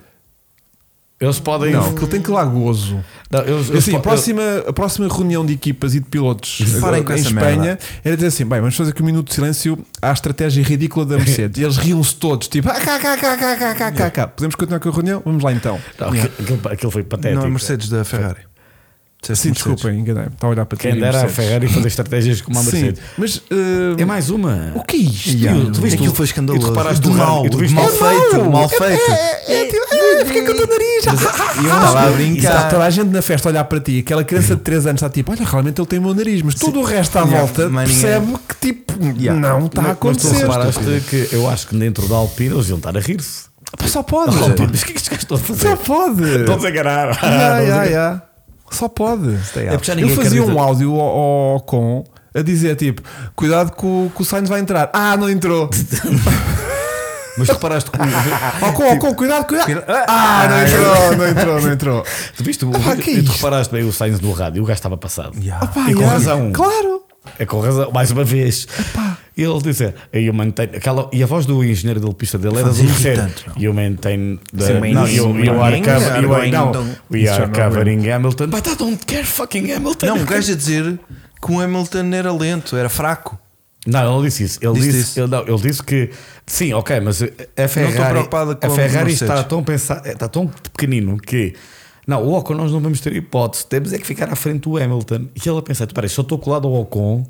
B: Eu Eles podem.
A: Não, aquilo tem que lá gozo.
B: Não, eles- eles
A: Assim,
B: po-
A: a, próxima, a próxima reunião de equipas e de pilotos
C: Parem
A: agora
C: com
A: em
C: essa
A: Espanha
C: merda.
A: era dizer assim: bem, vamos fazer aqui um minuto de silêncio à estratégia ridícula da Mercedes. E eles riam-se todos, tipo, ah, cá, cá, cá, cá, cá, cá, cá, cá. Podemos continuar com a reunião? Vamos lá então.
B: Não, aquilo, aquilo foi
A: é
B: patético.
C: Não, a Mercedes da Ferrari.
A: Sim,
C: Disseste Mercedes.
A: desculpem, enganei. Estava a olhar para ti.
B: Quem dera a
A: Mercedes.
B: Ferrari fazer estratégias como a
A: Sim,
B: Mercedes.
A: mas. eh,
B: É mais uma.
A: O que é isto?
C: Yeah.
B: Tu viste
C: Aquilo
B: o-
C: foi escandaloso.
B: e tu reparaste
C: do
B: o
C: mal,
B: ramo, e tu
C: do
B: viste
C: mal
B: o-
C: feito, do mal feito.
A: É, tipo, ah, fiquei com o teu nariz.
C: E eu estava a
A: Está
C: brincar.
A: toda a gente na festa a olhar para ti, aquela criança de 3 anos está tipo, olha, realmente ele tem o meu nariz, mas todo o resto à
C: Yeah,
A: volta
C: mas
A: percebe que tipo,
C: Yeah.
A: não está a
B: Mas tu
A: acontecer.
B: reparaste que eu acho que dentro da Alpine eles iam estar a rir-se.
A: Pá, Só pode.
B: Oh, pá, Mas o que é que estes gajos estão a
A: Só
B: fazer?
A: pode. Ah,
B: Estão-se a enganar.
A: Yeah,
B: Estão-se a
A: yeah,
B: enganar.
A: yeah. Só pode.
C: up.
A: É porque já ninguém Ele fazia
B: acredita.
A: um áudio ao, ao com a dizer tipo, cuidado que o, que o Sainz vai entrar. Ah, não entrou.
B: Mas reparaste que o-
A: Ao com, ao com, cuidado, cuidado. Ah, não entrou, não entrou, não entrou.
B: tu viste o
A: Pá, que é
B: e tu
A: isto?
B: reparaste bem o Sainz no rádio, o gajo estava passado.
C: Yeah.
A: Opa,
B: E com razão.
A: Ah, Claro.
B: É com razão, mais uma vez. E ele disse, eu mantenho. Aquela, e a voz do engenheiro da pista dele era
C: Faz
B: de dizer,
C: irritante, não?
B: eu mantenho. The,
C: Sim, mas
B: não,
C: isso
B: eu, eu
C: não
B: are
C: é
B: cover- you are-
C: engraçado.
B: não, we
A: Isso já
B: are
A: não é
B: covering Hamilton. But I don't care fucking Hamilton.
C: Não, o gajo é- a dizer que o Hamilton era lento, era fraco.
B: Não, ele não disse isso. Ele
C: Disse
B: disse,
C: isso.
B: Ele, não, ele disse que sim, ok, mas a
C: estou
B: Ferrari,
C: preocupado com
B: a
C: a
B: Ferrari
C: Mercedes.
B: está tão pensada, está tão pequenino que não, o Ocon nós não vamos ter hipótese, temos é que ficar à frente do Hamilton. E ele a pensar, espera, se eu estou colado ao Ocon,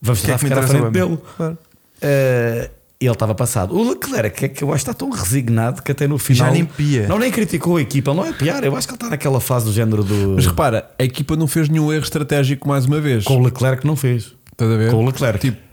B: vamos
C: Que é
B: tentar
C: que me
B: ficar à
C: interessa
B: frente
C: o Hamilton?
B: dele.
C: Claro.
B: Eh, ele estava passado. O Leclerc é que eu acho que está tão resignado que até no final
C: nem pia.
B: Não nem criticou a equipa, ele não é piar. Eu acho que ele está naquela fase do género do
A: Mas repara, a equipa não fez nenhum erro estratégico mais uma vez.
B: com o Leclerc não fez.
A: Estás a ver?
B: Com o Leclerc.
A: É. Tipo,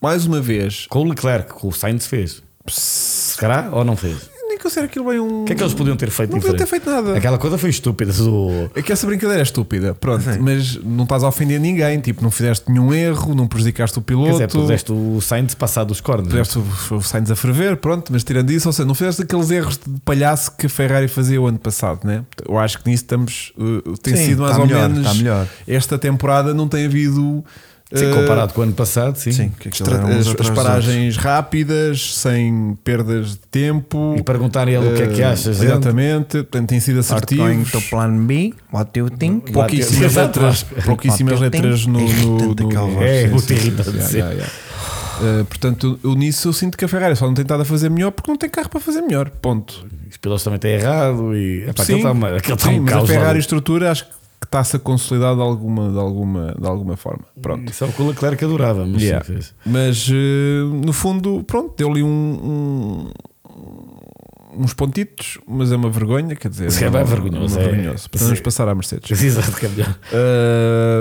A: mais uma vez.
B: Com o Leclerc, com o Sainz fez. Se calhar, ou não fez?
A: Nem considero aquilo bem um.
B: O que é que eles podiam ter feito
A: Não podiam
B: diferente?
A: ter feito nada.
B: Aquela coisa foi estúpida do.
A: É que essa brincadeira é estúpida, pronto, mas não estás a ofender ninguém, tipo, não fizeste nenhum erro, não prejudicaste o
B: Quer
A: piloto,
B: dizer, puseste o Sainz passado os cornos.
A: puseste o, o Sainz a ferver, pronto, mas tirando isso, ou seja, não fizeste aqueles erros de palhaço que a Ferrari fazia o ano passado, né? Eu acho que nisso estamos, uh, tem
C: Sim,
A: sido
B: tá
A: mais
C: está
A: ou
C: melhor,
A: menos,
C: está melhor.
A: esta temporada não tem havido...
B: Sim,
A: uh,
B: comparado com o ano passado, sim.
C: Sim, que aquilo
A: estra-
C: era uns
A: as,
C: atrás
A: as
C: dos
A: paragens rápidas, sem perdas de tempo.
B: E perguntarem a ele o que é que
A: Uh,
B: achas, gente.
A: Exatamente, portanto, tem sido
C: outros. Art going
A: assertivos.
C: to plan B, what do you think?
B: Pô,
A: pouquíssimas
B: Exato.
A: letras, pouquíssimas
C: Tem-
A: letras no, no,
C: irritante
A: no-
C: aquela
A: no-
C: voz,
B: É,
A: sim,
B: muito
A: sim, sim,
B: irritante,
A: yeah,
B: sim.
A: yeah, yeah. Uh, portanto, eu, nisso eu sinto que a Ferrari só não tem estado a fazer melhor porque não tem carro para fazer melhor. Ponto.
B: Os pilotos também têm errado e. Epá,
A: Sim,
B: aquele está uma- aquele está
A: sim,
B: um
A: mas a
B: caos.
A: Ferrari
B: lá.
A: estrutura acho que está-se a consolidar de alguma, de, alguma, de alguma forma. Pronto.
B: Isso é o que o é Leclerc adorava, mas
A: Yeah.
B: sim, fez.
A: Mas uh, no fundo, pronto, deu-lhe um- um- uns pontitos, mas é uma vergonha. Quer dizer,
B: Se calhar
A: não-
B: é vergonhoso,
A: não
B: é-
A: vergonhoso. Portanto, vamos
B: Sim.
A: passar à Mercedes.
B: Precisa de campeão.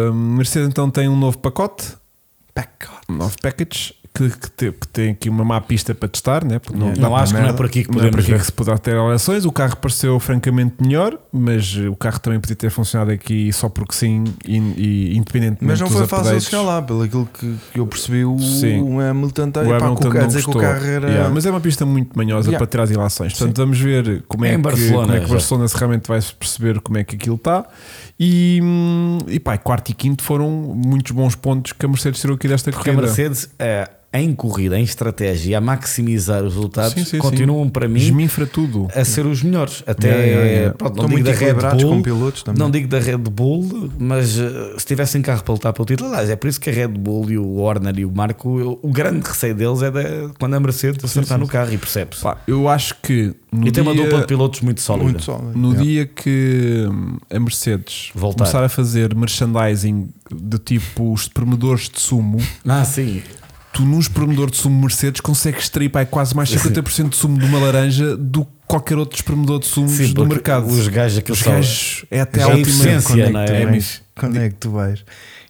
A: Uh, Mercedes então tem um novo pacote,
C: Pacote.
A: um novo package, que, que te- que tem aqui uma má pista para testar, né? Porque
B: Não,
A: dá para
B: acho que não é
A: merda.
B: por aqui que
A: Não é
B: podemos
A: por aqui
B: ver.
A: que se poderá ter eleições. O carro pareceu francamente melhor, mas eh, o carro também podia ter funcionado aqui só porque sim, e, e independentemente
C: Mas não
A: dos
C: foi fácil
A: updates.
C: chegar lá, pelo aquilo que, que eu percebi, o,
A: Sim.
C: o Hamilton está
A: O
C: epá,
A: Hamilton
C: com o
A: não
C: carro- dizer que o
A: gostou.
C: carro era.
A: Yeah, mas é uma pista muito manhosa
C: Yeah.
A: para tirar as ilações. Portanto, vamos ver como
B: É
A: é,
B: em
A: que,
B: Barcelona,
A: como é que
B: já.
A: Barcelona se realmente vai perceber como é que aquilo está. E, hum, e pá, quarto e quinto foram muitos bons pontos que a Mercedes tirou aqui desta
B: Porque a
A: corrida.
B: Mercedes, eh, em corrida, em estratégia, a maximizar os resultados,
A: Sim, sim, sim.
B: continuam para mim. é-
A: Esminfra tudo.
B: a ser os melhores. Até
A: Yeah, yeah, yeah.
B: pronto, não
C: Estão
B: digo
C: muito
B: da Red
C: equilibrados
B: Bull,
C: com pilotos também.
B: não digo da Red Bull, mas eh, se tivessem carro para lutar pelo título, aliás, é por isso que a Red Bull e o Horner e o Marco, eu- o grande receio deles é da, quando a Mercedes acertar no carro e percebe-se.
A: Pá, eu acho que no
B: E tem uma
A: dia-
B: dupla de pilotos muito sólida.
C: Muito só.
A: No dia que hum, a Mercedes
B: Voltar.
A: começar a fazer merchandising de tipo os promedores de sumo,
B: Ah, sim.
A: tu num espremedor de sumo Mercedes consegues extrair pá, é quase mais 50% de sumo de uma laranja do que qualquer outro espremedor de sumos
B: Sim,
A: do
B: porque
A: mercado.
B: os gajos aqueles
A: Os
B: são-
A: gajos é até
B: Já
A: a
B: é
A: última
B: essência,
A: Conecta,
B: não é?
A: é mesmo.
C: Quando é que tu vais?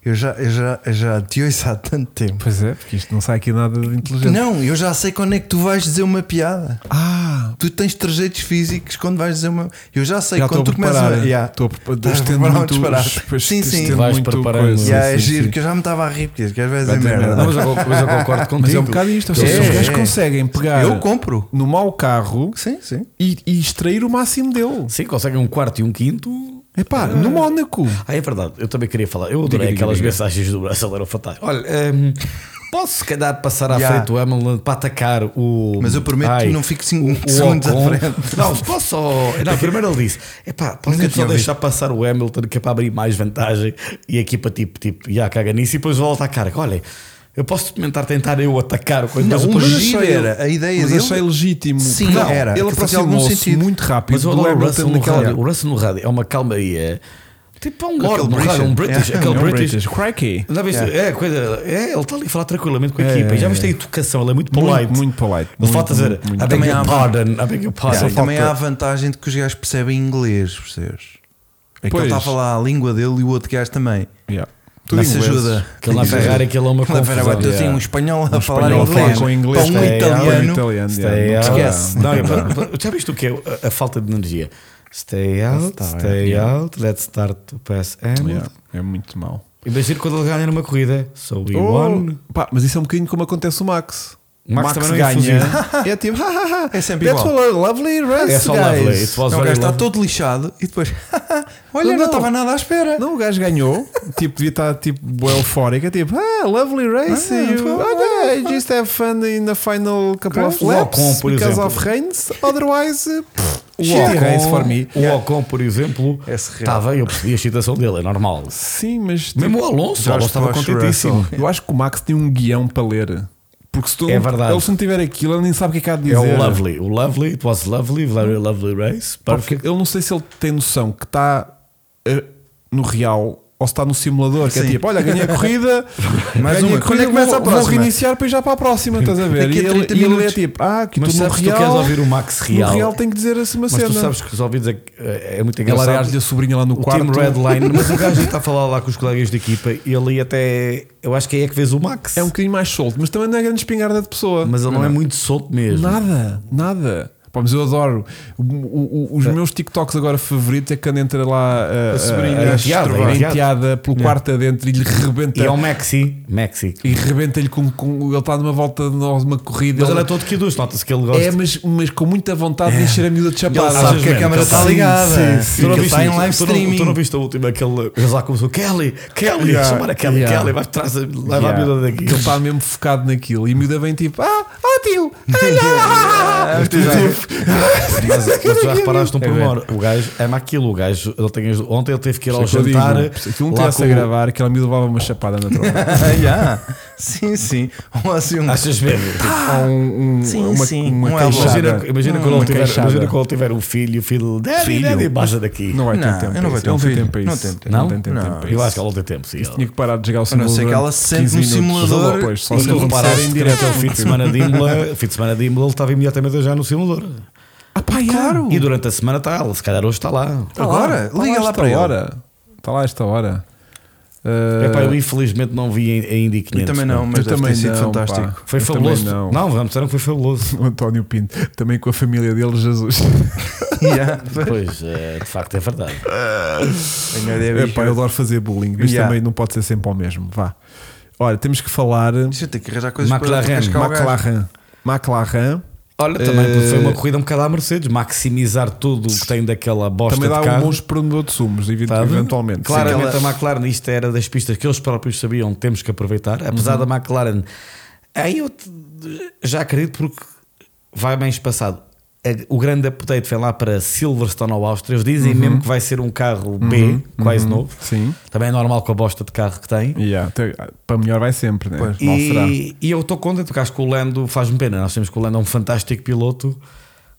C: Eu já, eu já, eu já te ouço há tanto tempo.
A: Pois é, porque isto não sai aqui nada de inteligente.
C: Não, eu já sei quando é que tu vais dizer uma piada.
A: Ah,
C: Tu tens trejeitos físicos quando vais dizer uma. Eu já sei
A: já estou
C: quando
A: a
C: tu começas
A: preparar.
C: a. Yeah.
A: Estou a preparar.
C: Estás a
A: Estendo
C: preparar um
A: muito,
C: disparate.
A: estendo
C: Sim, sim.
A: muito
B: Vais preparando.
A: coisa.
C: Yeah, é
A: Sim, sim,
C: giro,
A: sim.
C: que eu já me estava a rir, porque às vezes
A: Vai
C: é
A: ter
C: merda.
A: merda.
B: Não, mas, eu, mas eu concordo contigo.
A: Mas é um bocado isto. Ou seja,
C: É,
A: os gajos
C: é.
A: conseguem pegar
C: Eu compro.
A: no mau carro
C: Sim, sim.
A: e, e extrair o máximo dele.
B: Sim, conseguem um quarto e um quinto.
A: Epá, no Mónaco.
B: Ah, é verdade, eu também queria falar. Eu adorei
A: Diga, diga,
B: aquelas
A: diga.
B: mensagens do brasileiro fantástico. Olha, hum, Posso, se calhar, passar à
C: Yeah.
B: frente do Hamilton para atacar o.
C: Mas eu prometo que não fico cinco
B: o- o
C: segundos à
B: Ocon.
C: frente.
B: Não, posso só. Não, primeiro ele disse: é pá, podem só
C: tinha
B: deixar passar o Hamilton que é para abrir mais vantagem e a equipa tipo, tipo, já caga nisso e depois volta a carga. Olha, eu posso experimentar tentar eu atacar o coisa,
C: Não,
B: mas
C: mas
B: depois
C: eu achei-
B: gira ele.
C: era, a ideia
A: Um mas
C: dele-
A: achei legítimo.
C: Sim,
A: Não,
C: era,
A: Ele
C: que fazia algum
A: aproximou-se
C: sentido.
A: muito rápido
B: Mas
A: do
B: olha lá, o Russell
A: Hamilton
B: no
A: naquela-
B: rádio, o Russell no rádio é uma calmaria. Tipo, é um lord no
C: British.
B: rádio, um British,
C: É,
B: aquele
A: É um
B: British.
A: British. Cracky.
B: Já viste? É, coisa, é, ele está ali a falar tranquilamente com a
A: É,
B: equipa. E já
A: é,
B: viste a
A: é.
B: educação, ele é muito
A: Muito,
B: polite.
A: muito polite.
B: Ele
A: Muito,
B: falta dizer,
A: muito, muito.
B: I beg
C: Também
B: your
C: há-
B: pardon, I beg your pardon.
C: Yeah, e também há a
B: Falta-
C: vantagem de que os gajos percebem inglês, percebes? É que
A: Pois.
C: ele está a falar a língua dele e o outro gajo também.
A: Yeah. Tudo
C: Não se
A: ingleses.
C: ajuda.
B: Aquele na Ferrari, aquele é uma
C: Aquela
B: confusão.
C: Ferrari, eu
B: yeah.
C: tenho um espanhol a falar
A: Espanhol,
C: inglês.
A: com inglês, é,
C: para um
A: stay
C: italiano.
A: out. italiano.
B: Stay
A: yeah,
B: out.
A: não dá.
C: Esquece.
B: Não, é para- para- já viste o que é a, a falta de energia? Stay out,
C: Let's start,
B: stay
A: yeah.
B: out, let's start to pass Hamilton.
A: Yeah, É muito mau.
B: Imagina quando ele ganha numa corrida. So we won.
A: Oh, pá, mas isso é um bocadinho como acontece o Max.
B: O Max também não é
A: é tipo, "Ha, ha, ha,
C: É sempre
A: that's
C: igual.
A: all a lovely race,
B: É só
A: guys."
B: lovely. It was
C: Não, o
B: very
C: gajo está
B: lovely.
C: todo lixado e depois, olha,
A: Não,
C: não,
A: não.
C: estava nada à espera.
A: Não, o gajo ganhou, tipo, devia estar tipo bué eufórico, é tipo, ah, é. lovely race,
C: Ah,
A: you,
C: pô,
A: olha, I just have fun in the final couple of
B: O
A: laps
B: Ocon, por
A: because
B: exemplo.
A: of rains, otherwise, eh, pff,
B: O
A: shitty race for me.
B: O Ocon, por exemplo,
C: Esse real.
B: estava, eu percebi a excitação dele, é normal.
A: Sim, mas tipo,
B: Mesmo o Alonso, o Alonso estava
C: Josh
B: contentíssimo.
A: assim, eu acho que o Max tem um guião para ler. Porque se tu
B: É verdade.
A: ele se não tiver aquilo, ele nem sabe o que é que há de dizer.
B: É o Lovely, o Lovely, it was lovely, very lovely race.
A: Pá,
B: Perfect.
A: porque eu não sei se ele tem noção que está eh, no real ou se está no simulador, que é
C: Sim.
A: tipo, olha, ganhei a corrida,
C: Mais
A: ganhei
C: uma.
A: a
C: Quando é
A: corrida,
C: que começa
A: vou,
C: a próxima?
A: vou reiniciar para ir já para a próxima, estás a ver?
C: Daqui
A: E
C: a
A: ele,
C: 30
A: e ele é
C: minutos.
A: tipo, ah, que
B: Mas
A: tu no
B: sabes que tu
A: real,
B: queres ouvir o Max real.
A: no real tem que dizer assim uma
B: Mas tu
A: cena.
B: sabes que os ouvidos é, é muito
A: ele
B: engraçado.
A: aliás-lhe a sobrinha lá no
B: o
A: quarto.
B: Team Redline, mas o gajo está a falar lá com os colegas de equipa e ele até. Eu acho que aí é que vês o Max.
A: É um bocadinho mais solto, mas também não é grande espingarda de pessoa.
B: Mas ele não, é muito solto mesmo.
A: Nada, nada. Pá, mas eu adoro. O- o- o- os meus TikToks agora favoritos é quando entra lá a,
B: É. A sobrinha,
A: a,
B: a enteada,
A: sobrinha,
B: a
A: a
B: enteada.
A: enteada pelo quarto adentro e lhe rebenta.
B: E é o Maxi. Maxi.
A: e rebenta-lhe com, com- Ele está numa volta, numa corrida.
B: Mas ele é
A: ele-
B: todo que dos, nota-se que ele gosta.
A: É, mas, mas com muita vontade de encher a miúda de chapada.
B: Ele sabe que a câmara
C: está ligada.
A: Sim,
B: Tu
A: sim.
B: não
C: Porque
B: viste,
C: está em live
B: assim, tu não-
C: streaming.
B: Tu não viste a última, aquele. Eles lá começou Kelly, Kelly,
A: Yeah,
B: chamar a Kelly,
A: yeah.
B: Kelly, vai trás, leva
A: Yeah.
B: a miúda daqui.
A: Que ele está mesmo focado naquilo. E a miúda vem tipo: Ah, ó tio! Olha!
C: Ah, tu já-
B: Mas, mas tu já reparaste um
A: É verdade.
B: pormenor, o gajo ama aquilo, o gajo, ele tem, as- ontem ele teve que ir ao
A: Isso é que eu digo,
B: jantar.
A: se aquilo não
B: lá
A: tivesse
B: com
A: a
B: o-
A: gravar, aquela miúda levava uma chapada na troca.
C: Ah, já. Sim, sim. Ou assim, um-
B: Achas mesmo?
A: Ou um, um-
C: Sim,
A: uma,
C: sim.
A: uma
C: Um
A: queixada.
B: Imagina, imagina, quando
A: Uma
B: ele tiver,
A: queixada.
B: imagina quando ele tiver um filho, e o filho, daddy,
C: Filho.
B: daddy, baixa daqui.
A: Não vai ter
C: Não,
A: tempo.
C: eu não vou
A: para
C: ter um
A: isso. Ele
C: filho.
A: tem tempo. para
C: Não
A: isso.
C: tem tempo.
A: Não
B: Não?
A: tem tempo.
C: Não,
A: para
B: Eu
A: isso.
B: acho que ele tem tempo, sim. ele-
A: Tinha que parar de jogar o
C: não
A: simulador.
C: ser que ela
A: durante
C: se sente
A: 15
C: no
A: minutos.
C: simulador.
A: Só depois, só
B: Mas
A: se
B: tu
A: acontecer
B: reparaste
A: em
B: que durante o fim
A: direto.
B: de semana de Imola, fim de semana de Imola, ele estava imediatamente já no simulador.
A: Ah, pá, já.
C: Claro.
B: E durante a semana está, ele, se calhar hoje está lá.
A: Tá
C: Agora,
A: Está
C: liga lá
A: esta
C: para ele.
A: hora. Está lá esta hora.
C: É
A: Uh,
B: Epá, eu infelizmente não vi em- em Indy 500.
C: Eu também não,
B: pá.
A: Ah, eu
C: mas deve
A: também
C: ter sido
A: não,
C: fantástico.
A: pá.
B: Foi
A: Eu
B: fabuloso.
A: também não.
B: Não. me disseram que foi fabuloso.
A: O António Pinto, também com a família dele, Jesus.
C: Yeah.
B: Pois, é, de facto, é verdade.
C: Tenho ideia,
A: Epá, É eu adoro fazer bullying, mas
C: É, Yeah.
A: também não pode ser sempre ao mesmo. Vá. Olha, temos que falar.
C: Deixa eu ter que arranjar coisas para
B: McLaren,
C: cascar o um gajo.
A: McLaren. McLaren.
B: Olha, também foi
A: Eh,
B: uma corrida um bocado à Mercedes, maximizar tudo o que tem daquela bosta
A: Também
B: de
A: dá um
B: carro.
A: bom espremedor de sumos, evi-
B: Tá.
A: eventualmente.
B: Claramente
C: Sim, ela-
B: a McLaren, isto era das pistas que eles próprios sabiam, temos que aproveitar. Apesar
A: Uhum.
B: da McLaren, aí eu te- já acredito porque vai bem espaçado. A- O grande update vem lá para Silverstone ou Áustria. Eles dizem
A: Uhum.
B: mesmo que vai ser um carro B, quase novo.
A: Sim.
B: Também é normal com a bosta de carro que tem.
A: Yeah, até- para melhor vai sempre, né?
C: Pois.
A: Mal será.
B: E, e eu estou contente porque acho que o Lando faz-me pena. Nós temos que o Lando é um fantástico piloto,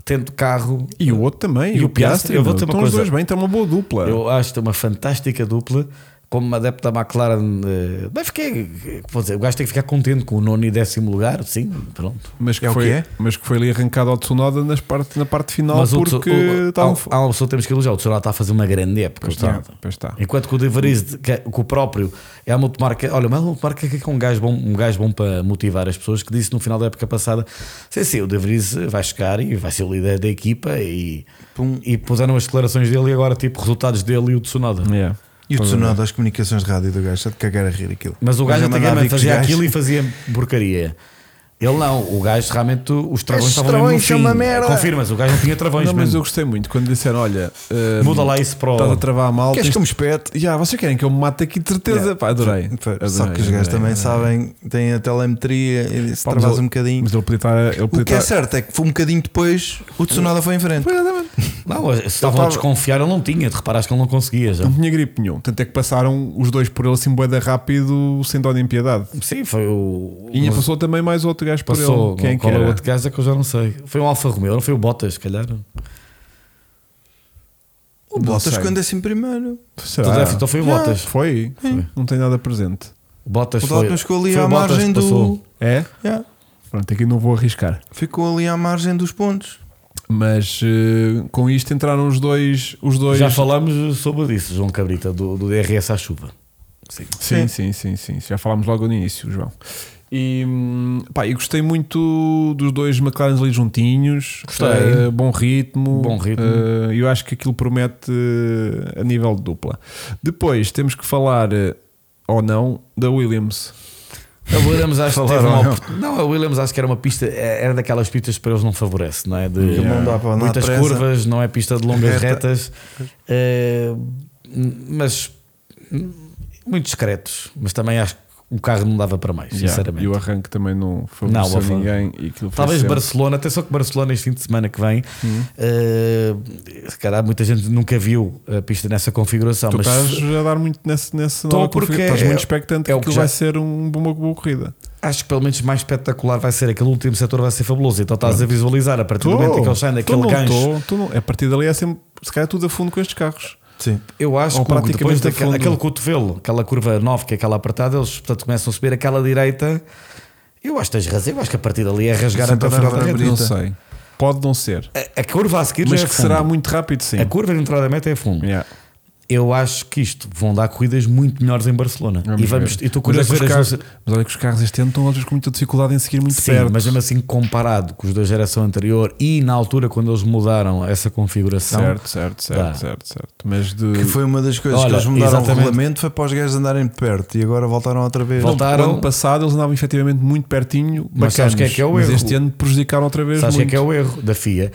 B: tendo carro.
A: E o outro também,
B: E o Piastri, eu vou
A: meu.
B: dizer uma
A: Estão os
B: coisa.
A: dois bem, está uma boa dupla.
B: Eu acho que é uma fantástica dupla. Como adepto da McLaren, eh, bem, fiquei, vou dizer, o gajo tem que ficar contente com o nono e décimo lugar, sim, pronto.
A: Mas que,
C: É o
A: foi,
C: que é?
A: mas que foi ali arrancado ao Tsunoda nas parte, na parte final
B: o Tsu-
A: porque
B: o- Ah, tá.
A: estava
B: há- um há uma pessoa que temos que elogiar, o Tsunoda está a fazer uma grande época.
A: Pois está,
B: pronto.
A: pois tá. está.
B: Enquanto que o De Vries, que, é- que o próprio é a multimarca, olha, mas a multimarca que é um gajo bom, um gajo bom para motivar as pessoas que disse no final da época passada: sei sim, o De Vries vai chegar e vai ser o líder da equipa e,
C: Pum.
B: e puseram as declarações dele e agora tipo resultados dele e o Tsunoda.
A: Yeah.
C: E o Tsunoda, as comunicações de rádio do gajo, está de cagar a rir aquilo.
B: Mas o gajo
C: já mandava
B: antigamente
C: vir com os
B: fazia
C: gajos.
B: aquilo e fazia porcaria. Ele não, o gajo realmente, os travões
D: Esses
B: estavam mesmo no
D: travões são
B: fim.
D: uma merda.
B: Confirma-se, o gajo não tinha travões
A: Não, mas eu
B: mesmo.
A: gostei muito quando disseram: olha, ah,
B: Muda lá isso para o-
A: Estás a travar a malta.
D: Queres que eu me espete?
A: Já, vocês querem que eu me mate aqui de certeza?
C: Yeah.
A: Pá, adorei.
C: Só
A: Adorei,
C: que os gajos
A: adorei,
C: também
A: adorei.
C: sabem, têm a telemetria e se
A: Pá, mas
C: travas
A: ele-
C: um bocadinho.
A: Mas ele podia estar. Ele podia
C: O que é
A: estar-
C: certo é que foi um bocadinho depois o Tsunoda foi em frente.
B: Não, se estavam a
A: tava-
B: desconfiar, ele não tinha, te reparaste que ele não conseguia já.
A: Não tinha gripe nenhum. Tanto é que passaram os dois por ele assim, boeda rápido, sem dó nem piedade.
B: Sim, foi o.
A: E ainda passou também mais outro gajo por
B: passou
A: ele. Quem que
B: qual é o
A: era?
B: outro gajo é que eu já não sei. Foi um Alfa Romeo, não foi o Bottas, se calhar.
C: O
A: Não
C: Bottas
A: sei.
C: quando é em primeiro.
A: Será?
B: Então, deve- então foi o
C: Já.
B: Bottas.
A: Foi? Não tem nada presente.
B: O Bottas
C: O
B: foi.
C: Bottas ficou ali
B: foi
C: à
B: o Bottas
C: margem
B: que passou.
C: do.
A: É?
C: Yeah.
A: Pronto, aqui não vou arriscar.
C: Ficou ali à margem dos pontos.
A: Mas eh, com isto entraram os dois. Os dois...
B: Já falámos sobre isso, João Cabrita, do, do DRS à chuva. Sim.
A: Sim, sim, sim, sim, sim. Já falámos logo no início, João. E, hum, pá, e gostei muito dos dois McLaren ali juntinhos.
B: Gostei.
A: Eh, bom ritmo.
B: Bom ritmo.
A: Eh, eu acho que aquilo promete eh, a nível de dupla. Depois temos que falar, eh, ou não, da Williams.
B: A Williams acho que teve
C: Falaram,
B: uma
C: não?
B: opor- Não, a Williams acho que era uma pista, é, era daquelas pistas que para eles não favorece, não é? De
C: Que não dá para andar
B: muitas
C: presa.
B: curvas, não é pista de longas
C: Reta.
B: retas, eh, mas hum, muito discretos. Mas também acho que o carro não dava para mais, sinceramente.
A: E o arranque também não
B: Não, o
A: favoreceu
B: arranque.
A: ninguém. E aquilo foi
B: Talvez
A: sempre- Uhum.
B: Barcelona, até só que Barcelona este fim de semana que vem, eh, se calhar muita gente nunca viu a pista nessa configuração,
A: Tu
B: mas
A: estás a dar muito nesse, nesse
B: Estou
A: nova config-
B: porque
A: Estás
B: é-
A: muito expectante
B: é o
A: que
B: que
A: aquilo
B: já-
A: vai ser um, uma boa corrida.
B: Acho que pelo menos mais espetacular vai ser aquele último setor, vai ser fabuloso. Então estás a visualizar a partir do momento em que eles saem
A: tu
B: daquele
A: não
B: gancho.
A: tô, tu não- a partir dali é sempre, se calhar, tudo a fundo com estes carros.
C: Sim.
B: Eu acho
A: Ou um
B: que Hugo, depois
A: praticamente a
B: daquele
A: fundo.
B: aquele cotovelo, aquela curva 9, que é aquela apertada, eles portanto começam a subir aquela direita. Eu acho que tens razão, eu acho que a partir dali é rasgar até o
C: Santa
B: final da
C: Fernanda
B: rede.
C: Brita.
A: Não sei. Pode não ser.
B: A, a curva a seguir
A: mas
B: já é
A: que será
B: fundo.
A: muito rápido, sim.
B: A curva de entrada da meta é fundo.
A: Yeah.
B: Eu acho que isto vão dar corridas muito melhores em Barcelona.
A: Vamos
B: e vamos,
A: ver.
B: e estou
A: Mas é
B: curioso
A: que os
B: ver as
A: carros-
B: duas-
A: Mas olha que os carros este ano estão às vezes com muita dificuldade em seguir muito
B: Sim,
A: perto.
B: mas mesmo assim, comparado com os da geração anterior e na altura quando eles mudaram essa configuração,
A: Certo, certo, certo,
B: assim- Dá.
A: certo, certo. Mas de.
C: Que foi uma das coisas
B: Olha,
C: que eles mudaram
B: exatamente.
C: o regulamento foi para os gajos andarem perto e agora voltaram outra vez.
B: Volta-
A: O ano
B: voltaram-
A: passado eles andavam efetivamente muito pertinho,
B: Mas
A: bacanas,
B: sabes que é que é o
A: mas
B: erro?
A: este ano prejudicaram outra vez.
B: Sabes o que é
A: muito.
B: que é o erro da FIA?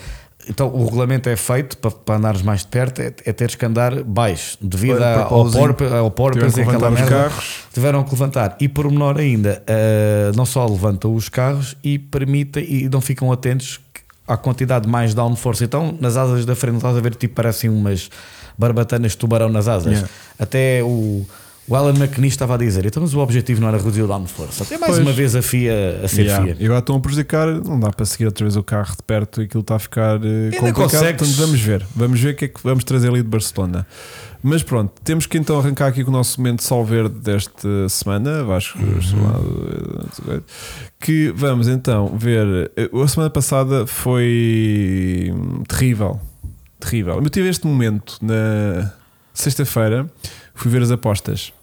B: Então o regulamento é feito para, para andares mais de perto, é, é teres que andar baixo, devido
C: Olha,
B: a-
C: para
B: ao
C: pauzinho.
B: porpo, ao porpo
A: Tiveram que
B: e aquela
A: levantar os
B: merda.
A: carros.
B: Tiveram que levantar. E por menor ainda, ah, não só levantam os carros e permite e não ficam atentos à quantidade mais downforce. Então, nas asas da frente, estás a ver, tipo, parecem umas barbatanas de tubarão nas asas.
C: Yeah.
B: Até o. O Alan McNeish estava a dizer, então mas o objetivo não era reduzir o downforce. Até mais
A: Pois.
B: uma vez a FIA a ser
A: Yeah.
B: FIA.
A: E agora estão a prejudicar, não dá para seguir outra vez o carro de perto e aquilo está a ficar eh, complicado.
B: consegues.
A: Portanto, vamos ver, vamos ver o que é que vamos trazer ali de Barcelona. Mas pronto, temos que então arrancar aqui com o nosso momento sol verde desta semana, Vasco,
B: Uhum.
A: chamado, eh, que vamos então ver. eh, A semana passada foi hum, terrível, terrível. Eu tive este momento na sexta-feira, fui ver as apostas,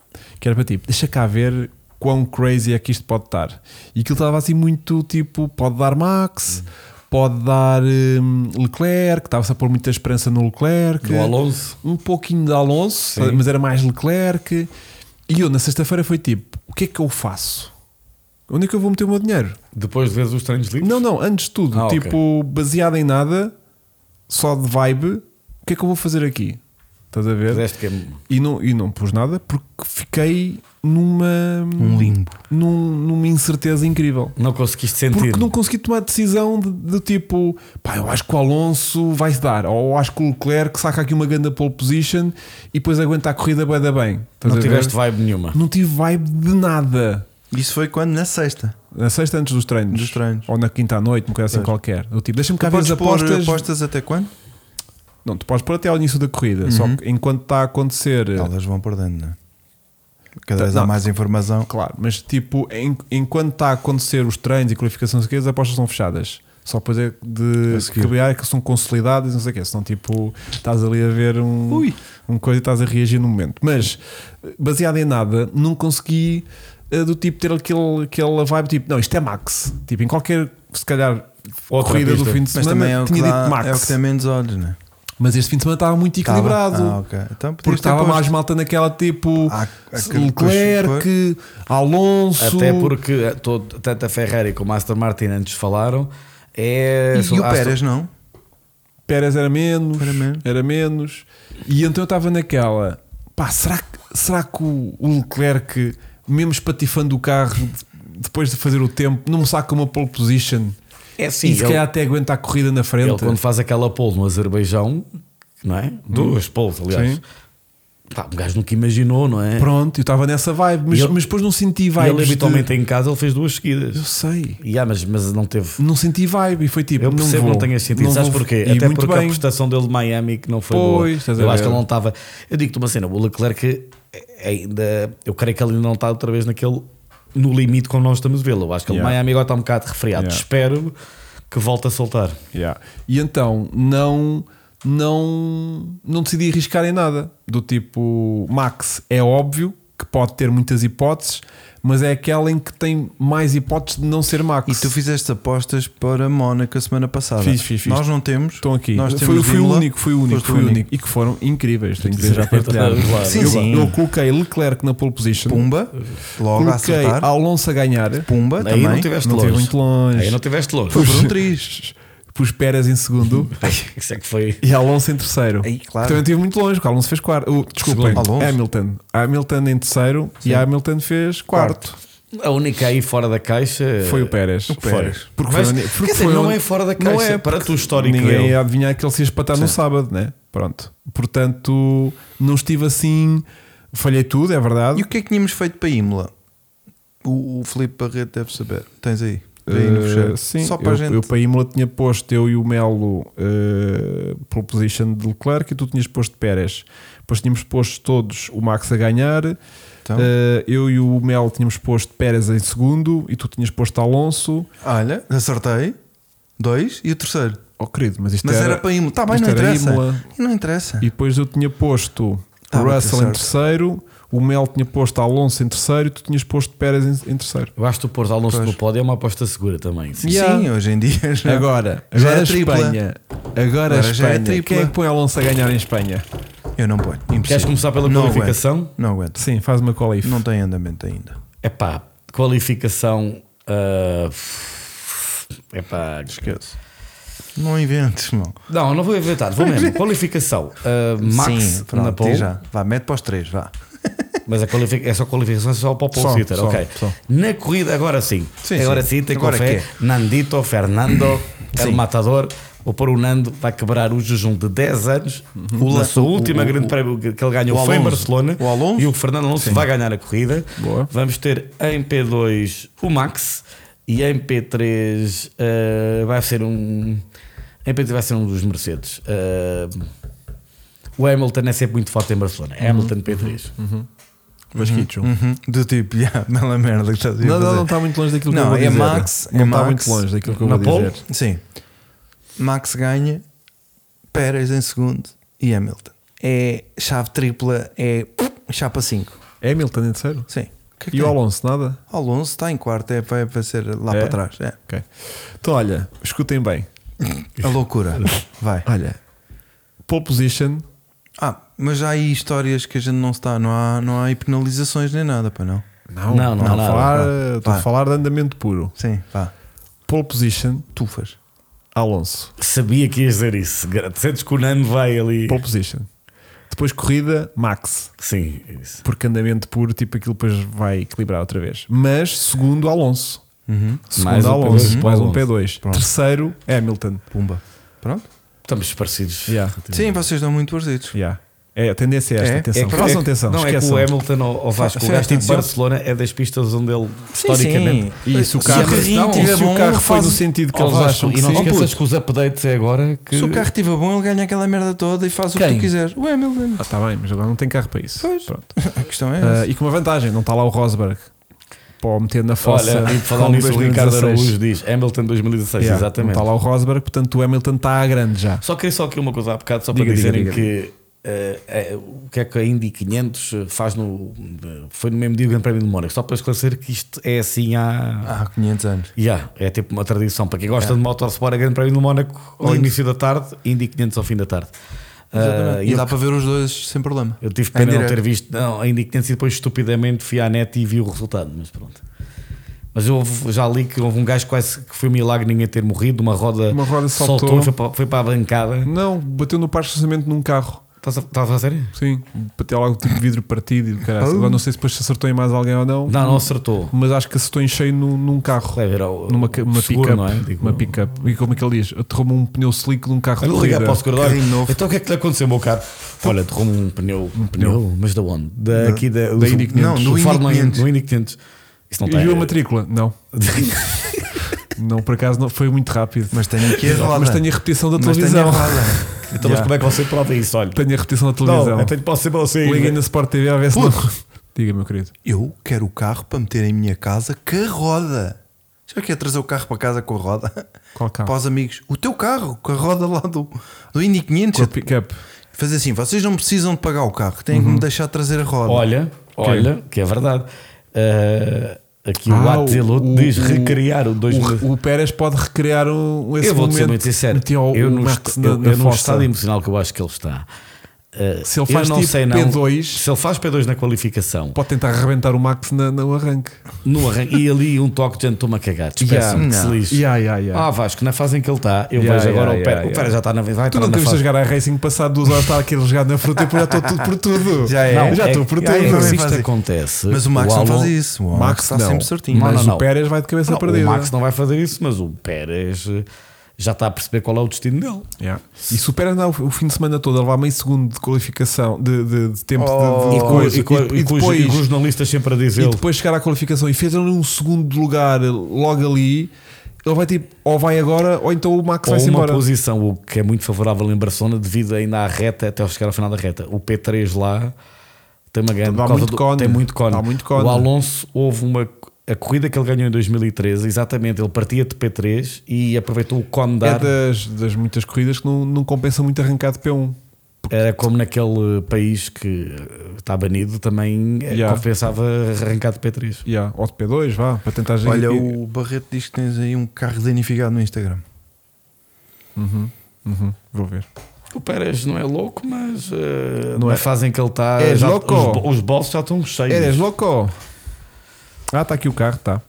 A: que era para tipo, deixa cá ver quão crazy é que isto pode estar. E aquilo estava assim muito tipo, pode dar Max, pode dar hum, Leclerc, estava-se a pôr muita esperança no Leclerc,
B: Do Alonso.
A: um pouquinho de Alonso,
B: Sim.
A: mas era mais Leclerc. E eu na sexta-feira foi tipo, o que é que eu faço? Onde é que eu vou meter o meu dinheiro?
B: Depois de veres os treinos livres?
A: Não, não, antes de tudo,
B: Ah, ok.
A: tipo, baseado em nada, só de vibe, o que é que eu vou fazer aqui? Estás a ver?
B: Fizeste que é-
A: E não, e não pus nada porque fiquei numa.
C: Um limbo.
A: num- numa incerteza incrível.
B: não conseguiste sentir.
A: Porque não consegui tomar decisão de, de tipo, pá, eu acho que o Alonso vai se dar, ou eu acho que o Leclerc saca aqui uma grande pole position e depois aguenta a corrida bué da bem. Estás
B: Não
A: a ver?
B: tiveste vibe nenhuma.
A: Não tive vibe de nada.
C: Isso foi quando? Na sexta.
A: Na sexta antes dos treinos.
C: Dos treinos.
A: Ou na quinta à noite, uma coisa assim qualquer. Eu tipo, deixa-me cá
C: Tu
A: ver
C: podes
A: as
C: apostas...
A: apostas.
C: apostas até quando?
A: Não, tu podes pôr até ao início da corrida. Só
C: Uhum.
A: que enquanto está a acontecer. eh,
C: Elas vão perdendo, não é? Cada vez
A: Tá, Não.
C: há mais informação.
A: Claro, mas tipo, em- enquanto está a acontecer os treinos e qualificações, não sei o quê, as apostas são fechadas. Só depois é
C: A
A: de
C: seguir.
A: cabear que são consolidadas, não sei o quê. Senão, tipo, estás ali a ver um, um coisa e estás a reagir no momento. Mas, baseado em nada, não consegui eh, do tipo ter aquele, aquela vibe tipo, não, isto é max. Tipo, em qualquer, se calhar,
B: Outra
A: corrida do
B: pista.
A: fim de
C: Mas
A: semana,
C: também é o, que
A: tinha
C: dá-
A: dito max.
C: é o que tem menos olhos, não é?
A: Mas este fim de semana estava muito
C: Tava?
A: equilibrado.
C: Ah, ok. Então, podias
A: Porque
C: ter
A: estava
C: posto-
A: mais malta naquela tipo
C: Ah, aquele
A: Leclerc, Alonso.
B: Até porque eh, todo- tanto a Ferrari como a Aston Martin antes falaram. É,
C: E,
B: são-
C: e o
B: Aston-
C: Pérez não?
A: Pérez era menos,
C: Era
A: era
C: menos.
A: menos. E então eu estava naquela, pá, será que, será que o, o Leclerc, mesmo espatifando o carro depois de fazer o tempo, não me saca uma pole position?
B: É sim,
A: e se
B: ele-
A: calhar até aguenta a corrida na frente.
B: Ele quando faz aquela pole no Azerbaijão, não é? Duas poles, aliás.
A: Sim.
B: Pá, um gajo nunca imaginou, não é?
A: Pronto, eu estava nessa vibe, mas,
B: E ele-
A: mas depois não senti
B: E
A: vibe.
B: ele habitualmente é- em casa ele fez duas seguidas.
A: Eu sei.
B: E, ah, mas, mas não teve.
A: Não senti vibe e foi tipo.
B: Eu percebo,
A: não,
B: não,
A: vou,
B: tenho sentido.
A: não
B: Sabes
A: vou.
B: porquê?
A: E
B: Até
A: muito
B: porque a
A: bem.
B: prestação dele de Miami que não foi
A: Pois,
B: boa.
A: estás a
B: Eu acho
A: ver.
B: que ele não estava. Eu digo-te uma cena, o Leclerc ainda. Eu creio que ele ainda não está outra vez naquele. No limite como nós estamos a vê-lo. Eu acho que ele
A: Yeah.
B: Miami agora está um bocado refriado.
A: Yeah.
B: Espero que volte a soltar.
A: Yeah. E então não, não, não decidi arriscar em nada. Do tipo, Max é óbvio que pode ter muitas hipóteses, mas é aquela em que tem mais hipóteses de não ser Max.
C: E tu fizeste apostas para Mónaco a semana passada.
A: Fiz, fiz, fiz.
C: Nós não temos.
A: Estão aqui.
C: Nós temos
A: foi, foi o
C: Imola.
A: único, foi o único,
C: Foste o
A: foi o
C: único.
A: único. E que foram incríveis. Tenho que dizer já partilhar.
B: Claro.
C: Sim,
A: eu,
C: sim.
A: eu coloquei Leclerc na pole position,
C: Pumba. Logo a
A: coloquei
C: acertar.
A: Alonso a ganhar.
C: Pumba
B: Aí
C: também.
B: não tiveste
A: Ah, não
B: longe.
A: teve muito longe.
B: Aí não tiveste longe.
C: Foi por um
A: três. Pus Pérez em segundo.
B: Isso é que foi.
A: E Alonso em terceiro.
C: Aí, claro.
A: Que Também estive muito longe, porque Alonso fez quarto. Oh, desculpem,
C: Segundo. Alonso.
A: Hamilton. Hamilton em terceiro e Hamilton fez quarto.
B: A única aí fora da caixa
A: Foi o Pérez.
B: Foi.
A: Porque
B: Mas,
A: foi, onde-
B: quer
A: porque
B: dizer,
A: foi
B: não
A: onde-
B: é fora da
A: Não
B: caixa,
A: é,
B: para
A: porque
B: tu histórico
A: Ninguém
B: dele.
A: ia adivinhar que ele se ia espatar no sábado, né? Pronto. Portanto, não estive assim. Falhei tudo, é verdade.
C: E o que é que tínhamos feito para Imola? O, o Filipe Barreto deve saber. Tens aí. Vê aí no
A: Eh,
C: fecheiro.
A: sim,
C: Só para
A: eu,
C: a gente.
A: eu para Imola tinha posto eu e o Melo uh, pole position de Leclerc e tu tinhas posto Pérez. Depois tínhamos posto todos o Max a ganhar,
C: Então.
A: eh, eu e o Melo tínhamos posto Pérez em segundo e tu tinhas posto Alonso.
C: Olha, acertei. Dois e o terceiro.
A: Oh querido, mas isto
C: Mas
A: era,
C: era, para Imola. Está bem,
A: isto
C: não
A: era
C: interessa.
A: Imola.
C: E não interessa.
A: E depois eu tinha posto
C: Tá, muito
A: Russell em
C: certo.
A: terceiro, o Melo tinha posto Alonso em terceiro e tu tinhas posto Pérez em, em terceiro.
B: Basta tu pôr Alonso
C: Pois.
B: no pódio, é uma aposta segura também. Sim.
A: Yeah.
C: Sim, hoje em dia. já-
A: Agora,
C: Já
A: agora
C: é
A: a
C: tripla.
A: Espanha. Agora, a
C: Agora já é
A: Espanha. Quem
C: tripla.
A: é que põe Alonso a ganhar em Espanha?
C: Eu não ponho. Impossível.
B: Queres começar pela
C: Não
B: qualificação?
C: Aguento. Não aguento.
A: Sim, faz uma call if.
C: Não tem andamento ainda.
B: É pá, qualificação. ah, É pá,
C: Esquece. Não inventes, não.
B: não, não vou inventar, vou mesmo. Qualificação ah, Max
C: Sim,
B: na
C: pronto, diz
B: pole,
C: já. Vá, mete para os três, vá.
B: mas a qualific... é só qualificação, é só para o pole
A: Só,
B: sitter,
A: só,
B: ok.
A: só.
B: Na corrida, agora sim,
C: Sim,
B: agora
C: sim.
B: sim, tem
C: Agora
B: fé. Nandito, Fernando, El Matador. Vou pôr o Nando, vai quebrar o jejum de 10 anos. O, na sua última grande prémio que ele ganhou
C: o
B: foi em
C: Alonso.
B: Barcelona.
C: O Alonso?
B: E o Fernando Alonso vai ganhar a corrida.
A: Boa.
B: Vamos ter em P2 o Max e em P3 eh, vai ser um. Em P3 vai ser um dos Mercedes. Eh, o Hamilton é sempre muito forte em Barcelona. Hamilton P3.
A: Vasquito.
C: Uhum. Do tipo, yeah, bela merda que estás a
A: Não, não,
C: fazer.
A: não está muito longe daquilo
C: Não,
A: que eu vou
C: é
A: dizer.
C: Max,
A: não
C: é
A: está
C: Max.
A: muito longe daquilo que eu
B: Na
A: vou
B: pole?
A: dizer.
C: Sim. Max ganha, Pérez em segundo e Hamilton. É chave tripla, é chapa 5.
A: É Hamilton em terceiro?
C: Sim. O que é que
A: E o
C: tem?
A: Alonso, nada?
C: Alonso está em quarto, é para, é para ser lá
A: É?
C: para trás. É.
A: Ok. Então, olha, escutem bem.
C: A loucura. Vai.
A: Olha, pole position,
C: Ah, mas há aí histórias que a gente não está, não há, não há aí penalizações nem nada, para não.
A: não,
B: Não, não há
A: estou a
B: nada.
A: falar, eh,
C: Vá.
A: estou a
C: Vá.
A: falar de andamento puro.
C: Sim, vá.
A: Pole position,
C: Tufas.
A: Alonso.
B: Sabia que ias dizer isso. Gra- Sentes que o Nando vai ali.
A: Pole position. Depois corrida, Max.
B: Sim, é isso.
A: Porque andamento puro, tipo aquilo depois vai equilibrar outra vez. Mas segundo Alonso. Segundo
B: Mais um
A: Alonso,
B: P2,
A: Uhum. mais um
B: Alonso.
A: P2.
C: Pronto.
A: Terceiro, Hamilton.
C: Pumba. Pronto?
B: Estamos parecidos.
A: Yeah.
C: Sim, vocês dão muito parecidos.
A: Yeah. É, a tendência é esta,
C: É?
A: atenção.
B: que-
A: Façam
B: que-
A: atenção,
B: não é que o
A: esqueçam.
B: Hamilton ou, ou Vasco, o
C: Sim,
B: gajo de
C: atenção.
B: Barcelona é das pistas onde ele historicamente.
A: E se o
C: Se a
A: carro,
C: carrinha
A: e
C: tiver
A: se o
C: bom,
A: carro foi
C: faz-
A: no sentido que
B: Ó,
A: eles
B: Vasco,
A: acham que
B: e não
A: sim,
B: esqueças que os updates é agora que.
C: Se o carro estiver bom, ele ganha aquela merda toda e faz o que
A: Quem?
C: tu quiseres. O Hamilton.
A: Ah, está bem, mas agora não tem carro para isso.
C: Pois.
A: Pronto.
C: A questão é
A: Ah,
C: essa.
A: e com uma vantagem, não está lá o Rosberg para o meter na fossa.
B: Olha, e falar
A: como
B: nisso, o Ricardo
A: 2016.
B: Araújo diz Hamilton 2016,
A: Yeah,
B: exatamente.
A: Não tá está lá o Rosberg, portanto o Hamilton está à grande já.
B: Só queria só aqui uma coisa há bocado, só
A: Diga,
B: para
A: diga,
B: dizerem
A: diga.
B: que eh, eh, o que é que a Indy 500 faz no. Foi no mesmo dia do Grande Prémio de Mónaco, só para esclarecer que isto é assim há.
C: Há 500 anos.
B: Yeah, é tipo uma tradição para quem gosta de motorsport, é grande prémio no Mónaco ao
C: Lindo.
B: início da tarde, Indy 500 ao fim da tarde. Ah,
C: e
B: eu-
C: dá para ver os dois sem problema.
B: Eu tive
C: Em
B: pena de não
C: direto.
B: ter visto, não, ainda que tenha sido depois estupidamente fui à net e vi o resultado, mas pronto. Mas eu já li que houve um gajo quase que foi um milagre ninguém ter morrido, uma roda,
A: Uma roda
B: soltou,
A: saltou.
B: e foi para, foi para a bancada.
A: Não, bateu no par de estacionamento num carro.
B: Estás a, estás a sério?
A: Sim, bateu lá o tipo de vidro partido e do caralho. Agora não sei se depois se acertou em mais alguém ou não,
B: Não, não acertou.
A: mas acho que acertou em cheio num, num carro.
B: Deve era o-
A: Numa,
B: o
A: ca- uma
B: seguro,
A: pick-up.
B: não é? Digo,
A: Uma pick-up. E como é que ele diz? Aterrou-me um pneu slick num carro de
B: Eu ligar
A: corrida.
B: para o segurador.
C: Carrinho novo.
B: Então o que é que lhe aconteceu, meu caro? Olha, derrumo um pneu. Um pneu? Mas da onde? Da, aqui da,
A: da Indy 500.
C: Não, do Indy
B: Fórmula
C: 500.
B: do Indy 500. Isso não
A: E viu a
B: tem.
A: matrícula? Não. Não, por acaso não, foi muito rápido.
C: Mas tem aqui a roda.
A: Mas tenho a repetição da
C: Mas tenho
A: televisão.
C: a roda.
B: Então, mas como é que você prova isso? Olha,
A: Tenho a repetição da televisão.
B: não, eu tenho, posso ser para você.
A: Liguem na Sport TV a ver se não. Diga, meu querido.
C: Eu quero o carro para meter em minha casa com a roda. Já que é trazer o carro para casa com a roda?
A: Qual carro?
C: Para os amigos. O teu carro, com a roda lá do, do Indy 500.
A: Com a pick-up.
C: Fazer assim, vocês não precisam de pagar o carro, têm
A: Uhum.
C: que me deixar trazer a roda.
B: Olha, olha, que é verdade. Ah, aqui o
A: Ah,
B: Ato Zeloto diz recriar o 2000.
A: O, o Pérez pode recriar um, um esse
B: Eu vou-te ser
A: momento.
B: muito sincero.
A: Meteu o,
B: eu
A: o
B: no,
A: Max
B: est-
A: na,
B: eu,
A: na
B: eu no
A: fossa.
B: estado emocional que eu acho que ele está. ah,
A: Se ele
B: eu
A: faz
B: não
A: tipo
B: sei, não,
A: P2.
B: se ele faz P2 na qualificação,
A: Pode tentar arrebentar o Max na, no arranque.
B: no arran- e ali um toque de gente toma cagar, despeçam
A: Yeah.
B: que se
C: Não.
B: lixe.
A: Yeah, yeah, yeah.
B: Ah, Vasco, na fase em que ele está, eu
A: Yeah,
B: vejo agora
A: yeah,
B: o Pérez.
A: yeah,
B: o Pérez já está na vai
A: tu
B: entrar
A: não
B: na
A: tens a
B: fase.
A: jogar a Racing passado duas horas, tá está aquele jogado na fruta e depois já estou tudo por tudo.
C: Já é. Não,
A: já
B: é
A: estou
B: que-
A: por
B: é
A: tudo.
B: que
C: Não,
B: se
C: não
B: isto
C: faz-
B: acontece.
C: Mas o Max não
B: Alonso-
C: faz isso. O Max, está sempre certinho.
B: Não,
A: Mas
B: não,
A: o Pérez vai de cabeça
B: Não,
A: perdida.
B: O Max não vai fazer isso, mas o Pérez eh, já está a perceber qual é o destino dele.
A: Yeah. E se o Pérez andar o o fim de semana todo a levar meio segundo de qualificação, de, de- de tempo de- de, de
B: Oh. E, com,
A: coisa,
B: e, com, e, com os-
A: depois-
B: e com os jornalistas sempre a
A: e
B: dizer.
A: depois chegar à qualificação e fez ali um segundo lugar logo ali, ele vai tipo, ou vai agora, ou então o Max
B: Ou
A: vai-se
B: uma
A: embora.
B: posição, o que é muito favorável em Barcelona, devido ainda à reta, até ao chegar ao final da reta. O P3 lá tem uma grande
A: Dá
B: por causa
A: muito cone.
B: tem muito cone.
A: Dá muito cone.
B: O Alonso houve uma a corrida que ele ganhou em 2013, exatamente, ele partia de P3 e aproveitou o cone da
A: É
B: ar.
A: das, das muitas corridas que não, não compensa muito arrancar de P1.
B: Era como naquele país que eh, está banido também, eh,
A: Yeah.
B: compensava arrancar de P3.
A: Yeah. Ou de P2, vá, para tentar e-
C: Olha, o Barreto diz que tens aí um carro danificado no Instagram.
A: Uhum, uhum, vou ver.
B: O Pérez não é louco, mas eh,
A: Não
B: na
A: é.
B: fase em que ele está,
A: És
B: já- os,
A: louco?
B: bo- os bolsos já estão cheios.
C: É
A: Eres louco? Ah, está aqui o carro, está.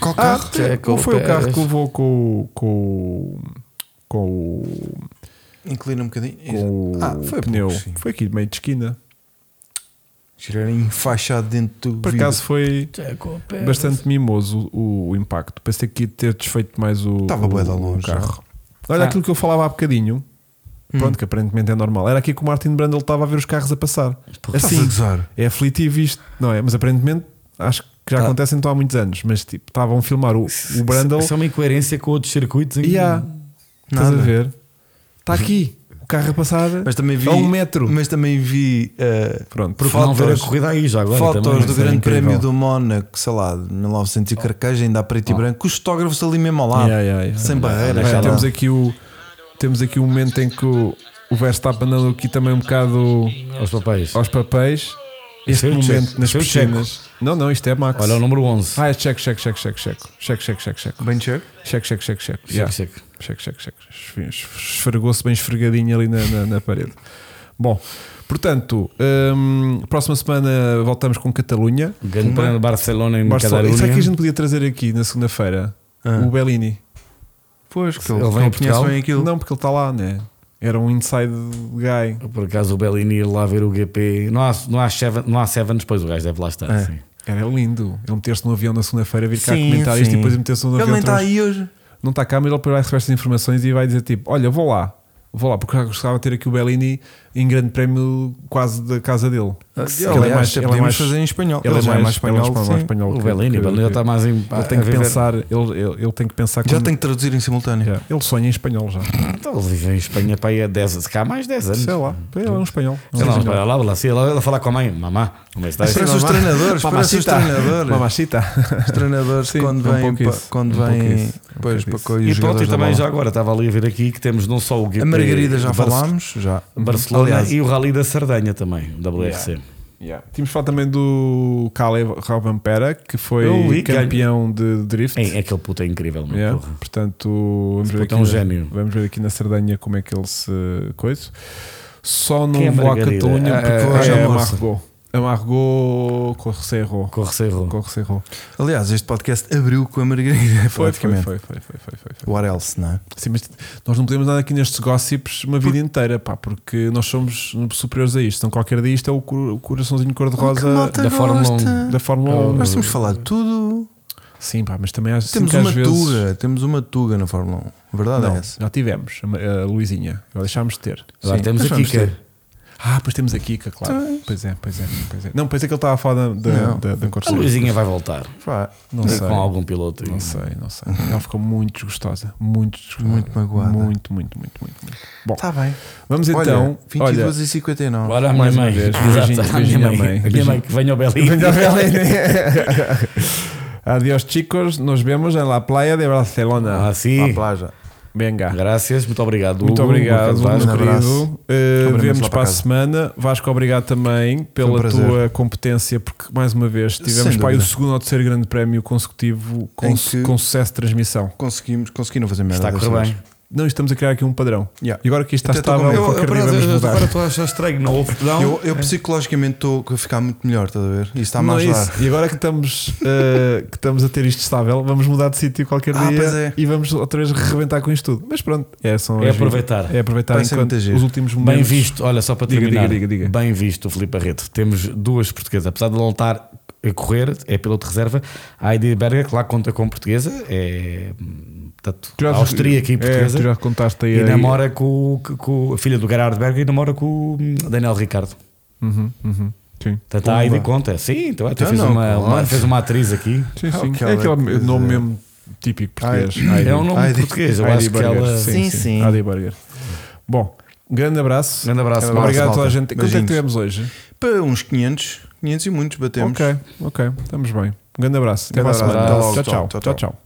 C: Qual
A: Ah,
C: carro?
B: é com
A: qual
B: o
A: foi o carro
B: Pérez.
A: que levou com o- com o- com o
C: Inclina um bocadinho.
A: com o
C: ah, foi
A: pneu.
C: pouco, sim.
A: foi aqui, meio de esquina.
C: Girar enfaixado dentro do
A: Por
C: vidro.
A: acaso foi
C: é
B: Checo Pérez.
A: bastante mimoso o, o impacto. Pensei que ia ter desfeito mais o,
C: Estava
A: o,
C: bué de longe, Hum.
A: o carro. Olha
B: Ah.
A: aquilo que eu falava há bocadinho. Pronto, que aparentemente é normal. Era aqui que o Martin Brandel estava a ver os carros a passar.
C: Estás a
A: Assim,
C: gozar?
A: é aflitivo isto, não é? Mas aparentemente acho que já
B: Ah.
A: acontece então há muitos anos. Mas tipo, estavam a filmar o, o Brandel
B: Isso um é uma incoerência com outros circuitos. em que-
A: e há. Estás a
C: Nada.
A: ver? Está aqui o carro a passar
C: Mas também vi,
A: a um metro.
C: Mas também vi eh,
A: Pronto,
B: Por que
A: fotos.
B: não ver a corrida aí já agora.
C: fotos
B: também,
C: do
A: é
B: isso era
C: Grande
B: incrível.
C: Prémio do Mónaco, sei lá, de 1900 e carcaja, ainda a preto e branco, com os fotógrafos ali mesmo ao lado,
A: Oh. Yeah, yeah, yeah.
C: sem
A: Bem,
C: barreiras. sei lá.
A: temos aqui o temos aqui o momento em que o, o Verstappen andou aqui também um bocado
B: Aos papéis.
A: aos papéis. Este
B: Isso é o
A: momento
B: Checo.
A: nas
B: Isso é o
A: piscinas. Não, não, isto é Max.
B: Olha o número 11.
A: Ah, é checo, checo, checo, checo, checo. Checo, checo, checo, checo.
C: Bem cheio.
A: Checo, checo, checo, checo.
B: Checo,
A: Yeah.
B: checo.
A: Checo, checo, checo. Esfre- Esfregou-se bem esfregadinho ali na, na, na parede. Bom, portanto, hum, próxima semana voltamos com Catalunha.
B: Grande Prémio de Barcelona em
A: Barcelona. E
B: Catalunha.
A: será é que a gente podia trazer aqui na segunda-feira
C: Ah.
A: o Bellini?
C: Pois, que
B: Ele
C: ele
B: vem a
C: não
B: Portugal?
C: conhece bem aquilo.
A: Não, porque ele está lá, né? Era um inside guy.
B: Por acaso o Bellini ir lá ver o GP. Não há, não há, seven, não há sevens, pois o gajo deve lá estar.
C: É.
B: sim.
A: Era lindo. Ele meter-se no avião na segunda-feira, vir cá
C: Sim,
A: comentar isto e
C: sim.
A: depois meter-se no
C: Ele
A: avião.
C: nem está
A: trans-
C: aí hoje.
A: Não está cá, mas ele depois vai receber estas informações e vai dizer tipo: Olha, vou lá, vou lá, porque eu gostava de ter aqui o Bellini em grande prémio quase da casa dele.
C: Ah, Aliás,
A: Ele é mais- ele
C: até
A: é
C: podíamos
A: mais-
C: fazer em espanhol.
A: Ele, é mais,
C: espanhol.
A: ele é mais
C: sim.
A: espanhol
B: O
A: que-
B: Bellini,
A: que-
B: o Bellini já
A: que-
B: está mais em.
A: ele tem que pensar, ele, ele, ele tem que pensar
C: Já
A: como-
C: tem que traduzir em simultâneo.
A: Yeah. Ele sonha em espanhol já.
B: Então, ele vive em Espanha para aí há 10 anos. Cá há mais 10 anos.
A: Sei lá, ele é um espanhol.
B: Sei
A: Um
B: lá,
A: espanhol.
B: lá, lá, lá, sim, lá, lá falar com a mãe, mamá, como é estás?
C: Parece os
A: mamá.
C: treinadores, parece os
A: Mamacita.
C: treinadores.
A: Mamacita.
C: Os treinadores
A: Sim,
C: quando
A: é um
C: vêm
A: pouco
C: pa-
A: isso.
C: quando
A: É um pouco
C: vêm
A: isso. É um
C: depois
A: pouco
C: para
A: isso.
C: co- os
B: E pronto, e
C: jogadores da
B: também
C: bola.
B: já agora estava ali a ver aqui que temos não só o GP
C: A Margarida já
B: Barce-
C: falámos, já.
B: Barcelona
C: Aliás,
B: e o Rally da Sardanha também, o WRC.
A: Yeah. Tínhamos falado também do Caleb Rabampera, que foi
B: Eu vi que
A: campeão de drift.
B: É, é aquele puto é incrível, meu
A: Yeah.
B: porra.
A: Portanto, vamos
B: Esse
A: ver, aqui
B: puto é um
A: na,
B: gênio.
A: vamos ver aqui na Sardanha como é que ele se coisa. Só
B: Quem é
A: não vou à
B: Margarida?
A: Catalunha
B: Ah,
A: porque
C: ah,
A: hoje
C: é
A: é
C: a moça.
A: Amargou. Amargou Corcerro.
B: Corre sem erro.
A: Corcerro.
C: Aliás, este podcast abriu com a
A: Foi,
C: Margarida,
A: foi,
C: praticamente.
A: foi, foi, foi, foi, foi.
C: What else, não é?
A: Sim, mas nós não podemos andar aqui nestes gossips uma vida inteira, pá, porque nós somos superiores a isto. Então qualquer dia isto é o, cor- o coraçãozinho
C: Que
A: cor-de-rosa
C: malta
B: da Fórmula
C: gosta.
A: da Fórmula 1.
C: Nós temos falado de tudo.
A: Sim, pá, mas também acho
C: Temos
A: que às
C: uma
A: vezes...
C: tuga, temos uma tuga na Fórmula 1. A verdade
A: Não,
C: é essa.
A: já tivemos a, a Luizinha, agora deixámos de ter.
B: Agora
A: Sim.
B: temos
C: mas
B: aqui
C: vamos
B: que
C: ter.
A: Ah, pois temos a Kika, claro. Pois é, pois é, pois é. Não, pois é que ele estava a falar da, da,
C: Não.
A: da, da
B: a
A: Corsair.
B: Luizinha vai voltar
C: Pá,
A: Não sei.
B: com algum piloto.
A: Não sei, não sei. Ela ficou muito desgostosa. Muito desgostosa.
C: Muito magoada.
A: Muito, muito, muito, muito. muito. Bom,
C: Está bem.
A: vamos então.
C: olha,
A: olha,
C: 22 e 59.
B: Agora a minha
A: Mais uma
B: mãe.
A: vez,
B: Exato,
A: beijinho,
B: à
A: beijinho à
B: minha
A: mãe.
B: mãe. A minha
A: Beijinho.
B: mãe que venha ao Belém.
A: Adiós, chicos. Nos vemos en la playa de Barcelona.
B: Ah,
C: À
B: sim.
C: plaja.
A: Venga.
B: Graças, muito obrigado.
A: Muito
B: Hugo,
A: obrigado,
B: Marcelo
A: meu
C: Um
B: Vasco.
A: querido.
C: abraço.
A: Eh,
C: Combinamos
A: Vemo-nos
C: lá
A: para
C: para
A: a
C: casa. um
A: semana. Vasco, obrigado também pela
C: prazer.
A: tua competência, porque mais uma vez tivemos
C: Sem
A: para aí o
C: dúvida.
A: segundo ou terceiro grande prémio consecutivo com,
C: Em
A: su-
C: que-
A: com sucesso de transmissão.
C: Conseguimos, consegui não fazer merda.
B: Está a
C: desta
B: correr
C: vez.
B: bem.
A: Não, estamos a criar aqui um padrão.
C: Yeah.
A: E agora que isto está
C: Até estou
A: estável,
C: com medo.
A: qualquer dia
B: por
A: vamos
B: acaso,
A: mudar.
B: agora estou a achar estranho, não houve perdão.
C: Então, Eu, eu psicologicamente estou a ficar muito melhor, estás a ver? Isso está-me a
A: Não é
C: ajudar.
A: isso. E agora que estamos, eh, que estamos a ter isto estável, vamos mudar de sítio qualquer
C: Ah,
A: dia
C: pois é.
A: e vamos outra vez rebentar com isto tudo. Mas pronto, é, são
B: É
A: as-
B: aproveitar.
A: É aproveitar
C: Vai ser
A: enquanto
C: muito giro.
A: os últimos momentos.
B: Bem visto, olha só para
A: Diga,
B: terminar.
A: diga, diga, diga.
B: Bem visto, Filipe Arreto. Temos duas portuguesas, apesar de ela não estar a correr, é piloto de reserva. A Heidi Berger, que lá conta com portuguesa, é hum, portanto,
A: Tu já-
B: austríaca e
A: é,
B: portuguesa.
A: tu já contaste aí.
B: e
A: aí-
B: namora com, o- com a filha do Gerard Berger e namora com o hum, Daniel Ricardo.
A: Uhum, uhum. Sim.
B: Portanto, a Heidi conta. Sim, então, até
C: Então
B: fez,
C: não,
B: uma,
C: claro.
B: uma- fez uma atriz aqui.
A: Sim,
C: Ah,
A: sim.
C: aquela
A: é aquele
C: coisa-
A: nome mesmo típico português.
B: É um nome
C: Heidi-
B: português, eu
A: Heidi
B: acho que
A: Burger.
B: ela.
A: Sim, sim.
C: Sim, sim.
A: Heidi Burger. Bom, grande abraço.
B: Um Grande abraço,
C: Grande
A: Obrigado a toda a
C: abraço, malta.
A: gente. Quanto é que
C: Beijinhos.
A: tivemos hoje?
C: Para uns 500, 500 e muitos batemos.
A: Ok, ok. Estamos bem. Um grande abraço. Até
C: Grande
A: para a semana.
B: abraço.
A: Tchau, tchau.
C: Tchau,
A: tchau,
C: tchau.
A: tchau.